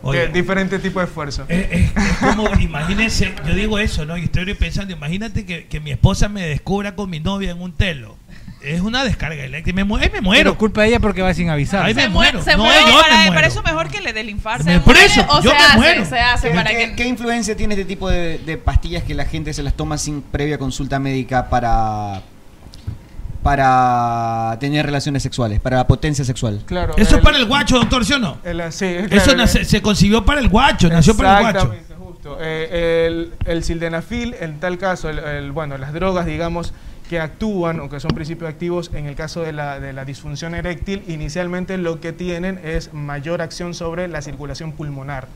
Speaker 6: Oye. Eh,
Speaker 28: de diferente tipo de esfuerzo.
Speaker 6: Es como, imagínense, yo digo eso, ¿no? Y estoy pensando, imagínate que, que mi esposa me descubra con mi novia en un telo. Es una descarga eléctrica. Me, mu- ahí me muero.
Speaker 10: Pero culpa de ella porque va sin avisar.
Speaker 6: Ahí me
Speaker 9: Se
Speaker 6: muero.
Speaker 9: muere, se
Speaker 6: No,
Speaker 9: muere
Speaker 6: yo
Speaker 9: para,
Speaker 6: me
Speaker 9: para
Speaker 6: muero.
Speaker 9: eso mejor que le del infarto.
Speaker 6: Me
Speaker 9: ¿Se muere
Speaker 6: preso,
Speaker 9: o
Speaker 6: yo
Speaker 9: se
Speaker 6: me
Speaker 9: hace,
Speaker 6: muero.
Speaker 9: Se hace
Speaker 8: Pero
Speaker 9: para
Speaker 8: ¿qué,
Speaker 9: que
Speaker 8: qué influencia tiene este tipo de, de pastillas que la gente se las toma sin previa consulta médica para para tener relaciones sexuales, para la potencia sexual?
Speaker 28: Claro.
Speaker 6: Eso es para el guacho, doctor, ¿sí o no?
Speaker 28: El- eh, sí,
Speaker 6: Eso
Speaker 28: claro,
Speaker 6: nace- se concibió para el guacho, nació para el guacho.
Speaker 28: Exactamente, Correcto. Eh, el, el sildenafil, en tal caso, el- el- bueno, las drogas, digamos, que actúan o que son principios activos en el caso de la, de la disfunción eréctil, inicialmente lo que tienen es mayor acción sobre la circulación pulmonar.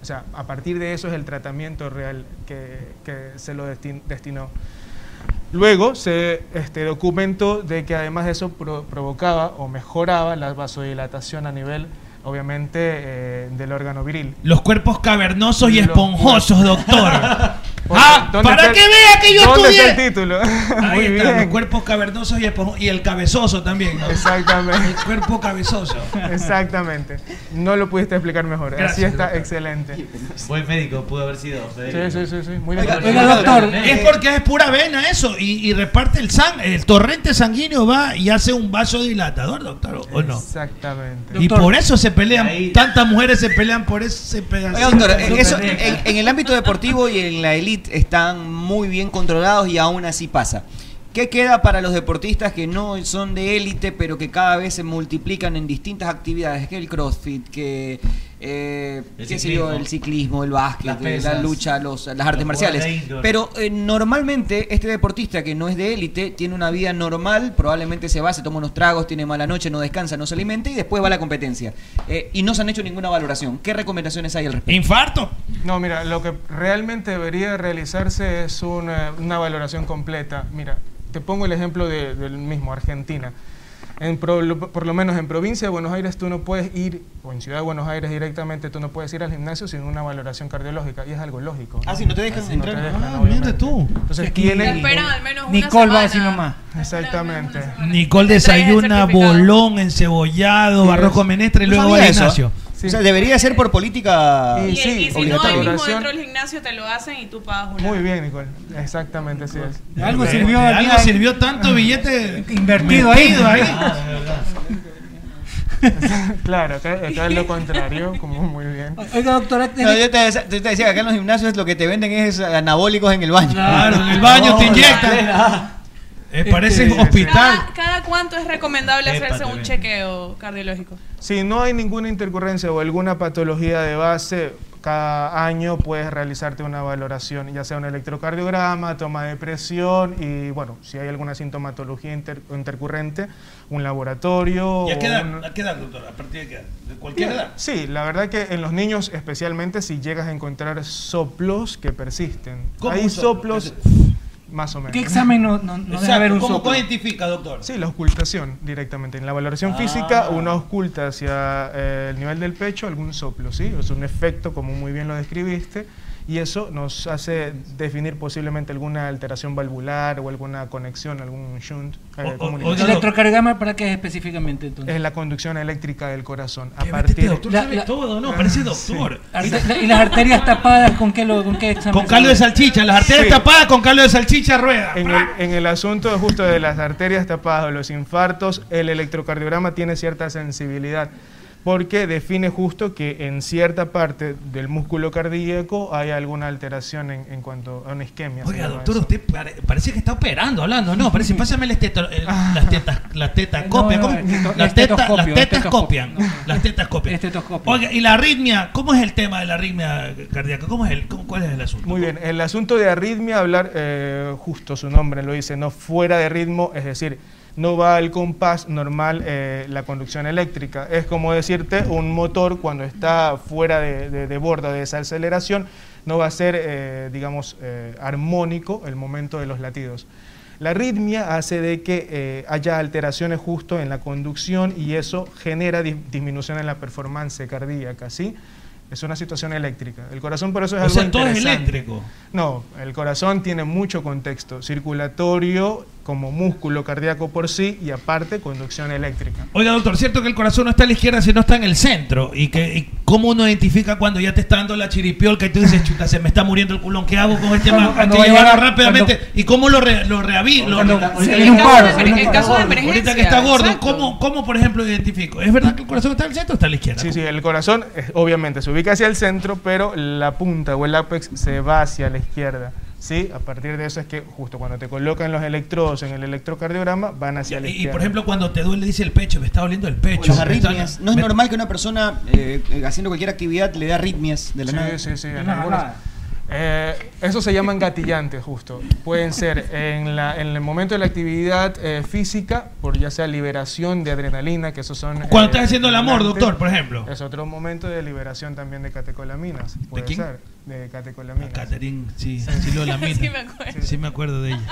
Speaker 28: O sea, a partir de eso es el tratamiento real que, que se lo destin- destinó. Luego se este, documentó de que además de eso pro- provocaba o mejoraba la vasodilatación a nivel, obviamente, eh, del órgano viril.
Speaker 6: Los cuerpos cavernosos y esponjosos, doctor.
Speaker 28: ¡Ah!
Speaker 6: Para que vea que yo
Speaker 28: ¿Dónde
Speaker 6: estudié.
Speaker 28: está el título?
Speaker 6: Ahí
Speaker 28: Muy
Speaker 6: está, los
Speaker 28: bien.
Speaker 6: cuerpos cavernosos y esponjosos. Y el cabezoso también. ¿no?
Speaker 28: Exactamente.
Speaker 6: El cuerpo cabezoso.
Speaker 28: Exactamente. No lo pudiste explicar mejor. Así
Speaker 6: Gracias,
Speaker 28: está,
Speaker 6: doctor.
Speaker 28: excelente.
Speaker 11: Buen médico pudo haber sido Federico.
Speaker 28: Sí, sí, sí, sí. Muy
Speaker 6: Oiga,
Speaker 28: bien.
Speaker 6: oiga, doctor, es porque es pura vena eso y, y reparte el sang, el torrente sanguíneo va y hace un vaso dilatador, doctor, ¿o- ¿o no?
Speaker 28: Exactamente.
Speaker 6: Y por eso se pelean, tantas mujeres se pelean por ese eh, pedazo.
Speaker 8: Oiga, doctor, en, eso- en- en el ámbito deportivo y en la elite están muy bien controlados y aún así pasa. ¿Qué queda para los deportistas que no son de élite, pero que cada vez se multiplican en distintas actividades? Que el crossfit, que eh,
Speaker 29: El
Speaker 8: qué sé yo,
Speaker 29: ciclismo.
Speaker 8: el ciclismo, el básquet,
Speaker 29: Las
Speaker 8: eh, la
Speaker 29: pesas.
Speaker 8: lucha, los, las artes
Speaker 29: Los
Speaker 8: marciales.
Speaker 29: jugadores de indoor.
Speaker 8: Pero eh, normalmente este deportista que no es de élite tiene una vida normal, probablemente se va, se toma unos tragos, tiene mala noche, no descansa, no se alimenta y después va a la competencia. Eh, y no se han hecho ninguna valoración. ¿Qué recomendaciones hay al respecto?
Speaker 6: Infarto.
Speaker 28: No, mira, lo que realmente debería realizarse es una, una valoración completa. Mira, te pongo el ejemplo de- del mismo, Argentina. En pro- lo- por lo menos en provincia de Buenos Aires tú no puedes ir, o en Ciudad de Buenos Aires directamente, tú no puedes ir al gimnasio sin una valoración cardiológica, y es algo lógico.
Speaker 8: Ah, si no te dejan
Speaker 28: Así no
Speaker 8: entrar.
Speaker 28: te dejan,
Speaker 8: Ah,
Speaker 28: obviamente.
Speaker 6: Mira tú.
Speaker 28: Entonces tienen...
Speaker 9: esperan al menos una
Speaker 28: Nicole
Speaker 9: semana.
Speaker 28: va a
Speaker 6: decir nomás.
Speaker 28: Exactamente.
Speaker 6: Nicole desayuna bolón, encebollado, barroco con menestra y
Speaker 8: Pues, No
Speaker 6: luego va
Speaker 8: sabía
Speaker 6: al
Speaker 8: eso,
Speaker 6: gimnasio.
Speaker 8: ¿eh? O sea, debería ser por política
Speaker 28: Y
Speaker 9: Y,
Speaker 28: sí,
Speaker 9: y si no, ahí
Speaker 28: obligatorio.
Speaker 9: mismo dentro del gimnasio te lo hacen y tú pagas una.
Speaker 28: Muy bien, Nicole. Exactamente, así es.
Speaker 6: De algo sirvió, De algo aquí- sirvió tanto billete
Speaker 28: invertido
Speaker 6: ahí. metido ahí.
Speaker 28: claro, acá, acá es lo contrario, como muy bien.
Speaker 8: Oiga, doctora, no, yo te, yo te decía que acá en los gimnasios lo que te venden es anabólicos en el baño.
Speaker 6: Claro, en el baño te inyectan. Eh, parece
Speaker 28: Este,
Speaker 6: hospital.
Speaker 9: Cada, cada cuánto es recomendable
Speaker 28: Epa,
Speaker 9: hacerse un
Speaker 28: tremendo.
Speaker 9: chequeo cardiológico.
Speaker 28: Si no hay ninguna intercurrencia o alguna patología de base, cada año puedes realizarte una valoración, ya sea un electrocardiograma, toma de presión y, bueno, si hay alguna sintomatología inter- intercurrente, un laboratorio.
Speaker 6: ¿Y a
Speaker 28: o
Speaker 6: qué
Speaker 28: un-
Speaker 6: edad, a qué edad, doctor? ¿A partir de qué edad? ¿De cualquier edad?
Speaker 28: Sí, la verdad que en los niños especialmente si llegas a encontrar soplos que persisten.
Speaker 6: ¿Cómo
Speaker 28: Hay
Speaker 6: un soplo?
Speaker 28: soplos más o menos.
Speaker 6: ¿Qué examen no- no- no debe Exacto, haber un ¿cómo- soplo? cómo
Speaker 28: identifica, doctor? Sí, la ocultación directamente. En la valoración
Speaker 6: Ah.
Speaker 28: física uno oculta hacia eh, el nivel del pecho algún soplo, ¿sí? Es un efecto como muy bien lo describiste. Y eso nos hace definir posiblemente alguna alteración valvular o alguna conexión, algún shunt. eh,
Speaker 6: o-
Speaker 28: comunicativo.
Speaker 6: ¿El
Speaker 28: electrocardiograma para qué específicamente entonces? Es la conducción eléctrica del corazón. A partir
Speaker 6: Este doctor
Speaker 28: La-
Speaker 6: sabe
Speaker 28: la-
Speaker 6: todo, ¿no? Parece
Speaker 28: Sí.
Speaker 10: Ah,
Speaker 6: doctor.
Speaker 28: ¿Y las arterias
Speaker 6: tapadas con qué, con qué examen? Con caldo de salchicha. Las arterias
Speaker 28: Sí.
Speaker 6: tapadas con caldo de salchicha rueda.
Speaker 28: En el, en el asunto justo de las arterias tapadas, o los infartos, el electrocardiograma tiene cierta sensibilidad porque define justo que en cierta parte del músculo cardíaco hay alguna alteración en, en cuanto a una isquemia. se
Speaker 6: Oiga,
Speaker 28: llama
Speaker 6: doctor,
Speaker 28: eso.
Speaker 6: usted pare- parece que está operando, hablando, ¿no? Parece, pásame el esteto- el- las tetas, las tetas copian.
Speaker 10: Ah. no,
Speaker 6: ¿cómo?
Speaker 10: esteto-
Speaker 6: Las tetas,
Speaker 10: estetoscopio,
Speaker 6: las tetas
Speaker 10: estetoscopio.
Speaker 6: copian. Las tetas copian. Oiga, y la arritmia, ¿cómo es el tema de la arritmia cardíaca? ¿Cómo es el, cómo- ¿Cuál es el asunto?
Speaker 28: Muy bien, el asunto de arritmia, hablar eh, justo su nombre lo dice, no fuera de ritmo, es decir, no va al compás normal eh, la conducción eléctrica. Es como decirte, un motor cuando está fuera de, de- de borda de esa aceleración, no va a ser, eh, digamos, eh, armónico el momento de los latidos. La arritmia hace de que eh, haya alteraciones justo en la conducción y eso genera dis- disminución en la performance cardíaca, ¿sí? Es una situación eléctrica. El corazón por eso es
Speaker 6: o
Speaker 28: algo
Speaker 6: sea, todo es
Speaker 28: interesante.
Speaker 6: eléctrico.
Speaker 28: No, el corazón tiene mucho contexto circulatorio como músculo cardíaco por sí y aparte conducción eléctrica.
Speaker 6: Oiga, doctor, cierto que el corazón no está a la izquierda, sino está en el centro. ¿Y, que, y cómo uno identifica cuando ya te está dando la chiripiolca y tú dices, chuta, se me está muriendo el culón, ¿qué hago con este
Speaker 10: Cuando-
Speaker 6: man? Hay
Speaker 10: cuando
Speaker 6: que
Speaker 10: va a
Speaker 6: llevarlo
Speaker 10: llegar-
Speaker 6: rápidamente. ¿Y cómo lo, re, lo reavi- lo-
Speaker 10: Cuando-
Speaker 6: lo-
Speaker 10: sí, en un paro, en un paro.
Speaker 6: Ahorita que está gordo, ¿cómo, ¿cómo, por ejemplo, identifico? ¿Es verdad que el corazón está al centro o está a la izquierda?
Speaker 28: Sí, sí, el corazón eh, obviamente se ubica hacia el centro, pero la punta o el ápex se va hacia la izquierda. ¿Sí? A partir de eso es que justo cuando te colocan los electrodos en el electrocardiograma van hacia la
Speaker 8: Este,
Speaker 6: Y,
Speaker 28: izquierda.
Speaker 6: por ejemplo, cuando te duele, dice el pecho, me está doliendo el
Speaker 28: las
Speaker 6: pecho. me está-
Speaker 28: arritmias.
Speaker 8: No es
Speaker 6: me-
Speaker 8: normal que una persona eh, eh, haciendo cualquier actividad le dé arritmias de la
Speaker 28: sí,
Speaker 8: nada.
Speaker 28: Sí, sí, en
Speaker 8: la
Speaker 28: algunos-
Speaker 8: nada.
Speaker 28: Eh, esos se llaman gatillantes, justo. Pueden ser en, la- en el momento de la actividad eh, física, por ya sea liberación de adrenalina, que esos son.
Speaker 6: Cuando
Speaker 28: eh,
Speaker 6: estás haciendo el amor,
Speaker 28: estimulantes.
Speaker 6: doctor, por ejemplo.
Speaker 28: Es otro momento de liberación también de catecolaminas. Puede
Speaker 6: quién? Ah,
Speaker 28: ser, de catecolaminas.
Speaker 6: Catherine, sí, sí lo lamento.
Speaker 28: Sí me acuerdo.
Speaker 6: Sí me acuerdo de ella.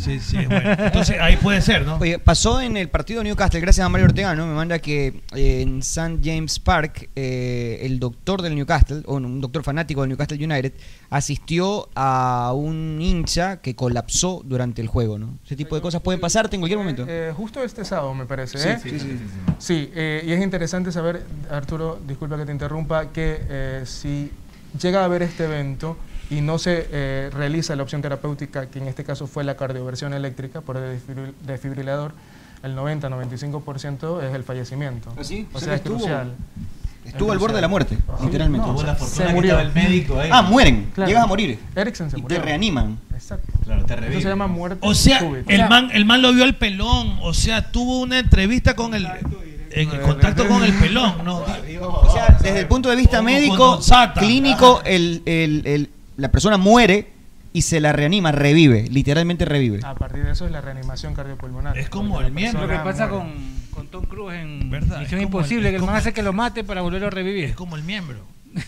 Speaker 6: Sí, sí, bueno. Entonces ahí puede ser, ¿no?
Speaker 8: Oye, pasó en el partido de Newcastle, gracias a Mario Ortega, ¿no? Me manda que eh, en St. James Park, eh, el doctor del Newcastle, o un doctor fanático del Newcastle United, asistió a un hincha que colapsó durante el juego, ¿no? Ese tipo de cosas pueden pasarte en cualquier momento.
Speaker 28: Eh, justo este sábado, me parece.
Speaker 8: Sí,
Speaker 28: ¿eh?
Speaker 8: sí, sí, sí, sí.
Speaker 28: Sí, eh, y es interesante saber, Arturo, disculpa que te interrumpa, que eh, si llega a haber este evento y no se eh, realiza la opción terapéutica, que en este caso fue la cardioversión eléctrica por el desfibril- desfibrilador, el 90-95% es el fallecimiento.
Speaker 8: ¿Ah, sí?
Speaker 28: O
Speaker 8: O sea
Speaker 28: sea,
Speaker 8: que
Speaker 28: es
Speaker 8: estuvo-
Speaker 28: crucial.
Speaker 8: estuvo al borde de la muerte, literalmente.
Speaker 28: o sea,
Speaker 8: Tuvo la fortuna
Speaker 28: se
Speaker 8: que
Speaker 28: murió.
Speaker 8: estaba el médico ahí. Ah, mueren. Llegas a morir.
Speaker 28: Erickson se
Speaker 8: Y te
Speaker 28: murió.
Speaker 8: reaniman.
Speaker 28: Exacto.
Speaker 11: Claro, te
Speaker 28: Eso se llama muerte
Speaker 6: O sea,
Speaker 28: súbita.
Speaker 6: el man, el man lo vio al pelón. O sea, tuvo una entrevista con el. En el contacto con el pelón, ¿no?
Speaker 8: O sea, desde el punto de vista médico, clínico, el- el- el- la persona muere y se la reanima, revive, literalmente revive.
Speaker 28: A partir de eso es la reanimación cardiopulmonar.
Speaker 6: Es como
Speaker 28: Porque
Speaker 6: el
Speaker 28: la
Speaker 6: miembro
Speaker 28: persona
Speaker 6: que pasa
Speaker 28: muere.
Speaker 6: Con Tom Cruise en Misión
Speaker 10: imposible, que el man hace que lo mate para volverlo a revivir. Es
Speaker 6: como el miembro.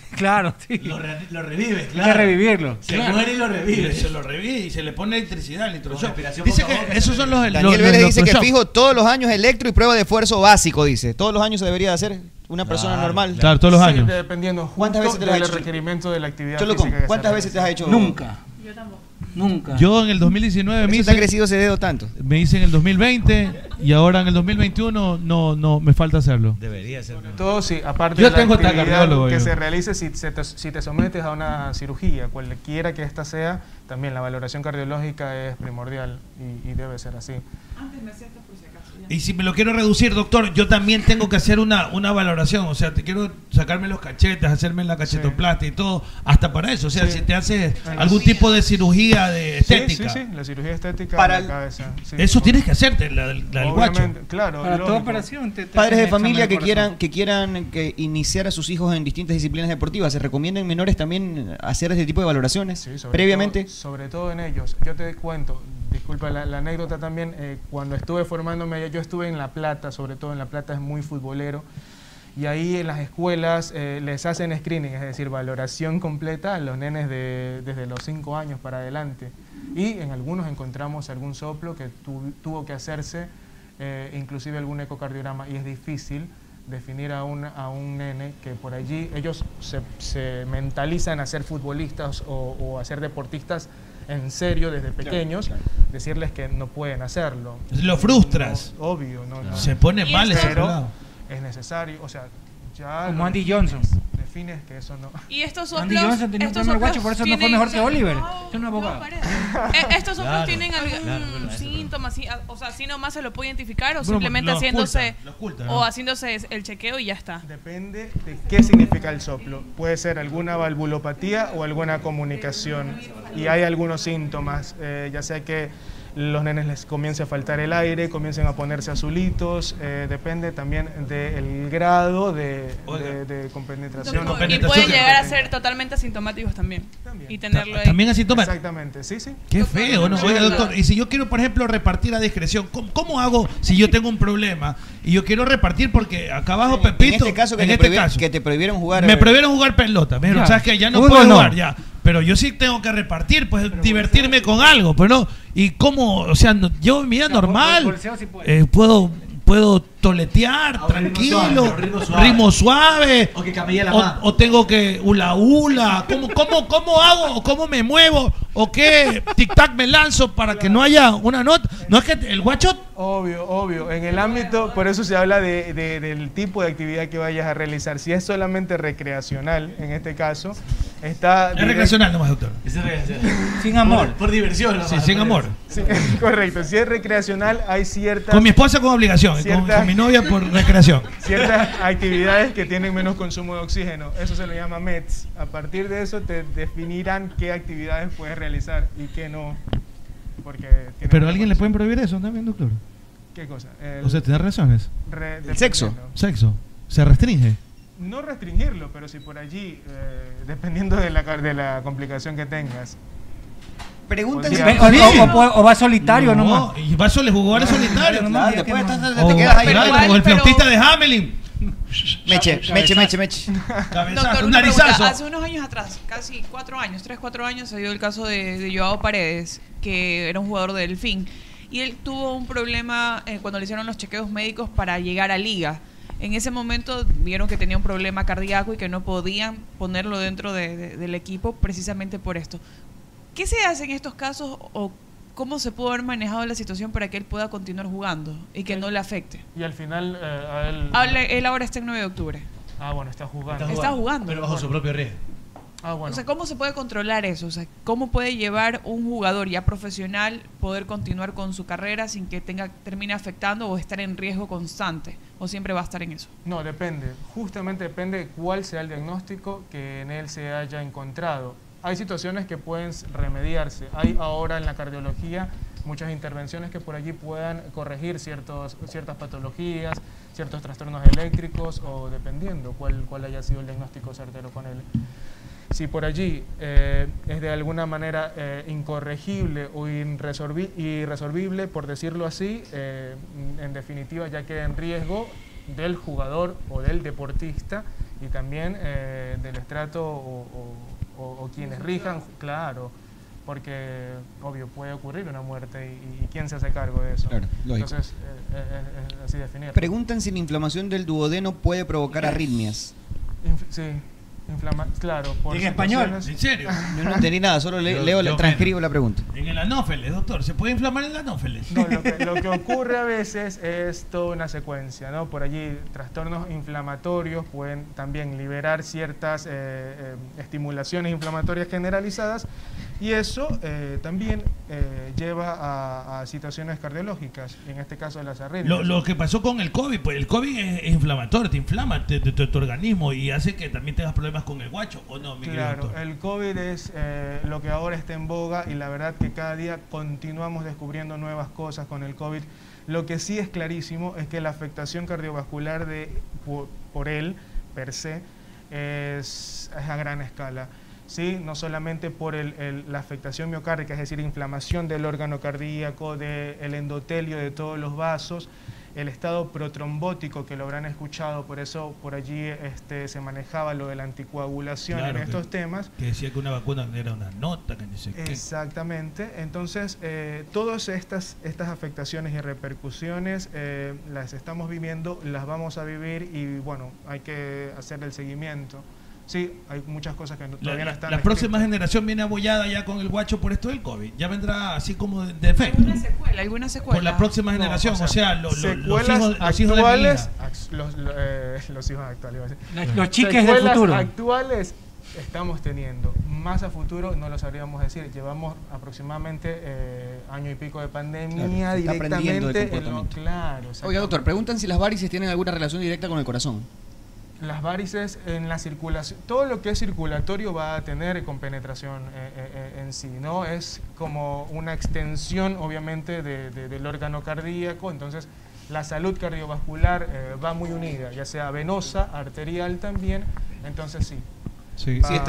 Speaker 10: claro, sí.
Speaker 6: Lo, re- lo revive,
Speaker 10: Hay que
Speaker 6: claro.
Speaker 10: revivirlo.
Speaker 6: Se
Speaker 10: Claro.
Speaker 6: muere y lo
Speaker 10: Y
Speaker 6: revive.
Speaker 10: se
Speaker 6: Se lo revive y se le pone electricidad, electroshock.
Speaker 11: respiración
Speaker 6: Dice
Speaker 11: boca a boca,
Speaker 6: que esos son los los-
Speaker 8: Daniel
Speaker 6: los
Speaker 8: Vélez dice que
Speaker 6: electroshock.
Speaker 8: fijo todos los años electro y prueba de esfuerzo básico, dice. Todos los años se debería hacer una persona
Speaker 28: Claro,
Speaker 8: normal.
Speaker 19: claro, todos los
Speaker 28: Sí,
Speaker 19: años.
Speaker 28: dependiendo
Speaker 8: ¿Cuántas
Speaker 28: justo
Speaker 8: veces te lo has
Speaker 28: del
Speaker 8: hecho?
Speaker 28: requerimiento de la actividad
Speaker 8: Cholo,
Speaker 28: física que se
Speaker 8: ¿cuántas
Speaker 28: realiza.
Speaker 8: veces te has hecho?
Speaker 9: Yo tampoco.
Speaker 10: Nunca.
Speaker 19: Yo en el 2019
Speaker 8: Por
Speaker 19: me
Speaker 8: eso
Speaker 19: hice,
Speaker 8: te ha crecido ese dedo tanto.
Speaker 19: me hice en el 2020 y ahora en el 2021 no, no, me falta hacerlo.
Speaker 11: Debería ser.
Speaker 28: Todo sí, aparte
Speaker 19: Yo
Speaker 28: de
Speaker 19: tengo
Speaker 28: la
Speaker 19: tacardiólogo,
Speaker 28: actividad que
Speaker 19: yo.
Speaker 28: se realice si, se te, si te sometes a una cirugía, cualquiera que ésta sea, también la valoración cardiológica es primordial y, y debe ser así.
Speaker 9: Antes me hacía esto por si acaso. ya.
Speaker 6: Y si me lo quiero reducir, doctor, yo también tengo que hacer una, una valoración. O sea, te quiero sacarme los cachetes, hacerme la cachetoplastia y todo. Hasta para eso. O sea, si te haces algún tipo de cirugía de
Speaker 28: Sí,
Speaker 6: estética.
Speaker 28: Sí, sí, la cirugía estética
Speaker 6: Para
Speaker 28: de
Speaker 6: el-
Speaker 28: la cabeza. sí.
Speaker 6: Eso tienes que hacerte, la, del- la del guacho.
Speaker 28: Obviamente, Claro,
Speaker 10: Para toda
Speaker 28: lógico.
Speaker 10: operación. te- te
Speaker 8: Padres
Speaker 10: hacen
Speaker 8: de
Speaker 10: examen
Speaker 8: familia que
Speaker 10: corazón.
Speaker 8: quieran, que quieran que iniciar a sus hijos en distintas disciplinas deportivas, ¿se recomiendan menores también hacer este tipo de valoraciones
Speaker 28: sobre
Speaker 8: previamente?
Speaker 28: todo- sobre todo en ellos. Yo te cuento, disculpa la, la anécdota también, eh, cuando estuve formándome, allá, yo estuve en La Plata, sobre todo en La Plata es muy futbolero, y ahí en las escuelas eh, les hacen screening, es decir, valoración completa a los nenes de- desde los 5 años para adelante. Y en algunos encontramos algún soplo que tu- tuvo que hacerse, eh, inclusive algún ecocardiograma, y es difícil definir a un, a un nene que por allí ellos se, se mentalizan a ser futbolistas o, o a ser deportistas en serio desde pequeños, decirles que no pueden hacerlo.
Speaker 6: Lo frustras.
Speaker 28: No, obvio, no, no.
Speaker 6: Se pone Y mal ese
Speaker 28: Pero
Speaker 6: pelado.
Speaker 28: es necesario, o sea, ya...
Speaker 10: Como
Speaker 28: lo
Speaker 10: Andy
Speaker 28: defines,
Speaker 10: Johnson.
Speaker 28: Defines que eso no...
Speaker 9: Y estos
Speaker 10: Andy
Speaker 9: soplos.
Speaker 10: Johnson tenía un
Speaker 9: estos
Speaker 10: primer guacho,
Speaker 9: soplos
Speaker 10: por eso no fue
Speaker 9: tienen-
Speaker 10: mejor que Oliver. Este
Speaker 9: No,
Speaker 10: Es un abogado.
Speaker 9: Eh, estos soplos
Speaker 10: Claro,
Speaker 9: tienen
Speaker 10: claro,
Speaker 9: algún
Speaker 10: claro, verdad, eso,
Speaker 9: síntoma, sí, a- o sea, si nomás se lo puede identificar o
Speaker 28: Broma,
Speaker 9: simplemente
Speaker 28: lo
Speaker 9: haciéndose
Speaker 28: oculta, lo oculta,
Speaker 9: o
Speaker 28: ¿no?
Speaker 9: haciéndose el chequeo y ya está.
Speaker 28: Depende de ¿Qué significa el soplo? Puede ser alguna valvulopatía o alguna comunicación. Y hay algunos síntomas, eh, ya sea que los nenes les comience a faltar el aire, comiencen a ponerse azulitos, eh, depende también del grado de, de, de compenetración. o
Speaker 9: Y pueden llegar a ser totalmente asintomáticos también. Y tenerlo ahí.
Speaker 6: También asintomático.
Speaker 28: Exactamente, sí, sí.
Speaker 6: Qué feo, ¿no? Oiga, doctor, y si yo quiero, por ejemplo, repartir a discreción, ¿cómo, cómo hago si yo tengo un problema y yo quiero repartir porque acá abajo Pepito,
Speaker 8: en este caso que,
Speaker 6: en
Speaker 8: te,
Speaker 6: este
Speaker 8: prohibi-
Speaker 6: caso,
Speaker 8: que te prohibieron jugar.
Speaker 6: me
Speaker 8: eh,
Speaker 6: prohibieron jugar pelota, me dijeron,
Speaker 8: Ya.
Speaker 6: sabes que ya no
Speaker 8: Fútbol
Speaker 6: puedo
Speaker 8: no.
Speaker 6: jugar, ya, pero yo sí tengo que repartir, pues divertirme con algo, pero no, y cómo, o sea, no- yo mi vida normal,
Speaker 10: bolseo sí
Speaker 6: eh, puedo puedo toletear, tranquilo,
Speaker 11: suave, a un
Speaker 6: ritmo
Speaker 11: ritmo
Speaker 6: suave,
Speaker 11: suave.
Speaker 6: o,
Speaker 11: camille la mano.
Speaker 6: o tengo que hula hula, ¿cómo, cómo, cómo hago? ¿O ¿Cómo me muevo? ¿O qué tic-tac me lanzo para que no haya una nota? No es que el guacho
Speaker 28: Obvio, obvio. En el ámbito, por eso se habla de- de- del tipo de actividad que vayas a realizar. Si es solamente recreacional, en este caso, está...
Speaker 6: es recreacional nomás, doctor.
Speaker 28: Sin amor.
Speaker 6: Por, por diversión.
Speaker 28: nomás,
Speaker 6: Sí, sin
Speaker 28: por
Speaker 6: amor.
Speaker 28: Sí, correcto. Si es recreacional, hay ciertas...
Speaker 6: Con mi esposa con obligación, y con,
Speaker 28: Cierta-
Speaker 6: con mi novia por recreación.
Speaker 28: ciertas actividades que tienen menos consumo de oxígeno. Eso se lo llama METS. A partir de eso te definirán qué actividades puedes realizar y qué no. Porque tiene
Speaker 19: Pero a alguien le pueden prohibir eso también, doctor.
Speaker 28: ¿Qué cosa?
Speaker 19: O sea, tener relaciones.
Speaker 28: Re-
Speaker 19: Sexo. Se restringe.
Speaker 28: no restringirlo, pero si por allí, eh, dependiendo de la, car- de la complicación que tengas.
Speaker 8: Pregunta
Speaker 28: podría-
Speaker 1: Ve- o, no, o puede- o va solitario
Speaker 28: No,
Speaker 1: nomás.
Speaker 6: Y va solo jugar solitario nomás.
Speaker 1: después
Speaker 6: O- claro, o el flautista de Hamelin.
Speaker 8: Meche, meche, meche, meche.
Speaker 6: Cabezazo, un
Speaker 9: una pregunta. Ah,
Speaker 6: narizazo.
Speaker 9: Hace unos años atrás, casi cuatro años, tres, cuatro años, se dio el caso de, de Joao Paredes, que era un jugador de Delfín. Y él tuvo un problema eh, cuando le hicieron los chequeos médicos para llegar a liga. En ese momento vieron que tenía un problema cardíaco y que no podían ponerlo dentro de- de- del equipo precisamente por esto. ¿Qué se hace en estos casos o cómo se pudo haber manejado la situación para que él pueda continuar jugando y que no le afecte?
Speaker 28: Y al final, eh, a él.
Speaker 9: Habla- él ahora está en 9 de octubre.
Speaker 28: Ah, bueno, está jugando.
Speaker 9: Está jugando.
Speaker 28: Pero
Speaker 9: bajo su
Speaker 28: propio riesgo. Ah, bueno.
Speaker 9: O sea, ¿cómo se puede controlar eso? O sea, ¿cómo puede llevar un jugador ya profesional poder continuar con su carrera sin que tenga termine afectando o estar en riesgo constante? ¿O siempre va a estar en eso?
Speaker 28: No, depende. Justamente depende de cuál sea el diagnóstico que en él se haya encontrado. Hay situaciones que pueden s- remediarse. Hay ahora en la cardiología muchas intervenciones que por allí puedan corregir ciertos, ciertas patologías, ciertos trastornos eléctricos o dependiendo cuál, cuál haya sido el diagnóstico certero con él. Si por allí eh, es de alguna manera eh, incorregible o irresolvi- irresolvible, por decirlo así, eh, en definitiva ya queda en riesgo del jugador o del deportista y también eh, del estrato o, o- o- o quienes rijan, claro, porque obvio puede ocurrir una muerte y, y quién se hace cargo de eso.
Speaker 8: Claro, lógico.
Speaker 28: Entonces, eh, eh, es- es así definir.
Speaker 8: Preguntan si la inflamación del duodeno puede provocar arritmias.
Speaker 28: Inf- sí, inflama- claro. por
Speaker 6: En español,
Speaker 28: situaciones-
Speaker 6: en serio.
Speaker 8: Yo no entendí nada, solo le-
Speaker 28: Yo-
Speaker 8: leo,
Speaker 28: yo
Speaker 8: le transcribo la pregunta.
Speaker 6: En el anófeles, doctor. ¿Se puede inflamar el anófeles?
Speaker 28: No, lo que, lo que ocurre a veces es toda una secuencia, ¿no? Por allí trastornos inflamatorios pueden también liberar ciertas eh, eh, estimulaciones inflamatorias generalizadas y eso eh, también eh, lleva a, a situaciones cardiológicas, en este caso las arritmias.
Speaker 6: Lo, lo que pasó con el COVID, pues el COVID es, es inflamatorio, te inflama te- te- te- tu organismo y hace que también tengas problemas con el guacho, ¿o no, mi querido
Speaker 28: Claro,
Speaker 6: doctor?
Speaker 28: el COVID es eh, lo que ahora está en boga y la verdad que cada día continuamos descubriendo nuevas cosas con el COVID. Lo que sí es clarísimo es que la afectación cardiovascular de, por, por él, per se, es, es a gran escala. ¿sí? No solamente por el- el- la afectación miocárdica, es decir, inflamación del órgano cardíaco, del endotelio, de todos los vasos, el estado protrombótico que lo habrán escuchado, por eso por allí este, se manejaba lo de la anticoagulación
Speaker 6: Claro
Speaker 28: en
Speaker 6: que-
Speaker 28: estos temas.
Speaker 6: Que decía que una vacuna era una nota, que no sé qué.
Speaker 28: Exactamente. Entonces, eh, todas estas, estas afectaciones y repercusiones eh, las estamos viviendo, las vamos a vivir y bueno, hay que hacer el seguimiento. Sí, hay muchas cosas que no-
Speaker 6: La,
Speaker 28: todavía no están.
Speaker 6: la próxima generación viene abollada ya con el guacho por esto del COVID. Ya vendrá así como de, de efecto.
Speaker 9: Secuela, ¿Alguna secuela?
Speaker 6: Por la próxima
Speaker 28: No,
Speaker 6: generación, o sea, lo- lo-
Speaker 28: secuelas
Speaker 6: los hijos, los hijos de mi hija.
Speaker 28: actuales, ax- los, lo- eh, los hijos actuales. iba a decir.
Speaker 6: Los- los chiques del
Speaker 28: Secuelas
Speaker 6: futuro.
Speaker 28: actuales estamos teniendo. Más a futuro no lo sabríamos decir. Llevamos aproximadamente eh, año y pico de pandemia
Speaker 8: Claro, se está aprendiendo el
Speaker 28: directamente. en lo-
Speaker 8: comportamiento.
Speaker 28: claro,
Speaker 8: Oiga, doctor, preguntan si las varices tienen alguna relación directa con el corazón.
Speaker 28: las varices en la circulación, todo lo que es circulatorio va a tener compenetración eh, eh, eh, en sí, ¿no? Es como una extensión, obviamente, de- de- del órgano cardíaco, entonces la salud cardiovascular eh, va muy unida, ya sea venosa, arterial también, entonces sí.
Speaker 6: Sí,
Speaker 28: Va-
Speaker 6: bueno,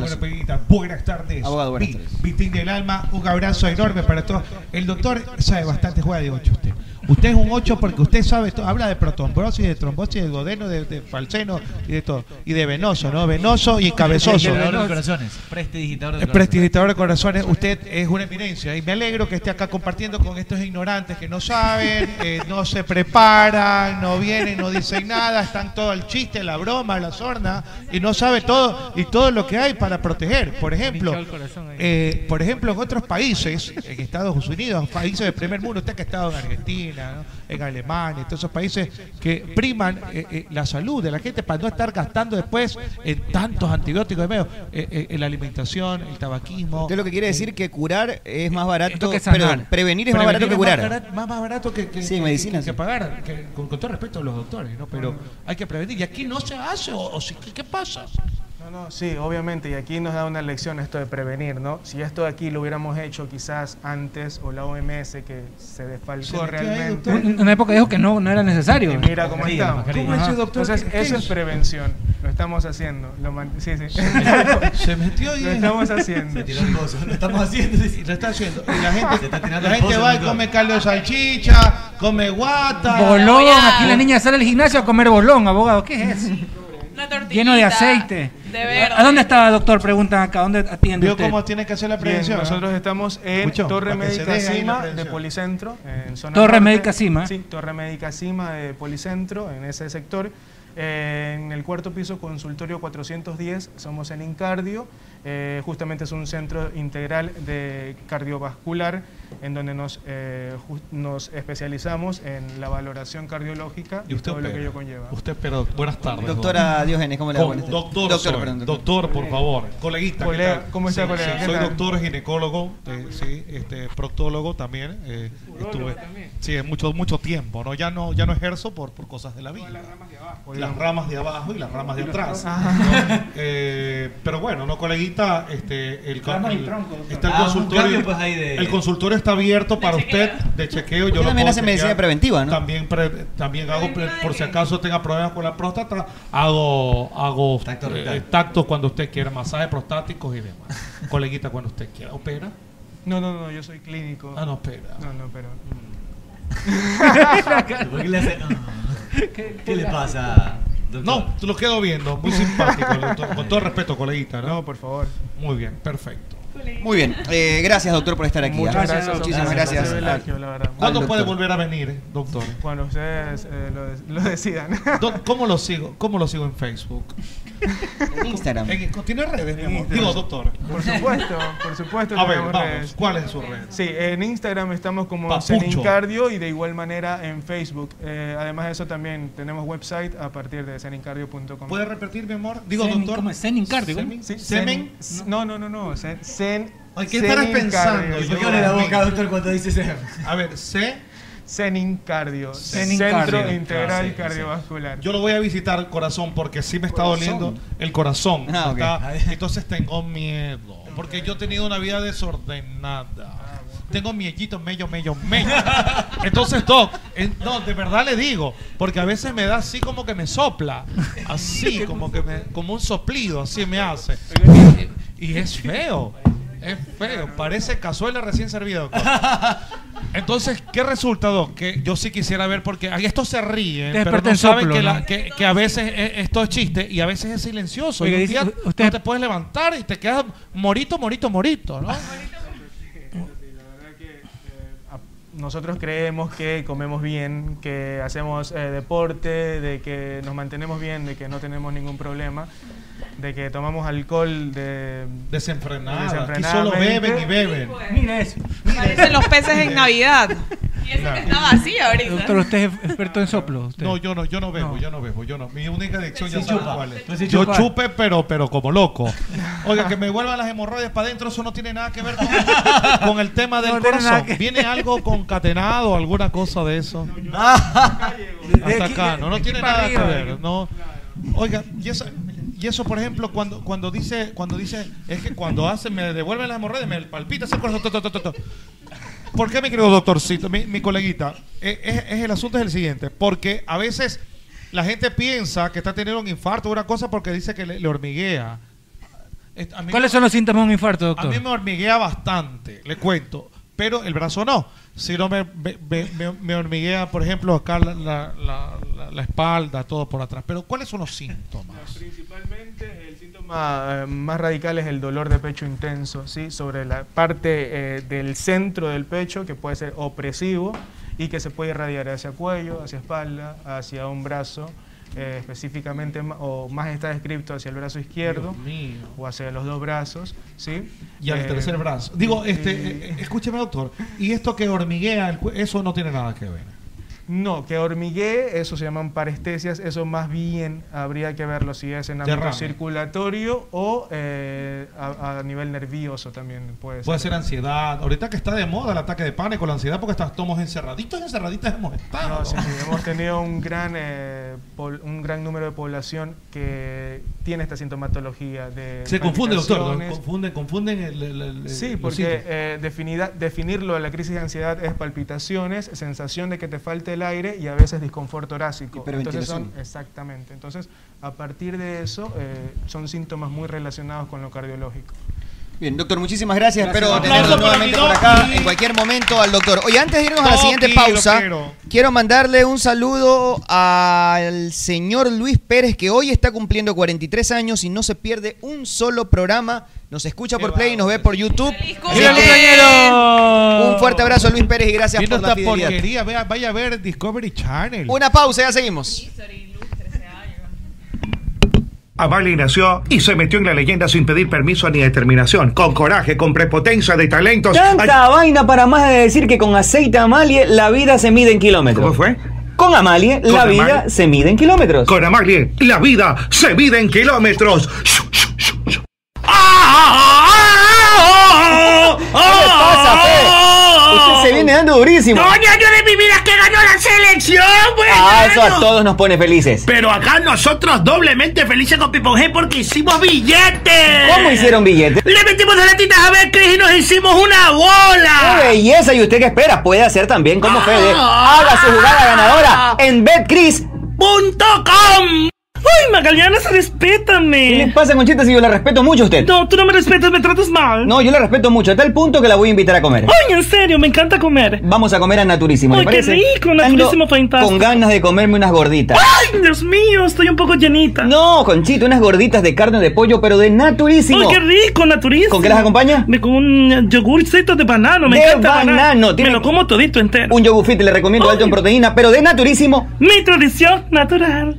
Speaker 6: pues, Peguita, buenas tardes.
Speaker 28: Abogado, buenas
Speaker 6: Vi-
Speaker 28: tardes.
Speaker 6: Vitín del alma, un abrazo enorme para todos. El doctor sabe bastante, juega de 8 usted. Usted es un 8 porque usted sabe todo. Habla de protombrosis, de trombosis, de godeno, de, de falseno y de todo. Y de venoso, ¿no? Venoso y cabezoso.
Speaker 11: Digitador de corazones. Prestidigitador de
Speaker 6: Es
Speaker 11: corazones.
Speaker 6: prestidigitador de corazones, usted es una eminencia y me alegro que esté acá compartiendo con estos ignorantes que no saben, eh, no se preparan, no vienen, no dicen nada, están todo el chiste, la broma, la sorna y no sabe todo y todo lo que hay para proteger. Por ejemplo, eh, por ejemplo en otros países, en Estados Unidos, países del primer mundo, usted que ha estado en Argentina, ¿no? en Alemania, en todos esos países que priman eh, eh, la salud de la gente para no estar gastando después en tantos antibióticos de medio, eh, eh, en la alimentación, el tabaquismo. Eh,
Speaker 8: Usted lo que quiere decir que curar es más barato,
Speaker 6: que sanar.
Speaker 8: perdón, prevenir es más barato que
Speaker 6: Prevenir
Speaker 8: curar.
Speaker 6: es más barat- Más, más barato que, que-
Speaker 8: Sí,
Speaker 6: que-
Speaker 8: medicina,
Speaker 6: que- que
Speaker 8: sí.
Speaker 6: pagar, que- con, con todo respeto a los doctores, ¿no? Pero hay que prevenir. Y aquí no se hace, o, o sí, ¿qué, qué pasa?
Speaker 28: No, no, sí, obviamente, y aquí nos da una lección esto de prevenir, ¿no? Si esto de aquí lo hubiéramos hecho quizás antes o la OMS que se desfalcó realmente.
Speaker 10: En una época dijo que no, no era necesario.
Speaker 28: Y mira cómo
Speaker 10: Mascarilla,
Speaker 28: estamos.
Speaker 10: mascarilla.
Speaker 28: Ajá.
Speaker 10: Ajá.
Speaker 28: Entonces, eso es prevención. Lo estamos haciendo. Lo man- sí, sí.
Speaker 6: Se metió y
Speaker 28: Lo estamos haciendo.
Speaker 19: Se tiró el pozo. Lo estamos haciendo.
Speaker 6: Y lo está haciendo. Y la gente,
Speaker 19: tirando
Speaker 6: la
Speaker 19: el
Speaker 6: gente
Speaker 19: pozo,
Speaker 6: va y
Speaker 19: amigo.
Speaker 6: come caldo de salchicha, come guata.
Speaker 10: Bolón, aquí la niña sale al gimnasio a comer bolón, abogado, ¿qué es eso? Lleno de aceite.
Speaker 9: de verde.
Speaker 10: ¿A dónde estaba, doctor? Preguntan acá, ¿dónde atiende
Speaker 28: Vio
Speaker 10: usted?
Speaker 28: cómo
Speaker 6: tiene que hacer la
Speaker 28: Bien, nosotros estamos en
Speaker 10: Escuchó,
Speaker 28: Torre
Speaker 10: para que se
Speaker 28: Médica
Speaker 10: deje ahí la
Speaker 28: Cima de
Speaker 10: prevención.
Speaker 28: Policentro. En zona
Speaker 10: Torre
Speaker 28: norte.
Speaker 10: Médica Cima. ¿eh?
Speaker 28: Sí, Torre Médica Cima de Policentro, en ese sector. Eh, en el cuarto piso, consultorio 410, somos en Incardio. Eh, justamente es un centro integral de cardiovascular en donde nos, eh, ju- nos especializamos en la valoración cardiológica y,
Speaker 6: Y usted
Speaker 28: todo lo que
Speaker 6: opera.
Speaker 28: ello conlleva.
Speaker 6: Usted, pero buenas tardes.
Speaker 28: Doctora Diógenes, ¿cómo le va?
Speaker 6: Con-
Speaker 28: Buenas tardes.
Speaker 6: Doctor,
Speaker 28: Doctor,
Speaker 6: soy.
Speaker 28: perdón, doctor.
Speaker 6: doctor, por favor. Coleguita. ¿qué
Speaker 28: Colega,
Speaker 6: tal?
Speaker 28: ¿cómo está,
Speaker 6: Sí,
Speaker 28: colega?
Speaker 6: sí,
Speaker 28: ¿Qué
Speaker 6: soy
Speaker 28: tal?
Speaker 6: doctor ginecólogo, eh, sí, este, proctólogo también. eh, estuve, sí, mucho, mucho tiempo, ¿no? Ya no, ya no ejerzo por, por cosas de la vida. Las ramas de abajo. Las ramas de abajo y las ramas de atrás. ¿no? Eh, pero bueno, no, coleguita, este, el,
Speaker 19: Ramas y
Speaker 6: el-
Speaker 19: troncos, doctor.
Speaker 6: está el
Speaker 19: Ah, un
Speaker 6: consultorio.
Speaker 19: cambio, pues, ahí de-
Speaker 6: el consultorio está abierto para usted de chequeo. Yo
Speaker 8: Usted
Speaker 6: lo
Speaker 8: también
Speaker 6: puedo
Speaker 8: hace medicina
Speaker 6: chequear.
Speaker 8: preventiva, ¿no?
Speaker 6: También, pre- también hago, pre- por si acaso tenga problemas con la próstata, hago, hago eh, tactos cuando usted quiera, masajes prostáticos y demás. Coleguita, cuando usted quiera. ¿Opera?
Speaker 28: No, no, no, yo soy clínico.
Speaker 6: Ah, no, espera.
Speaker 28: No, no, pero. Mm.
Speaker 19: ¿Por qué le hace- ¿Qué, qué le pasa?
Speaker 6: No, te lo quedo viendo. Muy simpático. con to- con todo respeto, coleguita. ¿no?
Speaker 28: por favor.
Speaker 6: Muy bien, perfecto.
Speaker 8: Muy bien. Eh, gracias, doctor, por estar aquí.
Speaker 6: Muchas
Speaker 8: Ah,
Speaker 6: gracias, doctor.
Speaker 8: Muchísimas
Speaker 6: Gracias,
Speaker 8: gracias.
Speaker 6: doctor Velagio, la verdad. ¿Cuándo
Speaker 8: al
Speaker 6: puede
Speaker 8: doctor.
Speaker 6: volver a venir, eh, doctor?
Speaker 28: Cuando ustedes eh, lo, des- lo decidan.
Speaker 6: Doc, ¿Cómo lo sigo? ¿Cómo lo sigo en Facebook?
Speaker 28: En Instagram.
Speaker 6: ¿Tiene redes, mi amor? Digo, doctor.
Speaker 28: Por supuesto, por supuesto.
Speaker 6: A ver,
Speaker 28: tenemos
Speaker 6: vamos,
Speaker 28: redes.
Speaker 6: ¿cuál es su red?
Speaker 28: Sí, en Instagram estamos como
Speaker 6: Papucho.
Speaker 28: Cenincardio y de igual manera en Facebook. Eh, además de eso también tenemos website a partir de cenincardio.com.
Speaker 6: ¿Puede repetir, mi amor? Digo,
Speaker 28: Semin,
Speaker 6: doctor.
Speaker 28: ¿cómo es? Senincardio, ¿cómo?
Speaker 6: Semin-
Speaker 28: Sí,
Speaker 6: Semin.
Speaker 28: semin- No, no, no, no. Sen, sen,
Speaker 6: Ay, ¿qué estarás pensando?
Speaker 28: Cenincardio.
Speaker 6: Yo- Yo le da boca, doctor,
Speaker 28: cuando dice sen.
Speaker 6: A ver, C.
Speaker 28: Cenincardio.
Speaker 6: Cenincardio.
Speaker 28: Centro Integral
Speaker 6: Ah, sí,
Speaker 28: Cardiovascular.
Speaker 6: Yo lo voy a visitar corazón porque sí me está
Speaker 28: Corazón.
Speaker 6: doliendo el corazón.
Speaker 28: Ah, ok.
Speaker 6: Está- entonces tengo miedo. Porque yo he tenido una vida desordenada. Tengo miellito, mello, mello, mello. Entonces, Doc, en- no, de verdad le digo, porque a veces me da así como que me sopla. Así, como que me, como un soplido, así me hace. Y es feo. Es feo. Eh, Parece cazuela recién servida, doctor. Entonces, ¿qué resulta, Doc? Que yo sí quisiera ver, porque ahí estos se ríen,
Speaker 10: Te
Speaker 6: pero
Speaker 10: desperté
Speaker 6: no
Speaker 10: el
Speaker 6: saben
Speaker 10: soplo,
Speaker 6: que,
Speaker 10: ¿no?
Speaker 6: la- que- que a veces es- esto es chiste y a veces es silencioso.
Speaker 10: Oiga,
Speaker 6: y un
Speaker 10: dice,
Speaker 6: día
Speaker 10: u- usted-
Speaker 6: no te puedes levantar y te quedas morito, morito, morito, ¿no?
Speaker 28: Nosotros creemos que comemos bien, que hacemos eh, deporte, de que nos mantenemos bien, de que no tenemos ningún problema, de que tomamos alcohol de
Speaker 6: Desenfrenada.
Speaker 28: desenfrenadamente.
Speaker 6: Aquí solo beben y beben.
Speaker 10: Mira eso.
Speaker 9: Parecen los peces en Navidad. Y eso que está vacío ahorita.
Speaker 10: Doctor, usted es experto en soplo. usted.
Speaker 6: No, yo no, yo no bebo, yo no bebo, yo no. Mi única adicción
Speaker 10: Sí
Speaker 6: ya saben
Speaker 10: chupa.
Speaker 6: cuál es.
Speaker 10: Pues sí
Speaker 6: Yo
Speaker 10: chupa.
Speaker 6: chupe, pero, pero como loco. Oiga, que me vuelvan las hemorroides para adentro, eso no tiene nada que ver con, con el tema del
Speaker 10: No tiene nada
Speaker 6: corazón.
Speaker 10: que-
Speaker 6: Viene algo concatenado, alguna cosa de eso.
Speaker 10: De
Speaker 6: Hasta
Speaker 10: aquí-
Speaker 6: acá, no,
Speaker 10: de
Speaker 6: no
Speaker 10: aquí
Speaker 6: tiene
Speaker 10: para
Speaker 6: nada que
Speaker 10: arriba.
Speaker 6: ver. No. Oiga, y eso, y eso, por ejemplo, cuando, cuando dice, cuando dice, es que cuando hace, me devuelven las hemorroides, me palpita ese corazón. to, to, to, to, to. ¿Por qué, mi querido doctorcito, mi, mi coleguita? Eh, es- es- el asunto es el siguiente, porque a veces la gente piensa que está teniendo un infarto o una cosa porque dice que le, le hormiguea. Eh, a mí
Speaker 10: ¿Cuáles
Speaker 6: me-
Speaker 10: son los síntomas de un infarto,
Speaker 6: A
Speaker 10: doctor?
Speaker 6: mí me hormiguea bastante, le cuento, pero el brazo no. Si no me, me- me- me- me hormiguea, por ejemplo, acá la, la- la- la- la espalda, todo por atrás. Pero ¿cuáles son los síntomas?
Speaker 28: Principalmente el síntoma eh, más radical es el dolor de pecho intenso, ¿sí? sobre la parte eh, del centro del pecho que puede ser opresivo y que se puede irradiar hacia cuello, hacia espalda, hacia un brazo, eh, específicamente ma- o más está descrito hacia el brazo izquierdo o hacia los dos brazos. ¿sí?
Speaker 6: Y al
Speaker 28: Eh,
Speaker 6: tercer brazo. Digo, este,
Speaker 28: y-
Speaker 6: eh, eh, escúcheme, doctor, y esto que hormiguea, el cue- eso no tiene nada que ver.
Speaker 28: No, que hormiguee, eso se llaman parestesias, eso más bien habría que verlo si es en ámbito
Speaker 6: Derrame.
Speaker 28: circulatorio o eh, a, a nivel nervioso también puede ser.
Speaker 6: Puede ser ansiedad. Ahorita que está de moda el ataque de pánico, la ansiedad, porque estamos encerraditos y encerraditas hemos estado.
Speaker 28: No, sí, sí, hemos tenido un gran, eh, pol- un gran número de población que tiene esta sintomatología de
Speaker 6: Se confunde, doctor. ¿no?
Speaker 28: palpitaciones.
Speaker 6: Confunden, confunden el, el- el-
Speaker 28: eh, Sí,
Speaker 6: los
Speaker 28: porque
Speaker 6: síntomas.
Speaker 28: eh, definida- definirlo de la crisis de ansiedad es palpitaciones, sensación de que te falta el aire y a veces disconfort torácico. Entonces
Speaker 8: Hiperventilación.
Speaker 28: son exactamente. Entonces, a partir de eso, eh, son síntomas muy relacionados con lo cardiológico.
Speaker 8: Bien, doctor, muchísimas gracias.
Speaker 28: Gracias.
Speaker 8: Espero
Speaker 28: Un aplauso
Speaker 8: tenerlo
Speaker 28: para
Speaker 8: nuevamente
Speaker 28: mi
Speaker 8: por
Speaker 28: doc.
Speaker 8: acá
Speaker 28: Sí.
Speaker 8: en cualquier momento al doctor. Oye, antes de irnos a la
Speaker 28: Doc,
Speaker 8: siguiente
Speaker 28: sí, lo
Speaker 8: pausa,
Speaker 28: quiero.
Speaker 8: quiero mandarle un saludo al señor Luis Pérez, que hoy está cumpliendo 43 años y no se pierde un solo programa. Nos escucha por Play y nos ve por YouTube.
Speaker 6: ¡Viva, compañero!
Speaker 8: Un fuerte abrazo a Luis Pérez y gracias
Speaker 6: Viendo
Speaker 8: por la
Speaker 6: esta
Speaker 8: fidelidad.
Speaker 6: porquería, vea, vaya a ver Discovery Channel.
Speaker 8: Una pausa, ya seguimos.
Speaker 12: Amalie nació y se metió en la leyenda sin pedir permiso ni determinación, con coraje, con prepotencia de talentos.
Speaker 30: Tanta vaina para más de decir que con aceite Amalie la vida se mide en kilómetros. ¿Cómo
Speaker 5: Pues,
Speaker 30: fue? Con Amalie
Speaker 12: Con
Speaker 30: la
Speaker 12: Amalie.
Speaker 30: vida se mide en kilómetros.
Speaker 12: Con Amalie, la vida se mide en kilómetros.
Speaker 6: ¡Ah, ah!
Speaker 5: Oh.
Speaker 30: Usted
Speaker 6: Oh.
Speaker 30: se viene dando durísimo.
Speaker 5: año de mi vida que ganó la selección, bueno.
Speaker 30: Ah, eso a todos nos pone felices.
Speaker 5: Pero acá nosotros doblemente felices con Pipo G porque hicimos billetes.
Speaker 30: ¿Cómo hicieron billetes?
Speaker 5: Le metimos dos latitas a ver, Cris, y nos hicimos una bola.
Speaker 30: ¡Qué belleza! ¿Y usted qué espera? Puede hacer también como
Speaker 5: Ah.
Speaker 30: Fede. Haga su jugada ganadora en BetCris.com.
Speaker 5: ¡Ay, Magaliana, respétame!
Speaker 30: ¿Qué le pasa, Conchita, si yo la respeto mucho a usted?
Speaker 5: No, tú no me respetas, me tratas mal.
Speaker 30: No, yo la respeto mucho, a tal punto que la voy a invitar a comer.
Speaker 5: Ay, en serio, me encanta comer.
Speaker 30: Vamos a comer a Naturísimo, ¿le
Speaker 5: Ay, qué
Speaker 30: parece?
Speaker 5: rico, Naturísimo fantástico.
Speaker 30: Con ganas de comerme unas gorditas.
Speaker 5: ¡Ay, Dios mío! Estoy un poco llenita.
Speaker 30: No, Conchita, unas gorditas de carne de pollo, pero de Naturísimo.
Speaker 5: ¡Ay, qué rico, naturismo!
Speaker 30: ¿Con qué las acompaña?
Speaker 5: De- Con un yogurcito de banano, me
Speaker 30: de
Speaker 5: encanta el
Speaker 30: banano.
Speaker 5: Me lo como todito entero.
Speaker 30: Un yogurt fit le recomiendo alto en proteína, pero de naturísimo.
Speaker 5: Mi tradición natural.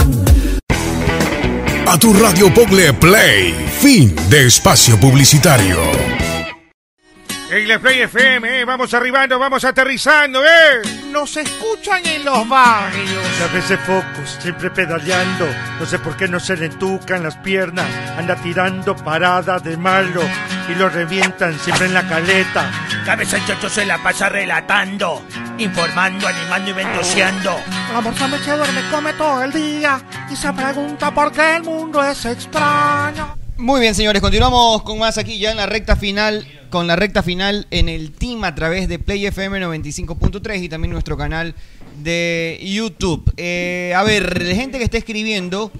Speaker 17: A tu radio Pogle Play, fin de espacio publicitario.
Speaker 12: En la Play FM, eh, vamos arribando, vamos aterrizando, eh.
Speaker 31: Nos escuchan en los barrios.
Speaker 7: A veces focos, siempre pedaleando. No sé por qué no se le entucan las piernas. Anda tirando parada de malo y lo revientan siempre en la caleta.
Speaker 25: Cabeza el chocho se la pasa relatando, informando, animando y ventoseando.
Speaker 31: La persona que duerme come todo el día y se pregunta por qué el mundo es extraño.
Speaker 8: Muy bien, señores, continuamos con más aquí ya en la recta final, con la recta final en el team a través de Play FM 95.3 y también nuestro canal de YouTube. Eh, a ver, la gente que está escribiendo,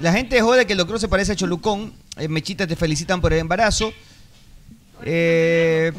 Speaker 8: la gente jode que el doctor se parece a Cholucón. Eh, Mechita, te felicitan por el embarazo. Eh,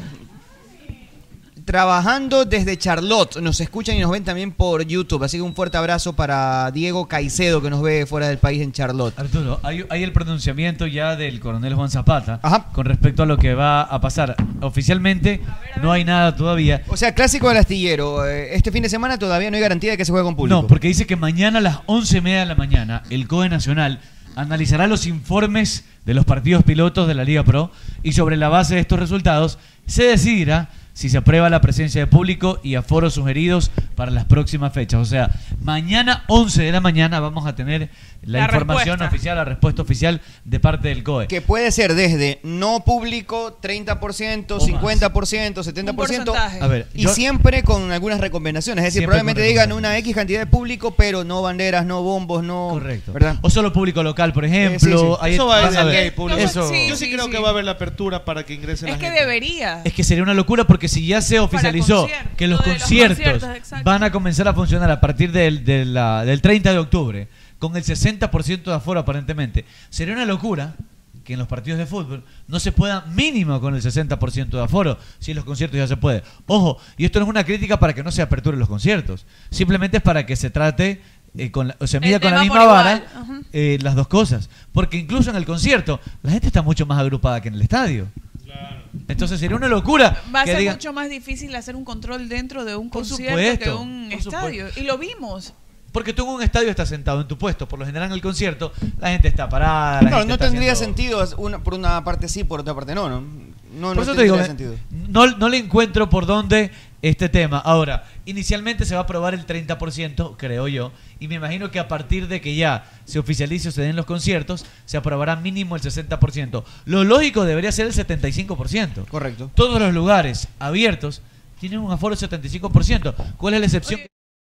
Speaker 8: trabajando desde Charlotte, nos escuchan y nos ven también por YouTube. Así que un fuerte abrazo para Diego Caicedo que nos ve fuera del país en Charlotte.
Speaker 11: Arturo, hay, hay el pronunciamiento ya del coronel Juan Zapata con respecto a lo que va a pasar. Oficialmente no hay nada todavía.
Speaker 8: O sea, clásico del astillero. eh, Este fin de semana todavía no hay garantía de que se juegue con público.
Speaker 11: No, porque dice que mañana a las 11 y media de la mañana el COE Nacional analizará los informes de los partidos pilotos de la Liga Pro y sobre la base de estos resultados se decidirá si se aprueba la presencia de público y aforos sugeridos para las próximas fechas. O sea, mañana 11 de la mañana vamos a tener la,
Speaker 8: La
Speaker 11: información
Speaker 8: respuesta.
Speaker 11: oficial, la respuesta oficial de parte del COE.
Speaker 8: Que puede ser desde no público, 30%, 50%, 70%.
Speaker 11: A ver,
Speaker 8: y
Speaker 11: yo-
Speaker 8: siempre con algunas recomendaciones. Es decir,
Speaker 11: Siempre
Speaker 8: probablemente
Speaker 11: con
Speaker 8: digan una X cantidad de público, pero no banderas, no bombos, no. Correcto. ¿Verdad?
Speaker 11: O solo público local, por ejemplo.
Speaker 8: sí.
Speaker 11: Ahí
Speaker 8: Eso va a
Speaker 11: vas
Speaker 8: ir de
Speaker 11: ver.
Speaker 8: ley, público.
Speaker 11: Eso-
Speaker 6: Yo sí, creo que va a haber la apertura para que ingresen
Speaker 9: Es
Speaker 6: la
Speaker 9: que
Speaker 6: gente.
Speaker 9: debería.
Speaker 11: Es que sería una locura porque si ya se oficializó
Speaker 9: conciertos,
Speaker 11: que los
Speaker 9: lo de los
Speaker 11: conciertos,
Speaker 9: conciertos, exacto.
Speaker 11: van a comenzar a funcionar a partir del, de la- del 30 de octubre, con el 60% de aforo aparentemente, sería una locura que en los partidos de fútbol no se pueda mínimo con el 60% de aforo, si en los conciertos ya se puede. Ojo, y esto no es una crítica para que no se aperturen los conciertos, simplemente es para que se trate, eh, con la- o se mida con la
Speaker 28: tema
Speaker 11: misma
Speaker 28: por
Speaker 11: vara
Speaker 28: igual, ajá.
Speaker 11: eh, las dos cosas, porque incluso en el concierto la gente está mucho más agrupada que en el estadio. Entonces sería una locura
Speaker 9: Va a
Speaker 11: que
Speaker 9: ser
Speaker 11: digan,
Speaker 9: mucho más difícil hacer un control dentro de un concierto que
Speaker 11: supuesto,
Speaker 9: un
Speaker 11: por
Speaker 9: estadio. Y lo vimos.
Speaker 11: porque tú en un estadio estás sentado en tu puesto, por lo general en el concierto la gente está parada. la
Speaker 8: Claro,
Speaker 11: gente
Speaker 8: no
Speaker 11: está
Speaker 8: tendría
Speaker 11: haciendo-
Speaker 8: sentido es Pues, una- por una parte sí, por otra parte no, ¿no? No,
Speaker 11: Por
Speaker 8: no
Speaker 11: eso te digo,
Speaker 8: tendría
Speaker 11: eh,
Speaker 8: sentido.
Speaker 11: no, no le encuentro por dónde este tema. Ahora, inicialmente se va a aprobar el 30%, creo yo, y me imagino que a partir de que ya se oficialice o se den los conciertos, se aprobará mínimo el 60%. Lo lógico debería ser el 75%.
Speaker 8: Correcto.
Speaker 11: Todos los lugares abiertos tienen un aforo del 75%. ¿Cuál es la excepción?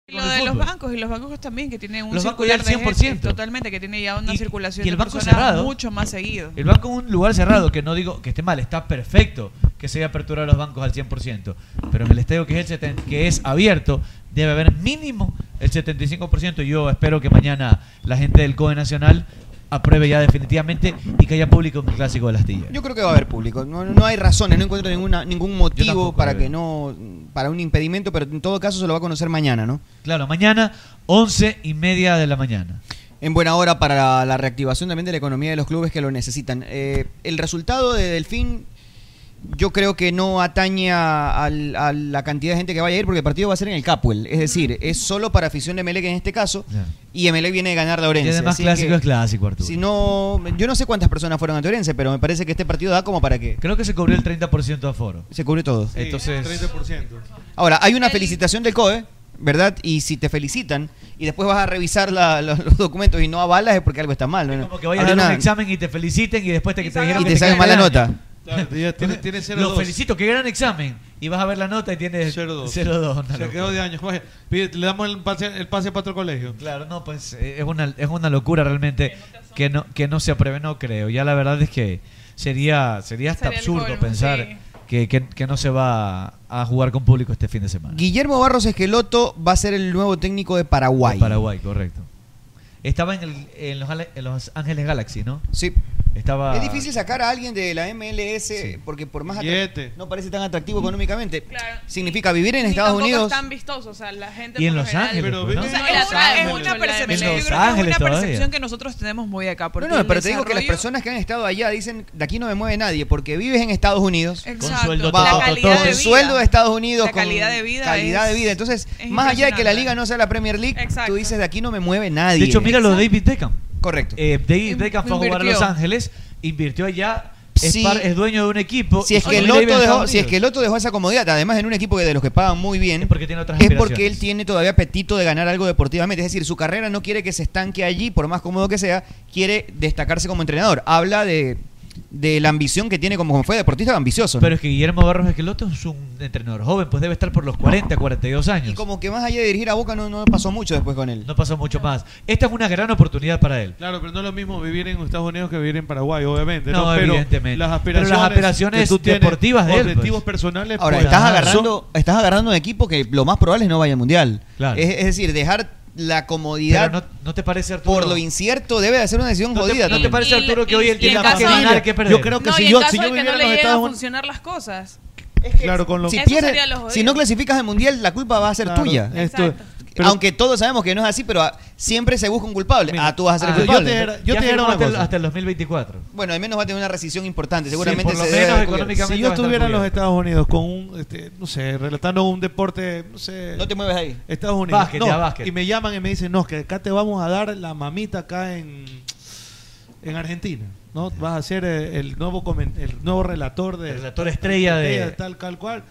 Speaker 9: Y lo de
Speaker 11: fútbol.
Speaker 9: los bancos y los bancos también que tienen un
Speaker 11: Los bancos
Speaker 9: circular
Speaker 11: ya al
Speaker 9: de gente,
Speaker 11: 100%.
Speaker 9: totalmente que tiene ya una circulación
Speaker 11: y el
Speaker 9: de
Speaker 11: banco
Speaker 9: personas
Speaker 11: cerrado.
Speaker 9: mucho más seguido.
Speaker 11: El banco es un lugar cerrado, que no digo que esté mal, está perfecto que se haya aperturado los bancos al 100%, pero en el estadio que es, el 70 que es abierto debe haber mínimo el 75%. Yo espero que mañana la gente del COE Nacional apruebe ya definitivamente y que haya público en el Clásico de las Astilla.
Speaker 8: Yo creo que va a haber público. No, no hay razones, no encuentro ninguna, ningún motivo
Speaker 11: eh.
Speaker 8: para que no, para un impedimento, pero en todo caso se lo va a conocer mañana, ¿no?
Speaker 11: Claro, mañana, once y media de la mañana.
Speaker 8: En buena hora para la, la reactivación también de la economía de los clubes que lo necesitan. Eh, el resultado de Delfín, yo creo que no atañe a, al- a la cantidad de gente que vaya a ir, porque el partido va a ser en el Capuel. Es decir, es solo para afición de Melec en este caso,
Speaker 11: Ya.
Speaker 8: y Melec viene de ganar la
Speaker 11: Y
Speaker 8: Orense.
Speaker 11: además
Speaker 8: así
Speaker 11: clásico
Speaker 8: que-
Speaker 11: es clásico, Arturo.
Speaker 8: Si no, yo no sé cuántas personas fueron a Orense, pero me parece que este partido da como para que.
Speaker 11: Creo que se cubrió el 30% de aforo.
Speaker 8: Se cubrió todo.
Speaker 11: Entonces,
Speaker 6: 30%.
Speaker 8: Ahora, hay una felicitación del COE, ¿verdad? Y si te felicitan y después vas a revisar la- los, los documentos y no avalas es porque algo está mal. ¿no?
Speaker 11: que vayas a
Speaker 8: Habrá
Speaker 11: dar un
Speaker 8: una-
Speaker 11: examen y te feliciten y después te, te dijeron
Speaker 8: y
Speaker 11: que
Speaker 8: te sacan
Speaker 11: quedas
Speaker 8: mala
Speaker 11: el año.
Speaker 8: nota.
Speaker 6: tiene- tiene 0-2.
Speaker 11: Lo felicito, qué gran examen. Y vas a ver la nota y tiene 0-2. una
Speaker 6: Se
Speaker 11: locura.
Speaker 6: quedó de años. Jorge, pide- Le damos el pase, el pase para otro colegio.
Speaker 11: Claro, no, pues eh, es una, es una locura realmente que no, que no se apruebe, no creo. Ya la verdad es que sería, sería hasta
Speaker 8: Sería el
Speaker 11: absurdo
Speaker 8: colmo,
Speaker 11: pensar
Speaker 8: sí.
Speaker 11: que, que- que no se va a jugar con público este fin de semana.
Speaker 8: Guillermo Barros Esqueloto va a ser el nuevo técnico de Paraguay.
Speaker 11: De Paraguay, correcto. Estaba en, el- en los, Ale- en los Ángeles Galaxy, ¿no?
Speaker 8: Sí.
Speaker 11: Estaba...
Speaker 8: Es difícil sacar a alguien de la MLS porque por más atra-
Speaker 11: Billete.
Speaker 8: no parece tan
Speaker 11: Mm.
Speaker 8: atractivo económicamente. Significa vivir en
Speaker 28: Ni
Speaker 8: Estados
Speaker 28: tampoco
Speaker 8: Unidos.
Speaker 28: Es tan vistoso, o sea, la gente
Speaker 11: Y en
Speaker 28: por lo
Speaker 11: Los
Speaker 28: general-
Speaker 11: Ángeles, Pero pues, ¿no?
Speaker 28: O sea,
Speaker 11: viven
Speaker 28: la-
Speaker 9: Es una-
Speaker 28: es
Speaker 9: es
Speaker 28: mucho
Speaker 9: una
Speaker 28: la
Speaker 9: percepción,
Speaker 11: En
Speaker 9: yo
Speaker 11: Los
Speaker 9: creo que
Speaker 11: Ángeles
Speaker 9: es una
Speaker 11: todavía.
Speaker 9: percepción que nosotros tenemos muy acá. Porque
Speaker 8: No, no,
Speaker 9: el
Speaker 8: pero te digo que las
Speaker 9: desarrollo-
Speaker 8: personas que han estado allá dicen de aquí no me mueve nadie porque vives en Estados Unidos.
Speaker 9: Exacto. Con sueldo La todo, calidad todo. de
Speaker 8: Con
Speaker 9: vida.
Speaker 8: sueldo de Estados Unidos.
Speaker 9: La
Speaker 8: con
Speaker 9: calidad de vida
Speaker 8: calidad
Speaker 9: es-
Speaker 8: de vida. Entonces,
Speaker 9: es
Speaker 8: más allá de que la
Speaker 9: impresionante.
Speaker 8: liga no sea la Premier League, tú dices de aquí no me mueve nadie.
Speaker 11: De hecho, mira lo de David Beckham.
Speaker 8: Correcto.
Speaker 11: Eh, David Beckham fue a jugar a Los
Speaker 8: Invirtió.
Speaker 11: Ángeles, invirtió allá,
Speaker 8: Sí.
Speaker 11: es, par- es dueño de un equipo.
Speaker 8: Si es,
Speaker 11: y
Speaker 8: que el
Speaker 11: vive en
Speaker 8: Loto dejó,
Speaker 11: Estados
Speaker 8: si es
Speaker 11: Unidos.
Speaker 8: que el Loto dejó esa comodidad, además en un equipo que de los que pagan muy bien, es porque,
Speaker 11: tiene otras
Speaker 8: porque
Speaker 11: aspiraciones.
Speaker 8: él tiene todavía apetito de ganar algo deportivamente. Es decir, su carrera no quiere que se estanque allí, por más cómodo que sea, quiere destacarse como entrenador. Habla de, de la ambición que tiene como, como fue deportista ambicioso. ¿no?
Speaker 11: Pero es que Guillermo Barros Esqueloto es un entrenador joven, pues debe estar por los 40, 42 años.
Speaker 8: como que más allá de dirigir a Boca no, no pasó mucho después con él.
Speaker 11: No pasó mucho más. Esta es una gran oportunidad para él.
Speaker 6: Claro, pero no es lo mismo vivir en Estados Unidos que vivir en Paraguay, obviamente. No,
Speaker 11: No,
Speaker 6: pero
Speaker 11: evidentemente.
Speaker 6: Las
Speaker 11: Pero las
Speaker 6: aspiraciones,
Speaker 11: aspiraciones
Speaker 6: que tú tienes,
Speaker 11: deportivas de él,
Speaker 6: objetivos
Speaker 11: pues.
Speaker 6: personales.
Speaker 8: Ahora,
Speaker 6: pues,
Speaker 8: estás
Speaker 6: son-
Speaker 8: agarrando, estás agarrando un equipo que lo más probable es no vaya al Mundial.
Speaker 6: Claro.
Speaker 8: Es, es decir, dejar la comodidad
Speaker 11: Pero no, ¿no te parece, Arturo?
Speaker 8: por lo incierto debe de ser una decisión
Speaker 11: ¿No te-
Speaker 8: jodida.
Speaker 11: no te parece, Arturo, que hoy el
Speaker 8: día
Speaker 11: Tigre va a ganar que perder?
Speaker 8: Yo creo que
Speaker 28: No,
Speaker 8: si
Speaker 28: y en
Speaker 8: yo,
Speaker 28: caso
Speaker 8: si yo
Speaker 28: de que no le
Speaker 8: viviera en los
Speaker 28: lleguen a
Speaker 8: Estados Unidos...
Speaker 28: funcionar las cosas.
Speaker 6: Claro, con lo-
Speaker 8: Si,
Speaker 28: Eso
Speaker 8: pierdes-
Speaker 28: sería lo jodido.
Speaker 8: si no clasificas al mundial, la culpa va a ser
Speaker 6: Claro,
Speaker 8: tuya.
Speaker 6: esto- pero-
Speaker 8: Aunque todos sabemos que no es así, pero ah, siempre se busca un culpable. ah, tú vas a ser el
Speaker 11: Ah, yo
Speaker 8: culpable.
Speaker 11: te era- yo Ya te era firmó una hasta el- cosa. hasta el 2024.
Speaker 8: Bueno, al menos va a tener una recesión importante. Seguramente
Speaker 11: por lo
Speaker 8: se
Speaker 11: menos
Speaker 8: debe haber
Speaker 11: económicamente
Speaker 8: cubierto.
Speaker 6: Si yo estuviera en los Estados Unidos con un, este, no sé, relatando un deporte, no sé.
Speaker 8: No te mueves ahí.
Speaker 6: Estados Unidos.
Speaker 11: Básquet,
Speaker 6: no,
Speaker 11: ya, básquet.
Speaker 6: Y me llaman y me dicen, no, que acá te vamos a dar la mamita acá en, en Argentina. ¿no? Vas a ser eh, el nuevo, comen- el nuevo relator de.
Speaker 11: El relator estrella de-
Speaker 6: Tal, tal cual.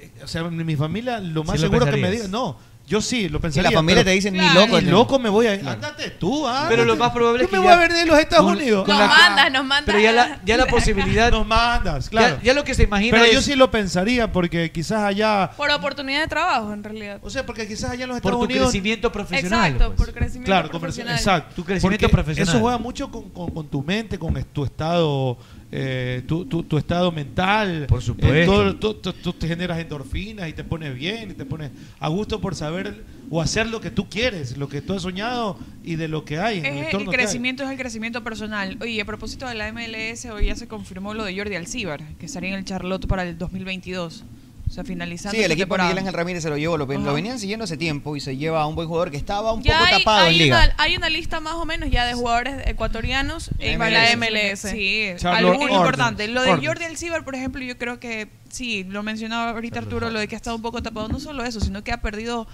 Speaker 6: Eh, O sea, mi mi familia, lo más
Speaker 11: Sí lo
Speaker 6: seguro que me
Speaker 11: pensarías.
Speaker 6: diga. No, yo sí, lo pensaría.
Speaker 8: familia
Speaker 6: pero-
Speaker 8: te dice, ni Claro. loco,
Speaker 6: Ni
Speaker 8: te-
Speaker 6: loco me voy a ir.
Speaker 8: Claro.
Speaker 6: Ándate tú, ándate.
Speaker 11: Pero lo más probable es
Speaker 6: Yo
Speaker 11: que
Speaker 6: me
Speaker 11: ya-
Speaker 6: voy a ver de los Estados
Speaker 11: con-
Speaker 6: Unidos.
Speaker 11: con
Speaker 6: Con
Speaker 11: la-
Speaker 6: la-
Speaker 28: Mandas, nos mandas.
Speaker 11: Pero ya la, ya la posibilidad...
Speaker 6: Nos mandas, claro.
Speaker 11: Ya, ya lo que se imagina
Speaker 6: Pero yo
Speaker 11: es-
Speaker 6: sí lo pensaría porque quizás allá
Speaker 28: Por oportunidad de trabajo, en realidad. O
Speaker 6: sea, porque quizás allá en los
Speaker 11: Por tu crecimiento profesional.
Speaker 28: Exacto,
Speaker 11: pues.
Speaker 28: por crecimiento
Speaker 6: Claro,
Speaker 28: profesional.
Speaker 6: conversa- exacto.
Speaker 11: Tu crecimiento
Speaker 6: Porque
Speaker 11: profesional.
Speaker 6: Eso juega mucho con, con- con tu mente, con es- tu estado eh, tu, tu- tu estado mental. Eh, Por
Speaker 11: supuesto.
Speaker 6: tú, tú- tú te generas endorfinas y te pones bien y te pones a gusto por saber o hacer lo que tú quieres, lo que tú has soñado y de lo que hay. en el
Speaker 9: Es el,
Speaker 6: entorno que hay.
Speaker 9: Eh, crecimiento es el crecimiento personal. Oye, a propósito de la MLS, hoy ya se confirmó lo de Jordi Alcíbar, que estaría en el Charlotte para el 2022. O sea, finalizando
Speaker 8: Sí, el
Speaker 9: esta
Speaker 8: equipo de
Speaker 9: temporada.
Speaker 8: Miguel Ángel Ramírez se lo llevó, lo, ven-
Speaker 9: Ajá.
Speaker 8: lo venían siguiendo hace tiempo y se lleva a un buen jugador que estaba un
Speaker 32: Ya
Speaker 8: poco
Speaker 32: hay,
Speaker 8: tapado en
Speaker 32: hay
Speaker 8: liga.
Speaker 32: una, hay una lista más o menos ya de jugadores ecuatorianos en la MLS.
Speaker 9: Sí,
Speaker 8: Charlotte
Speaker 9: algo
Speaker 8: Hornets.
Speaker 9: importante. Lo de
Speaker 8: Hornets.
Speaker 9: Jordi Alcibar, por ejemplo, yo creo que sí, lo mencionaba ahorita Arturo, lo de que ha estado un poco tapado. No solo eso, sino que ha perdido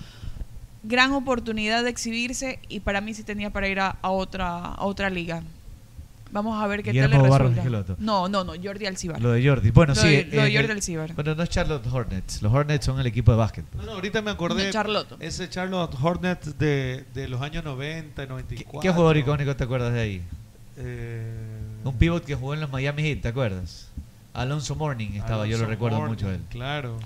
Speaker 9: gran oportunidad de exhibirse y para mí sí tenía para ir a, a otra a otra liga. Vamos a ver qué tal le
Speaker 11: Guillermo Barros
Speaker 9: resulta.
Speaker 11: Angelotto.
Speaker 9: No, no, no, Jordi Alcibar.
Speaker 11: Lo de Jordi. Bueno,
Speaker 9: Lo
Speaker 11: sí. eh,
Speaker 9: de- lo de
Speaker 11: en
Speaker 9: Jordi
Speaker 11: el-
Speaker 9: Alcibar.
Speaker 11: Bueno, no es Charlotte Hornets. Los Hornets son el equipo de básquet.
Speaker 6: No, no, ahorita me acordé.
Speaker 9: De
Speaker 6: Ese Charlotte Hornets de, de los años 90, 94.
Speaker 11: ¿Qué jugador icónico te acuerdas de ahí?
Speaker 6: Eh,
Speaker 11: Un pivot que jugó en los Miami Heat, ¿te acuerdas? Alonso Morning estaba, yo lo
Speaker 6: Alonso
Speaker 11: recuerdo
Speaker 6: Mourning,
Speaker 11: mucho de él.
Speaker 6: Claro.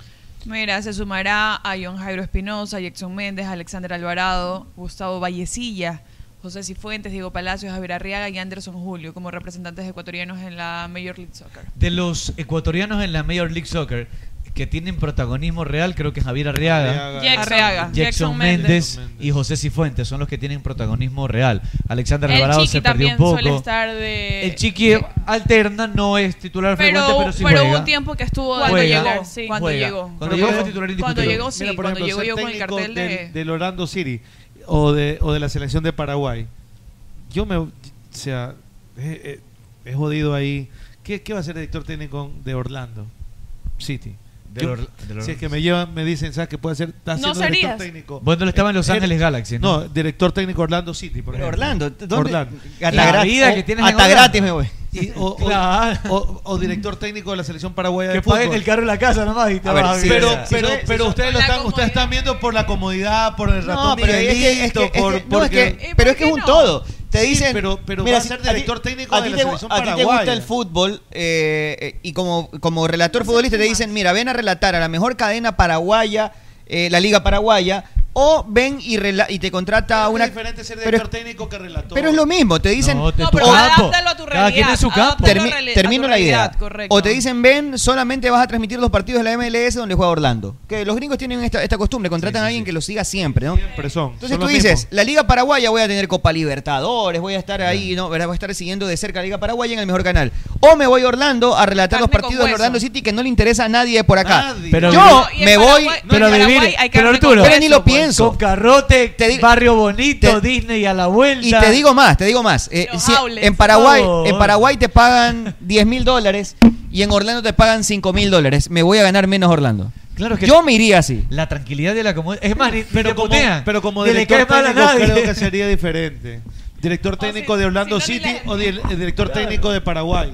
Speaker 9: Mira, se sumará a John Jairo Espinosa, Jackson Méndez, Alexander Alvarado, Gustavo Vallecilla, José Cifuentes, Diego Palacios, Javier Arriaga y Anderson Julio como representantes ecuatorianos en la Major League Soccer.
Speaker 11: De los ecuatorianos en la Major League Soccer que tienen protagonismo real, creo que Javier Arriaga,
Speaker 9: Arriaga. Jackson- Arriaga.
Speaker 11: Jackson,
Speaker 9: Jackson
Speaker 11: Méndez y José Cifuentes son los que tienen protagonismo real. Alexander Alvarado se perdió un
Speaker 32: también suele
Speaker 11: poco.
Speaker 32: estar de...
Speaker 11: El Chiqui alterna, no es titular frecuente,
Speaker 32: pero,
Speaker 11: pero sí
Speaker 32: pero hubo
Speaker 11: juega.
Speaker 32: un tiempo que estuvo
Speaker 11: Cuando
Speaker 32: juega,
Speaker 11: llegó,
Speaker 32: sí.
Speaker 11: cuando
Speaker 32: Juega.
Speaker 11: llegó. Cuando
Speaker 32: Pero
Speaker 11: llegó
Speaker 32: fue-
Speaker 11: fue titular
Speaker 32: Cuando
Speaker 11: indiscutible.
Speaker 32: llegó, sí,
Speaker 6: Mira, por
Speaker 32: cuando
Speaker 6: ejemplo,
Speaker 32: llegó
Speaker 6: ser
Speaker 32: yo con el
Speaker 6: técnico
Speaker 32: cartel
Speaker 6: del,
Speaker 32: de...
Speaker 6: del Orlando City o de, o de la selección de Paraguay. Yo me. O sea, he, he- he jodido ahí. ¿Qué, qué va a ser el director técnico de Orlando City?
Speaker 11: Del
Speaker 6: Yo-
Speaker 11: Or- del Or-
Speaker 6: si es que me llevan, me dicen, ¿sabes qué puede ser? Está
Speaker 8: No
Speaker 6: siendo director
Speaker 8: serías.
Speaker 6: técnico.
Speaker 11: Bueno, él estaba en Los
Speaker 6: Eh,
Speaker 11: Ángeles Galaxy, ¿no?
Speaker 6: director técnico Orlando City, por
Speaker 8: Pero
Speaker 6: ejemplo.
Speaker 8: Orlando, ¿dónde-
Speaker 11: La oh, vida que tienes en
Speaker 6: hasta
Speaker 11: Orlando.
Speaker 6: gratis me voy. Y- o, o-
Speaker 11: Claro.
Speaker 6: o- o director técnico de la selección paraguaya
Speaker 11: Que
Speaker 6: de fútbol.
Speaker 11: paguen el carro y la casa nomás y te
Speaker 6: A
Speaker 11: vas
Speaker 6: ver,
Speaker 11: a
Speaker 6: sí,
Speaker 11: vivir.
Speaker 6: pero,
Speaker 11: Sí,
Speaker 6: pero,
Speaker 11: sí, sí.
Speaker 6: pero ustedes, lo están, ustedes están viendo por la comodidad, por el ratón
Speaker 8: pero es que-
Speaker 6: Miguelito,
Speaker 8: es que- es
Speaker 6: por-
Speaker 8: que- no,
Speaker 6: porque-
Speaker 8: es que- Eh, pero es que es un ¿por qué no? todo. Te
Speaker 6: Sí,
Speaker 8: dicen,
Speaker 6: pero, pero
Speaker 8: mira,
Speaker 6: va a
Speaker 8: si-
Speaker 6: ser
Speaker 8: a ti-
Speaker 6: director técnico
Speaker 8: a
Speaker 6: de
Speaker 8: ti
Speaker 6: la
Speaker 8: te gu-
Speaker 6: selección
Speaker 8: a ti te gusta
Speaker 6: paraguaya.
Speaker 8: el fútbol eh, eh, y como, como relator futbolista te dicen, mira, ven a relatar a la mejor cadena paraguaya, eh, la liga paraguaya, o ven y, rela- y te contrata una...
Speaker 6: es diferente ser
Speaker 8: pero-
Speaker 6: director técnico que relator.
Speaker 8: Pero es lo mismo, te dicen.
Speaker 6: No, de No, tu pero campo. adáptalo a tu Cada quien realidad, en su campo. adáptalo a
Speaker 8: Termi-
Speaker 6: tu reali- a
Speaker 8: termino
Speaker 6: tu
Speaker 8: la idea.
Speaker 6: realidad, correcto.
Speaker 8: O te dicen, ven, solamente vas a transmitir los partidos de la MLS donde juega Orlando. Que los gringos tienen esta, esta costumbre, contratan a alguien que lo siga siempre, ¿no?
Speaker 6: Siempre son.
Speaker 8: Entonces
Speaker 6: son
Speaker 8: tú
Speaker 6: los
Speaker 8: dices,
Speaker 6: mismos.
Speaker 8: la Liga Paraguaya voy a tener Copa Libertadores, voy a estar ahí, ¿no? ¿verdad? Voy a estar siguiendo de cerca la Liga Paraguaya en el mejor canal. O me voy a Orlando a relatar los partidos de Orlando City que no le interesa a nadie por acá.
Speaker 11: Pero
Speaker 8: Yo
Speaker 11: vivir-
Speaker 8: me voy.
Speaker 11: pero vivir, pero Arturo,
Speaker 8: Pero ni lo pienso.
Speaker 11: Con carrote, barrio bonito, Disney a la vuelta.
Speaker 8: Y te digo más, te digo más. Eh, si- en Paraguay,
Speaker 11: Oh.
Speaker 8: en Paraguay te pagan 10 mil dólares y en Orlando te pagan 5 mil dólares. Me voy a ganar menos Orlando.
Speaker 11: Claro
Speaker 8: Yo me iría así.
Speaker 11: La tranquilidad de la comodidad. Es más, ni,
Speaker 6: pero como, pero como director técnico creo que sería diferente. Director técnico de Orlando City o di- el director técnico de Paraguay.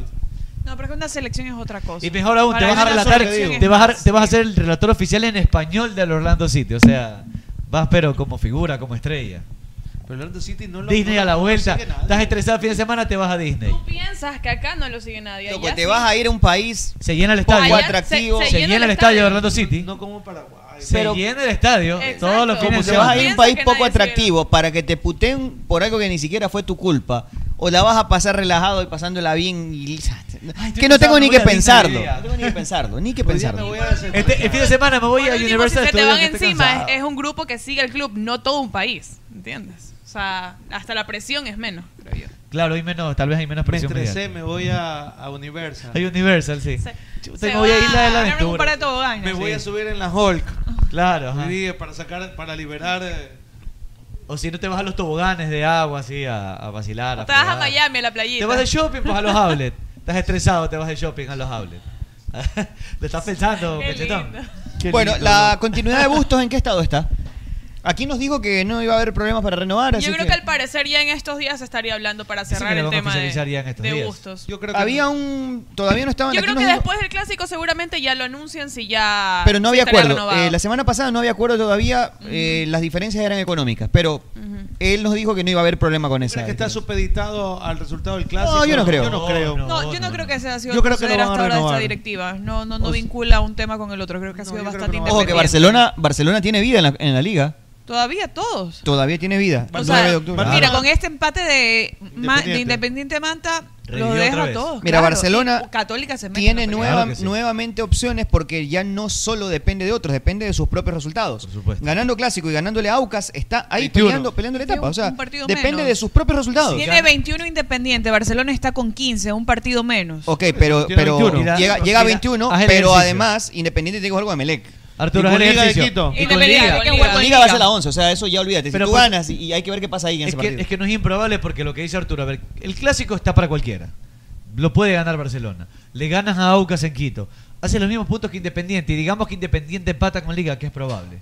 Speaker 9: No, pero es que una selección es otra cosa.
Speaker 11: Y mejor aún, te
Speaker 9: Para
Speaker 11: vas a
Speaker 9: mí una
Speaker 11: relatar,
Speaker 9: selección es
Speaker 11: te vas
Speaker 9: más.
Speaker 11: a, te vas a hacer el relator oficial en español del Orlando City. O sea, vas pero como figura, como estrella.
Speaker 6: Pero Orlando City no lo
Speaker 11: Disney
Speaker 6: no
Speaker 11: a la
Speaker 6: lo
Speaker 11: vuelta.
Speaker 6: consigue nadie.
Speaker 11: Estás estresado el fin de semana, te vas a Disney.
Speaker 32: Piensas que acá no lo sigue nadie.
Speaker 8: Loco,
Speaker 32: allá
Speaker 8: te
Speaker 32: sí.
Speaker 8: vas a ir a un país
Speaker 11: Se llena el estadio.
Speaker 32: Allá se- atractivo.
Speaker 11: Se, llena el estadio de Orlando City. No
Speaker 6: como Paraguay.
Speaker 11: Se
Speaker 8: Pero-
Speaker 11: llena el estadio.
Speaker 8: Exacto.
Speaker 11: Todos los
Speaker 8: Como
Speaker 11: fines de
Speaker 8: te vas a ir a un
Speaker 11: semana.
Speaker 8: país poco atractivo para que te puteen por algo que ni siquiera fue tu culpa. O la vas a pasar relajado y pasándola bien. y- que no tengo ni que pensarlo. No tengo ni que pensarlo. Ni que pensarlo.
Speaker 11: Este, el fin de semana me voy a
Speaker 32: Último,
Speaker 11: Universal
Speaker 32: si se te
Speaker 11: Studios,
Speaker 32: van
Speaker 11: que estoy
Speaker 32: encima,
Speaker 11: cansado.
Speaker 32: es, es un grupo que sigue el club, no todo un país, ¿entiendes? O sea, hasta la presión es menos, creo yo.
Speaker 11: Claro, hay menos, tal vez hay menos
Speaker 6: Me
Speaker 11: presión.
Speaker 6: estresé,
Speaker 11: mediática.
Speaker 6: me voy a, a Universal.
Speaker 11: Hay Universal, sí. Chuta,
Speaker 6: se
Speaker 11: me voy a
Speaker 6: va
Speaker 11: Isla de la
Speaker 6: a armar un
Speaker 11: Aventura.
Speaker 6: par de toboganes, Me voy sí. a subir en la Hulk.
Speaker 11: Claro, ajá.
Speaker 6: Sí, para sacar, para liberar. eh,
Speaker 11: O si no te vas a los toboganes de agua, así, a, a vacilar. a
Speaker 32: Te vas a
Speaker 11: fregar.
Speaker 32: Miami, a la playita.
Speaker 11: Te vas de shopping, pues a los outlets. Estás estresado, te vas de shopping a los outlets. Lo estás pensando,
Speaker 32: Qué
Speaker 11: cachetón.
Speaker 8: Bueno, la continuidad de Bustos, ¿en qué estado está? Aquí nos dijo que no iba a haber problemas para renovar. Así
Speaker 32: Yo creo que al parecer ya en estos días se estaría hablando para
Speaker 8: Dicen que
Speaker 32: cerrar
Speaker 8: lo
Speaker 32: el
Speaker 8: van a
Speaker 32: tema
Speaker 8: oficializar ya en
Speaker 32: de,
Speaker 8: estos
Speaker 32: de
Speaker 8: días.
Speaker 32: gustos.
Speaker 6: Yo creo
Speaker 8: que- Había un. Todavía no estaban
Speaker 32: Yo
Speaker 8: aquí
Speaker 32: creo
Speaker 8: nos
Speaker 32: que
Speaker 8: dijo-
Speaker 32: después del clásico seguramente ya lo anuncian si ya.
Speaker 8: Pero no
Speaker 32: si
Speaker 8: había
Speaker 32: estaría
Speaker 8: acuerdo.
Speaker 32: renovado.
Speaker 8: Eh, la semana pasada no había acuerdo todavía. eh, las diferencias eran económicas. Pero él nos dijo que no iba a haber problema con esa.
Speaker 6: ¿Crees que está supeditado al resultado del clásico?
Speaker 8: yo no creo.
Speaker 6: Yo no creo.
Speaker 9: No, yo no, creo que sea ha sido
Speaker 6: Yo creo que lo
Speaker 9: proceder
Speaker 8: van a
Speaker 9: hasta ahora de esta
Speaker 8: renovar.
Speaker 9: directiva. No, no, no vincula un tema con el otro. Creo que ha sido bastante
Speaker 8: Ojo que
Speaker 9: independiente.
Speaker 8: Barcelona, Barcelona tiene vida en la, en la liga.
Speaker 9: Todavía todos.
Speaker 8: Todavía tiene vida.
Speaker 9: O
Speaker 8: 9
Speaker 9: sea,
Speaker 8: de octubre. Ah,
Speaker 9: mira, con este empate de Ma- de Independiente,
Speaker 8: Independiente.
Speaker 9: Manta, Los deja a todos.
Speaker 8: Mira,
Speaker 9: claro.
Speaker 8: Barcelona
Speaker 9: Y Católica se mete en
Speaker 8: tiene
Speaker 9: la pelea.
Speaker 8: nueva-
Speaker 9: Claro que sí.
Speaker 8: nuevamente opciones porque ya no solo depende de otros, depende de sus propios resultados. Ganando clásico y ganándole a Aucas, está ahí
Speaker 9: 21.
Speaker 8: peleando, peleando la etapa. O sea,
Speaker 9: Un partido
Speaker 8: depende
Speaker 9: menos.
Speaker 8: de sus propios resultados.
Speaker 9: Tiene 21 Independiente, Barcelona está con 15, un partido menos.
Speaker 8: Ok, pero,
Speaker 9: Tiene
Speaker 8: pero llega,
Speaker 9: 21. Mira,
Speaker 8: llega a
Speaker 9: mira,
Speaker 8: 21,
Speaker 9: haz el
Speaker 8: pero
Speaker 9: ejercicio.
Speaker 8: además Independiente tiene que jugar con Emelec.
Speaker 11: Arturo,
Speaker 8: Y
Speaker 11: haz
Speaker 8: con
Speaker 11: el
Speaker 8: Liga de
Speaker 11: ejercicio.
Speaker 8: Quito.
Speaker 11: Y con Independiente, Liga. hay que jugar con
Speaker 8: Con Liga va a ser
Speaker 11: Liga.
Speaker 8: la 11, o sea, eso ya olvídate. Si
Speaker 11: Pero
Speaker 8: tú
Speaker 11: por-
Speaker 8: ganas y, y hay que ver qué pasa ahí en
Speaker 11: Es
Speaker 8: ese
Speaker 11: que,
Speaker 8: partido.
Speaker 11: es que no es improbable porque lo que dice Arturo, a ver, el clásico está para cualquiera. Lo puede ganar Barcelona. Le ganas a Aucas en Quito. Hace los mismos puntos que Independiente. Y digamos que Independiente empata con Liga, que es probable.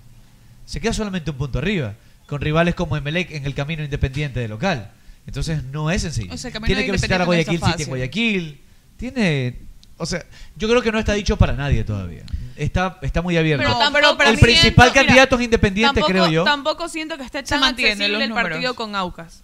Speaker 11: Se queda solamente un punto arriba. Con rivales como Emelec en el camino independiente de local. Entonces no es sencillo.
Speaker 9: O sea, el camino
Speaker 11: Tiene
Speaker 9: de
Speaker 11: que visitar a
Speaker 9: Independiente
Speaker 11: Guayaquil
Speaker 9: no está
Speaker 11: City en Guayaquil. Tiene. O sea, yo creo que no está dicho para nadie todavía. Está, está muy abierto.
Speaker 12: Pero tampoco
Speaker 11: el
Speaker 12: siento-
Speaker 11: principal
Speaker 12: mira,
Speaker 11: candidato es Independiente,
Speaker 12: tampoco,
Speaker 11: creo yo.
Speaker 12: Tampoco siento que esté tan
Speaker 9: mantienen
Speaker 12: accesible
Speaker 9: los
Speaker 12: el
Speaker 9: números.
Speaker 12: partido con Aucas.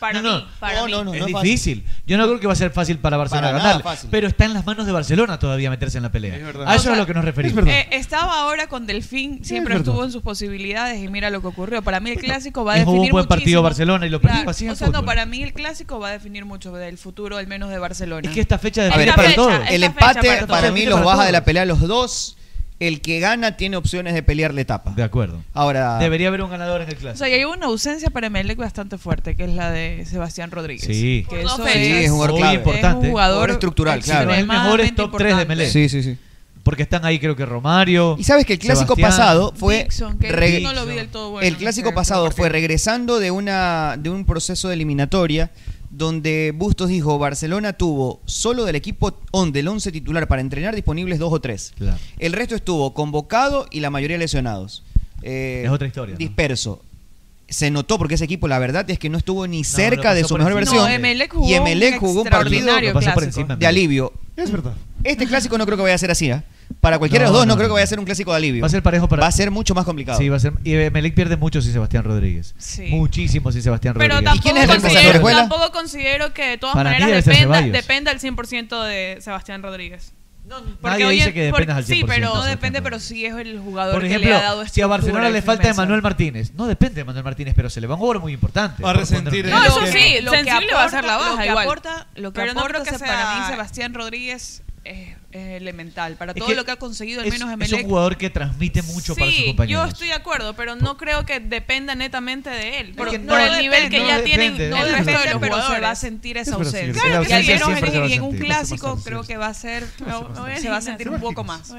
Speaker 12: Para
Speaker 11: No,
Speaker 12: mí, para mí.
Speaker 11: es difícil. Yo no creo que va a ser fácil para Barcelona
Speaker 8: Para nada
Speaker 11: ganar,
Speaker 8: fácil.
Speaker 11: pero está en las manos de Barcelona todavía meterse en la pelea. a
Speaker 9: O
Speaker 11: eso
Speaker 9: sea,
Speaker 11: es lo que nos referimos.
Speaker 9: eh, estaba ahora con Delfín, siempre
Speaker 11: es verdad.
Speaker 9: estuvo en sus posibilidades y mira lo que ocurrió. Para mí el clásico va a
Speaker 11: Y jugó
Speaker 9: definir
Speaker 11: un buen partido
Speaker 9: muchísimo.
Speaker 11: Barcelona y lo perdió.
Speaker 9: Claro.
Speaker 11: Así es
Speaker 9: O sea, no,
Speaker 11: fútbol.
Speaker 9: para mí el clásico va a definir mucho del futuro, al menos de Barcelona.
Speaker 11: Es que esta fecha
Speaker 8: A ver,
Speaker 11: define
Speaker 8: para-
Speaker 11: para todo.
Speaker 8: El empate para, mí los baja de la pelea los dos. El que gana tiene opciones de pelear la etapa. De
Speaker 11: acuerdo.
Speaker 8: Ahora
Speaker 11: Debería haber un ganador en el
Speaker 9: O
Speaker 11: clásico.
Speaker 9: sea, y hay una ausencia para Emelec bastante fuerte, que es la de Sebastián Rodríguez.
Speaker 11: Sí.
Speaker 9: Que
Speaker 11: Por
Speaker 9: eso
Speaker 11: dos fechas. Sí, es un jugador
Speaker 9: es
Speaker 11: clave.
Speaker 9: un
Speaker 11: importante.
Speaker 9: jugador
Speaker 11: Jugador estructural, claro.
Speaker 9: extremadamente
Speaker 11: Es el mejor es top tres de Melec.
Speaker 8: Sí, sí, sí.
Speaker 11: Porque están ahí creo que Romario.
Speaker 8: Y sabes que el clásico
Speaker 11: Sebastián.
Speaker 8: pasado fue
Speaker 9: Dixon, que
Speaker 8: reg-
Speaker 9: no lo vi del todo bueno.
Speaker 8: el clásico pasado fue regresando de una de un proceso de eliminatoria donde Bustos dijo Barcelona tuvo solo del equipo on, del 11 titular para entrenar disponibles dos o tres.
Speaker 11: Claro.
Speaker 8: El resto estuvo convocado y la mayoría lesionados. Eh,
Speaker 11: Es otra historia, ¿no?
Speaker 8: Disperso. Se notó porque ese equipo, la verdad, es que no estuvo ni
Speaker 11: lo
Speaker 8: cerca de
Speaker 11: pasó
Speaker 8: su
Speaker 11: por
Speaker 8: mejor
Speaker 11: encima.
Speaker 8: versión.
Speaker 9: No, Emelec jugó
Speaker 8: y Emelec
Speaker 9: un
Speaker 8: jugó un partido
Speaker 9: extraordinario Lo pasó por clásico. encima,
Speaker 8: de
Speaker 9: Emelec.
Speaker 8: alivio. Es verdad. Este clásico no creo que vaya a ser así, ¿ah? Para cualquiera de
Speaker 11: No,
Speaker 8: los dos, no,
Speaker 11: no,
Speaker 8: creo que
Speaker 11: no.
Speaker 8: vaya a ser un clásico de alivio.
Speaker 11: Va a ser parejo para
Speaker 8: Va a ser mucho más complicado.
Speaker 11: Sí, va a ser y Melec pierde mucho sin Sebastián Rodríguez.
Speaker 12: Sí.
Speaker 11: Muchísimo sin Sebastián
Speaker 12: Pero
Speaker 11: Rodríguez.
Speaker 12: tampoco, considero, tampoco considero que de todas
Speaker 11: Para mí debe
Speaker 12: maneras
Speaker 11: ser
Speaker 12: dependa,
Speaker 11: Ceballos.
Speaker 12: dependa al 100% de Sebastián Rodríguez.
Speaker 11: Nadie dice que dependas al
Speaker 12: Sí,
Speaker 11: 100%
Speaker 12: pero
Speaker 11: de
Speaker 12: no
Speaker 11: Sebastián
Speaker 12: depende, pero sí es el jugador
Speaker 11: Por
Speaker 12: que le
Speaker 11: ejemplo,
Speaker 12: ha dado
Speaker 9: este
Speaker 11: si a Barcelona
Speaker 12: estructura
Speaker 11: le
Speaker 12: y
Speaker 11: falta
Speaker 12: firmeza.
Speaker 11: Emanuel Martínez, no depende de Manuel Martínez, pero se le va un jugador muy importante.
Speaker 9: Va a
Speaker 11: Por
Speaker 9: resentir
Speaker 11: poner-
Speaker 9: No,
Speaker 12: eso sí,
Speaker 9: Lo
Speaker 12: sensible
Speaker 9: que
Speaker 12: va a ser
Speaker 9: aporta-
Speaker 12: la baja
Speaker 9: lo que
Speaker 12: igual.
Speaker 9: aporta- lo que
Speaker 12: pero no
Speaker 9: aporta
Speaker 12: creo que sea...
Speaker 9: para mí Sebastián Rodríguez es, es elemental. Para
Speaker 11: Es
Speaker 9: todo
Speaker 11: que
Speaker 9: lo que ha conseguido, al
Speaker 11: es-
Speaker 9: menos
Speaker 11: es,
Speaker 9: Emelec.
Speaker 11: un jugador que transmite mucho para sus
Speaker 12: Sí, yo
Speaker 11: compañeros.
Speaker 12: estoy de acuerdo, pero no creo que dependa netamente de él. Por,
Speaker 9: Porque
Speaker 12: por el nivel que
Speaker 9: depende,
Speaker 12: ya
Speaker 9: no
Speaker 12: tienen
Speaker 9: depende,
Speaker 12: el
Speaker 9: no
Speaker 12: resto de
Speaker 9: depende,
Speaker 12: los
Speaker 9: pero se
Speaker 12: jugadores.
Speaker 9: va a sentir esa
Speaker 12: Es verdad, sí,
Speaker 9: ausencia.
Speaker 12: la
Speaker 9: Claro que sí,
Speaker 12: ausencia
Speaker 9: pero
Speaker 12: siempre se va a
Speaker 9: en, y en un
Speaker 12: sentir.
Speaker 9: clásico creo que va a ser, se va a sentir un poco más.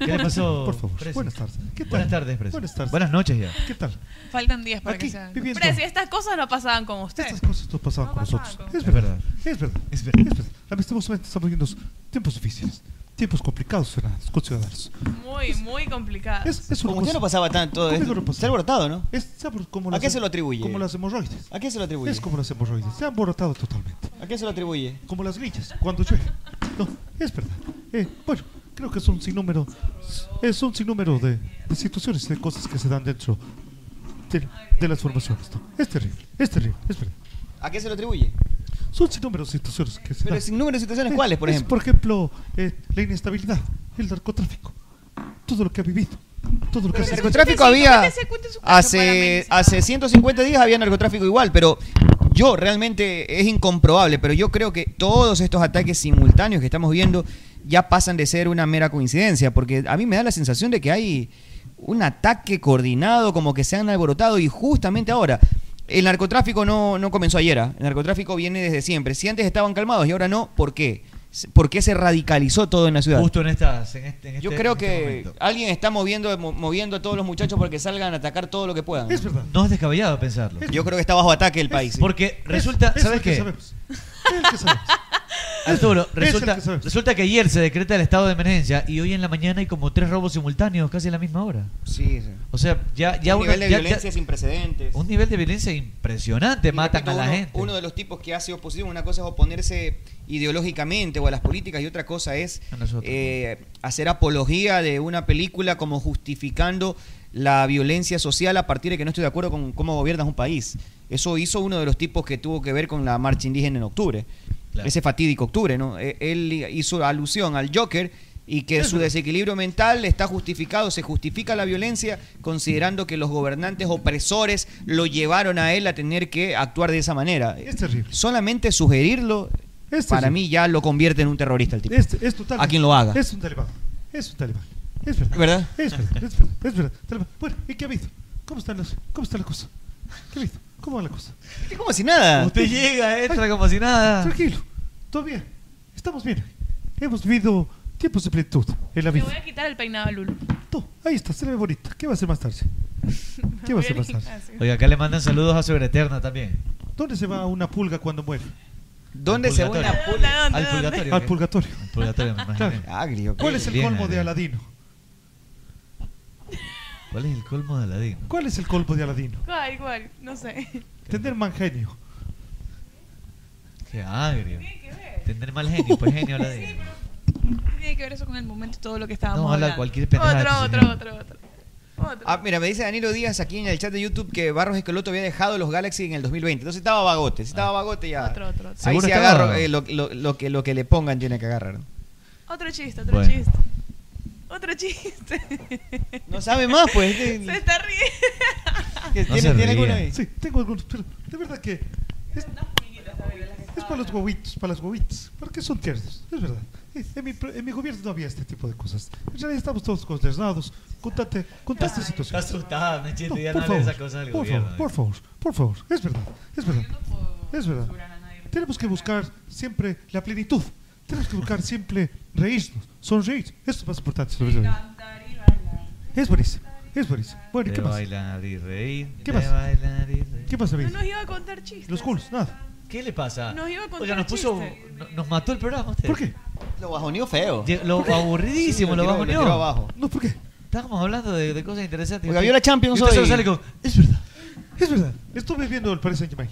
Speaker 11: ¿Qué le pasó?
Speaker 9: Por
Speaker 19: favor,
Speaker 11: Presi?
Speaker 19: buenas tardes. ¿Qué tal?
Speaker 11: Buenas tardes, Presi.
Speaker 19: Buenas
Speaker 11: Buenas,
Speaker 19: tardes.
Speaker 11: noches ya.
Speaker 19: ¿Qué tal?
Speaker 12: Faltan 10 para que sean.
Speaker 19: viviendo.
Speaker 12: Pero si estas cosas no pasaban con usted.
Speaker 19: Esto pasaba con nosotros. Es
Speaker 11: Es
Speaker 19: verdad.
Speaker 11: verdad.
Speaker 19: Es verdad. Es verdad. Lamentablemente este estamos viviendo tiempos difíciles, tiempos complicados, ciudadanos, con ciudadanos.
Speaker 12: Muy, muy complicado.
Speaker 19: Es, es una
Speaker 8: Como usted
Speaker 19: cosa-
Speaker 8: no pasaba tanto,
Speaker 19: ¿Cómo
Speaker 8: es-
Speaker 19: que no pasaba?
Speaker 8: se ha alborotado, ¿no?
Speaker 19: Es- se ha abor- como
Speaker 8: ¿A
Speaker 19: las- em-
Speaker 8: qué se lo atribuye?
Speaker 19: Como las hemorroides.
Speaker 8: ¿A qué se lo atribuye?
Speaker 19: Es como las hemorroides. Se han borotado totalmente.
Speaker 8: ¿A qué se lo atribuye?
Speaker 19: Como las grillas, cuando llueve. No, es verdad. Eh, bueno, creo que es un sinnúmero. Es un sinnúmero de, de situaciones, de cosas que se dan dentro de, de las formaciones. ¿no? Es terrible, es terrible, es verdad.
Speaker 8: ¿A qué se lo atribuye?
Speaker 19: Son sinnúmero de situaciones que se
Speaker 8: Pero
Speaker 19: dan.
Speaker 8: sinnúmero de situaciones,
Speaker 19: Eh,
Speaker 8: ¿cuáles, por
Speaker 19: es,
Speaker 8: ejemplo?
Speaker 19: Por ejemplo, eh, la inestabilidad, el narcotráfico, todo lo que ha vivido, todo lo que ha
Speaker 8: El
Speaker 19: sido.
Speaker 8: narcotráfico había hace, hace 150 días había narcotráfico igual, pero yo realmente es incomprobable, pero yo creo que todos estos ataques simultáneos que estamos viendo ya pasan de ser una mera coincidencia, porque a mí me da la sensación de que hay un ataque coordinado, como que se han alborotado y justamente ahora. El narcotráfico no, no comenzó ayer, ¿ah? el narcotráfico viene desde siempre. Si antes estaban calmados y ahora no, ¿por qué? ¿Por qué se radicalizó todo en la ciudad?
Speaker 11: Justo en estas. En este, en
Speaker 8: Yo
Speaker 11: este-
Speaker 8: creo
Speaker 11: en este
Speaker 8: que
Speaker 11: momento.
Speaker 8: alguien está moviendo, mo- moviendo a todos los muchachos para que salgan a atacar todo lo que puedan.
Speaker 19: Es verdad.
Speaker 11: No es descabellado pensarlo.
Speaker 8: Yo creo que está bajo ataque el país.
Speaker 11: Porque resulta,
Speaker 8: es
Speaker 11: ¿sabes
Speaker 8: lo que
Speaker 11: qué?
Speaker 8: sabemos.
Speaker 11: Arturo,
Speaker 8: Es el
Speaker 11: resulta,
Speaker 8: que
Speaker 11: resulta que ayer se decreta el estado de emergencia y hoy en la mañana hay como tres robos simultáneos casi a la misma hora.
Speaker 8: Sí, sí.
Speaker 11: O sea, ya, ya
Speaker 8: un
Speaker 11: uno-
Speaker 8: nivel de
Speaker 11: ya- ya-
Speaker 8: violencia sin precedentes.
Speaker 11: un nivel de violencia impresionante. Matan a
Speaker 8: Uno,
Speaker 11: la gente.
Speaker 8: uno de los tipos que hace oposición, una cosa es oponerse ideológicamente o a las políticas y otra cosa es eh, hacer apología de una película como justificando la violencia social a partir de que no estoy de acuerdo con cómo gobiernas un país. Eso hizo uno de los tipos que tuvo que ver con la marcha indígena en octubre.
Speaker 11: Claro.
Speaker 8: Ese fatídico octubre, ¿no? Eh, Él hizo alusión al Joker y que
Speaker 11: Es
Speaker 8: su
Speaker 11: verdad.
Speaker 8: desequilibrio mental está justificado, se justifica la violencia considerando que los gobernantes opresores lo llevaron a él a tener que actuar de esa manera.
Speaker 19: Es terrible.
Speaker 8: Solamente sugerirlo
Speaker 19: Este
Speaker 8: para
Speaker 19: sí.
Speaker 8: mí ya lo convierte en un terrorista el tipo.
Speaker 19: Este- es total-
Speaker 8: A quien lo haga.
Speaker 19: Es un talibán. Es un talibán. Es verdad.
Speaker 8: ¿Verdad?
Speaker 19: Es verdad. Es verdad. es verdad. Talibán. Bueno, ¿y qué ha habido? ¿Cómo están los, cómo está la cosa? ¿Qué ha habido? ¿Cómo va la cosa?
Speaker 8: Como si nada.
Speaker 11: Usted llega, entra como si nada.
Speaker 19: Tranquilo. Todo bien. Estamos bien. Hemos vivido tiempos de plenitud en la
Speaker 9: Le
Speaker 19: vida.
Speaker 9: voy a quitar el peinado a Lulu.
Speaker 19: Ahí está, se le ve bonita. ¿Qué va a hacer más tarde? ¿Qué va a hacer más tarde?
Speaker 9: Ah,
Speaker 11: Oiga, acá le mandan saludos a Sobreterna también.
Speaker 19: ¿Dónde se va una pulga cuando muere?
Speaker 8: ¿Dónde
Speaker 11: se va una Purgatorio. pulga? ¿Dónde, Al dónde? purgatorio,
Speaker 19: Al
Speaker 11: ¿qué?
Speaker 19: purgatorio.
Speaker 11: Al purgatorio, me imagino.
Speaker 19: Claro.
Speaker 11: Agrio, qué
Speaker 19: ¿Cuál es el
Speaker 11: bien
Speaker 19: colmo de
Speaker 11: agrio.
Speaker 19: Aladino?
Speaker 11: ¿Cuál es el colmo de Aladín?
Speaker 19: ¿Cuál es el colmo de Aladino?
Speaker 9: ¿Cuál, igual No sé.
Speaker 19: Tener mal genio.
Speaker 11: Qué agrio. Tener mal genio, pues genio Aladín.
Speaker 33: Tiene que ver eso con el momento y todo lo que estábamos
Speaker 11: No, habla
Speaker 33: hablando.
Speaker 11: cualquier pendejada
Speaker 33: Otro,
Speaker 11: que se
Speaker 33: otro, otro, otro.
Speaker 8: Ah, mira, me dice Danilo Díaz aquí en el chat de YouTube que Barros Esqueloto había dejado los Galaxy en el 2020. Entonces estaba bagote, estaba bagote ya.
Speaker 9: Otro, otro, otro.
Speaker 8: Ahí
Speaker 11: Ah. Seguro
Speaker 8: sí
Speaker 11: estaba.
Speaker 8: agarro eh, lo, lo- lo que, lo que le pongan tiene que agarrar.
Speaker 9: Otro chiste, otro
Speaker 8: Bueno.
Speaker 9: chiste. Otro chiste.
Speaker 8: No sabe más, pues.
Speaker 9: Se
Speaker 8: este-
Speaker 9: está riendo.
Speaker 8: No tiene- se tiene alguna ría. ahí?
Speaker 19: Sí, tengo algunos, pero de verdad que. Es, es para los huevitos, para los huevitos. ¿Para qué son tiernos? Es verdad. Es- En mi, pro- en mi gobierno no había este tipo de cosas. En realidad estamos todos consternados. Contate, contaste situación.
Speaker 11: Está asustada, me chiste, ya
Speaker 19: por
Speaker 11: no hable de
Speaker 19: favor,
Speaker 11: esas cosas del
Speaker 19: por
Speaker 11: gobierno.
Speaker 19: favor, por favor, por favor. Es verdad, es verdad. Es verdad. Tenemos que buscar siempre la plenitud. Tenemos que buscar siempre reírnos, sonreír. Esto es lo más importante. sobre todo. Es buenísimo, es buenísimo. Bueno, ¿y
Speaker 11: De
Speaker 19: qué más?
Speaker 11: bailar y reír.
Speaker 19: ¿Qué
Speaker 11: de
Speaker 19: más?
Speaker 11: bailar y reír.
Speaker 19: ¿Qué pasa,
Speaker 9: No
Speaker 19: Vic?
Speaker 9: nos iba a contar chistes.
Speaker 19: Los culos, nada.
Speaker 11: ¿Qué le pasa?
Speaker 9: Nos iba a contar
Speaker 11: Oiga, nos puso.
Speaker 9: chistes.
Speaker 11: no- Nos mató el programa usted. ¿Por qué?
Speaker 8: Lo bajoneó feo.
Speaker 11: Lo
Speaker 8: ¿Por qué?
Speaker 11: aburridísimo, lo
Speaker 8: Sí, lo tiró- lo
Speaker 11: bajoneó.
Speaker 8: tiró abajo.
Speaker 19: No, ¿por qué?
Speaker 11: Estábamos hablando de, de cosas interesantes.
Speaker 8: Oiga, vio la Champions
Speaker 11: y usted
Speaker 8: hoy.
Speaker 11: solo sale con.
Speaker 19: Es verdad, estuve viendo el Paris Saint-Germain.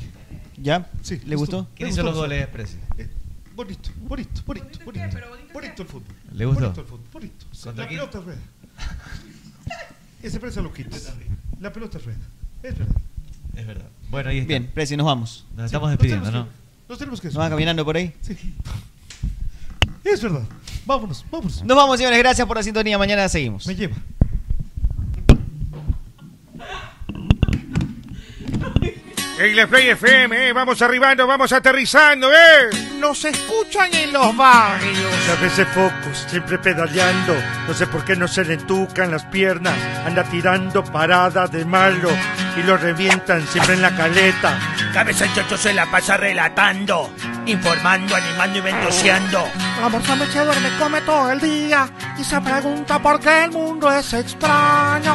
Speaker 8: ¿Ya?
Speaker 19: Sí,
Speaker 8: ¿Le gustó?
Speaker 19: Me
Speaker 11: ¿Quién hizo los
Speaker 19: gustó. Eh,
Speaker 11: goles Presi?
Speaker 19: Bonito, bonito, bonito, bonito. Bonito el fútbol.
Speaker 11: ¿Le gustó?
Speaker 19: Bonito el fútbol, bonito. Sí,
Speaker 11: ¿Contra
Speaker 19: La
Speaker 11: quién?
Speaker 19: pelota rueda. Ese presa lo quitas. La pelota rueda. Es verdad.
Speaker 11: Es verdad. Bueno, ahí está.
Speaker 8: Bien, Presi, nos vamos.
Speaker 11: Nos estamos despidiendo, ¿no?
Speaker 19: Nos tenemos que
Speaker 8: ¿Nos van caminando por ahí?
Speaker 19: Sí. Es verdad. Vámonos, vámonos.
Speaker 8: Nos vamos, señores. Gracias por la sintonía. Mañana seguimos. Me
Speaker 19: lleva.
Speaker 34: Regla Play FM, eh, vamos arribando, vamos aterrizando, eh.
Speaker 6: Nos escuchan en los barrios.
Speaker 7: A veces focos, siempre pedaleando. No sé por qué no se le entucan las piernas. Anda tirando parada de malo y lo revientan siempre en la caleta.
Speaker 3: Cabeza el chocho se la pasa relatando, informando, animando y ventoseando.
Speaker 6: La morsa me duerme, come todo el día y se pregunta por qué el mundo es extraño.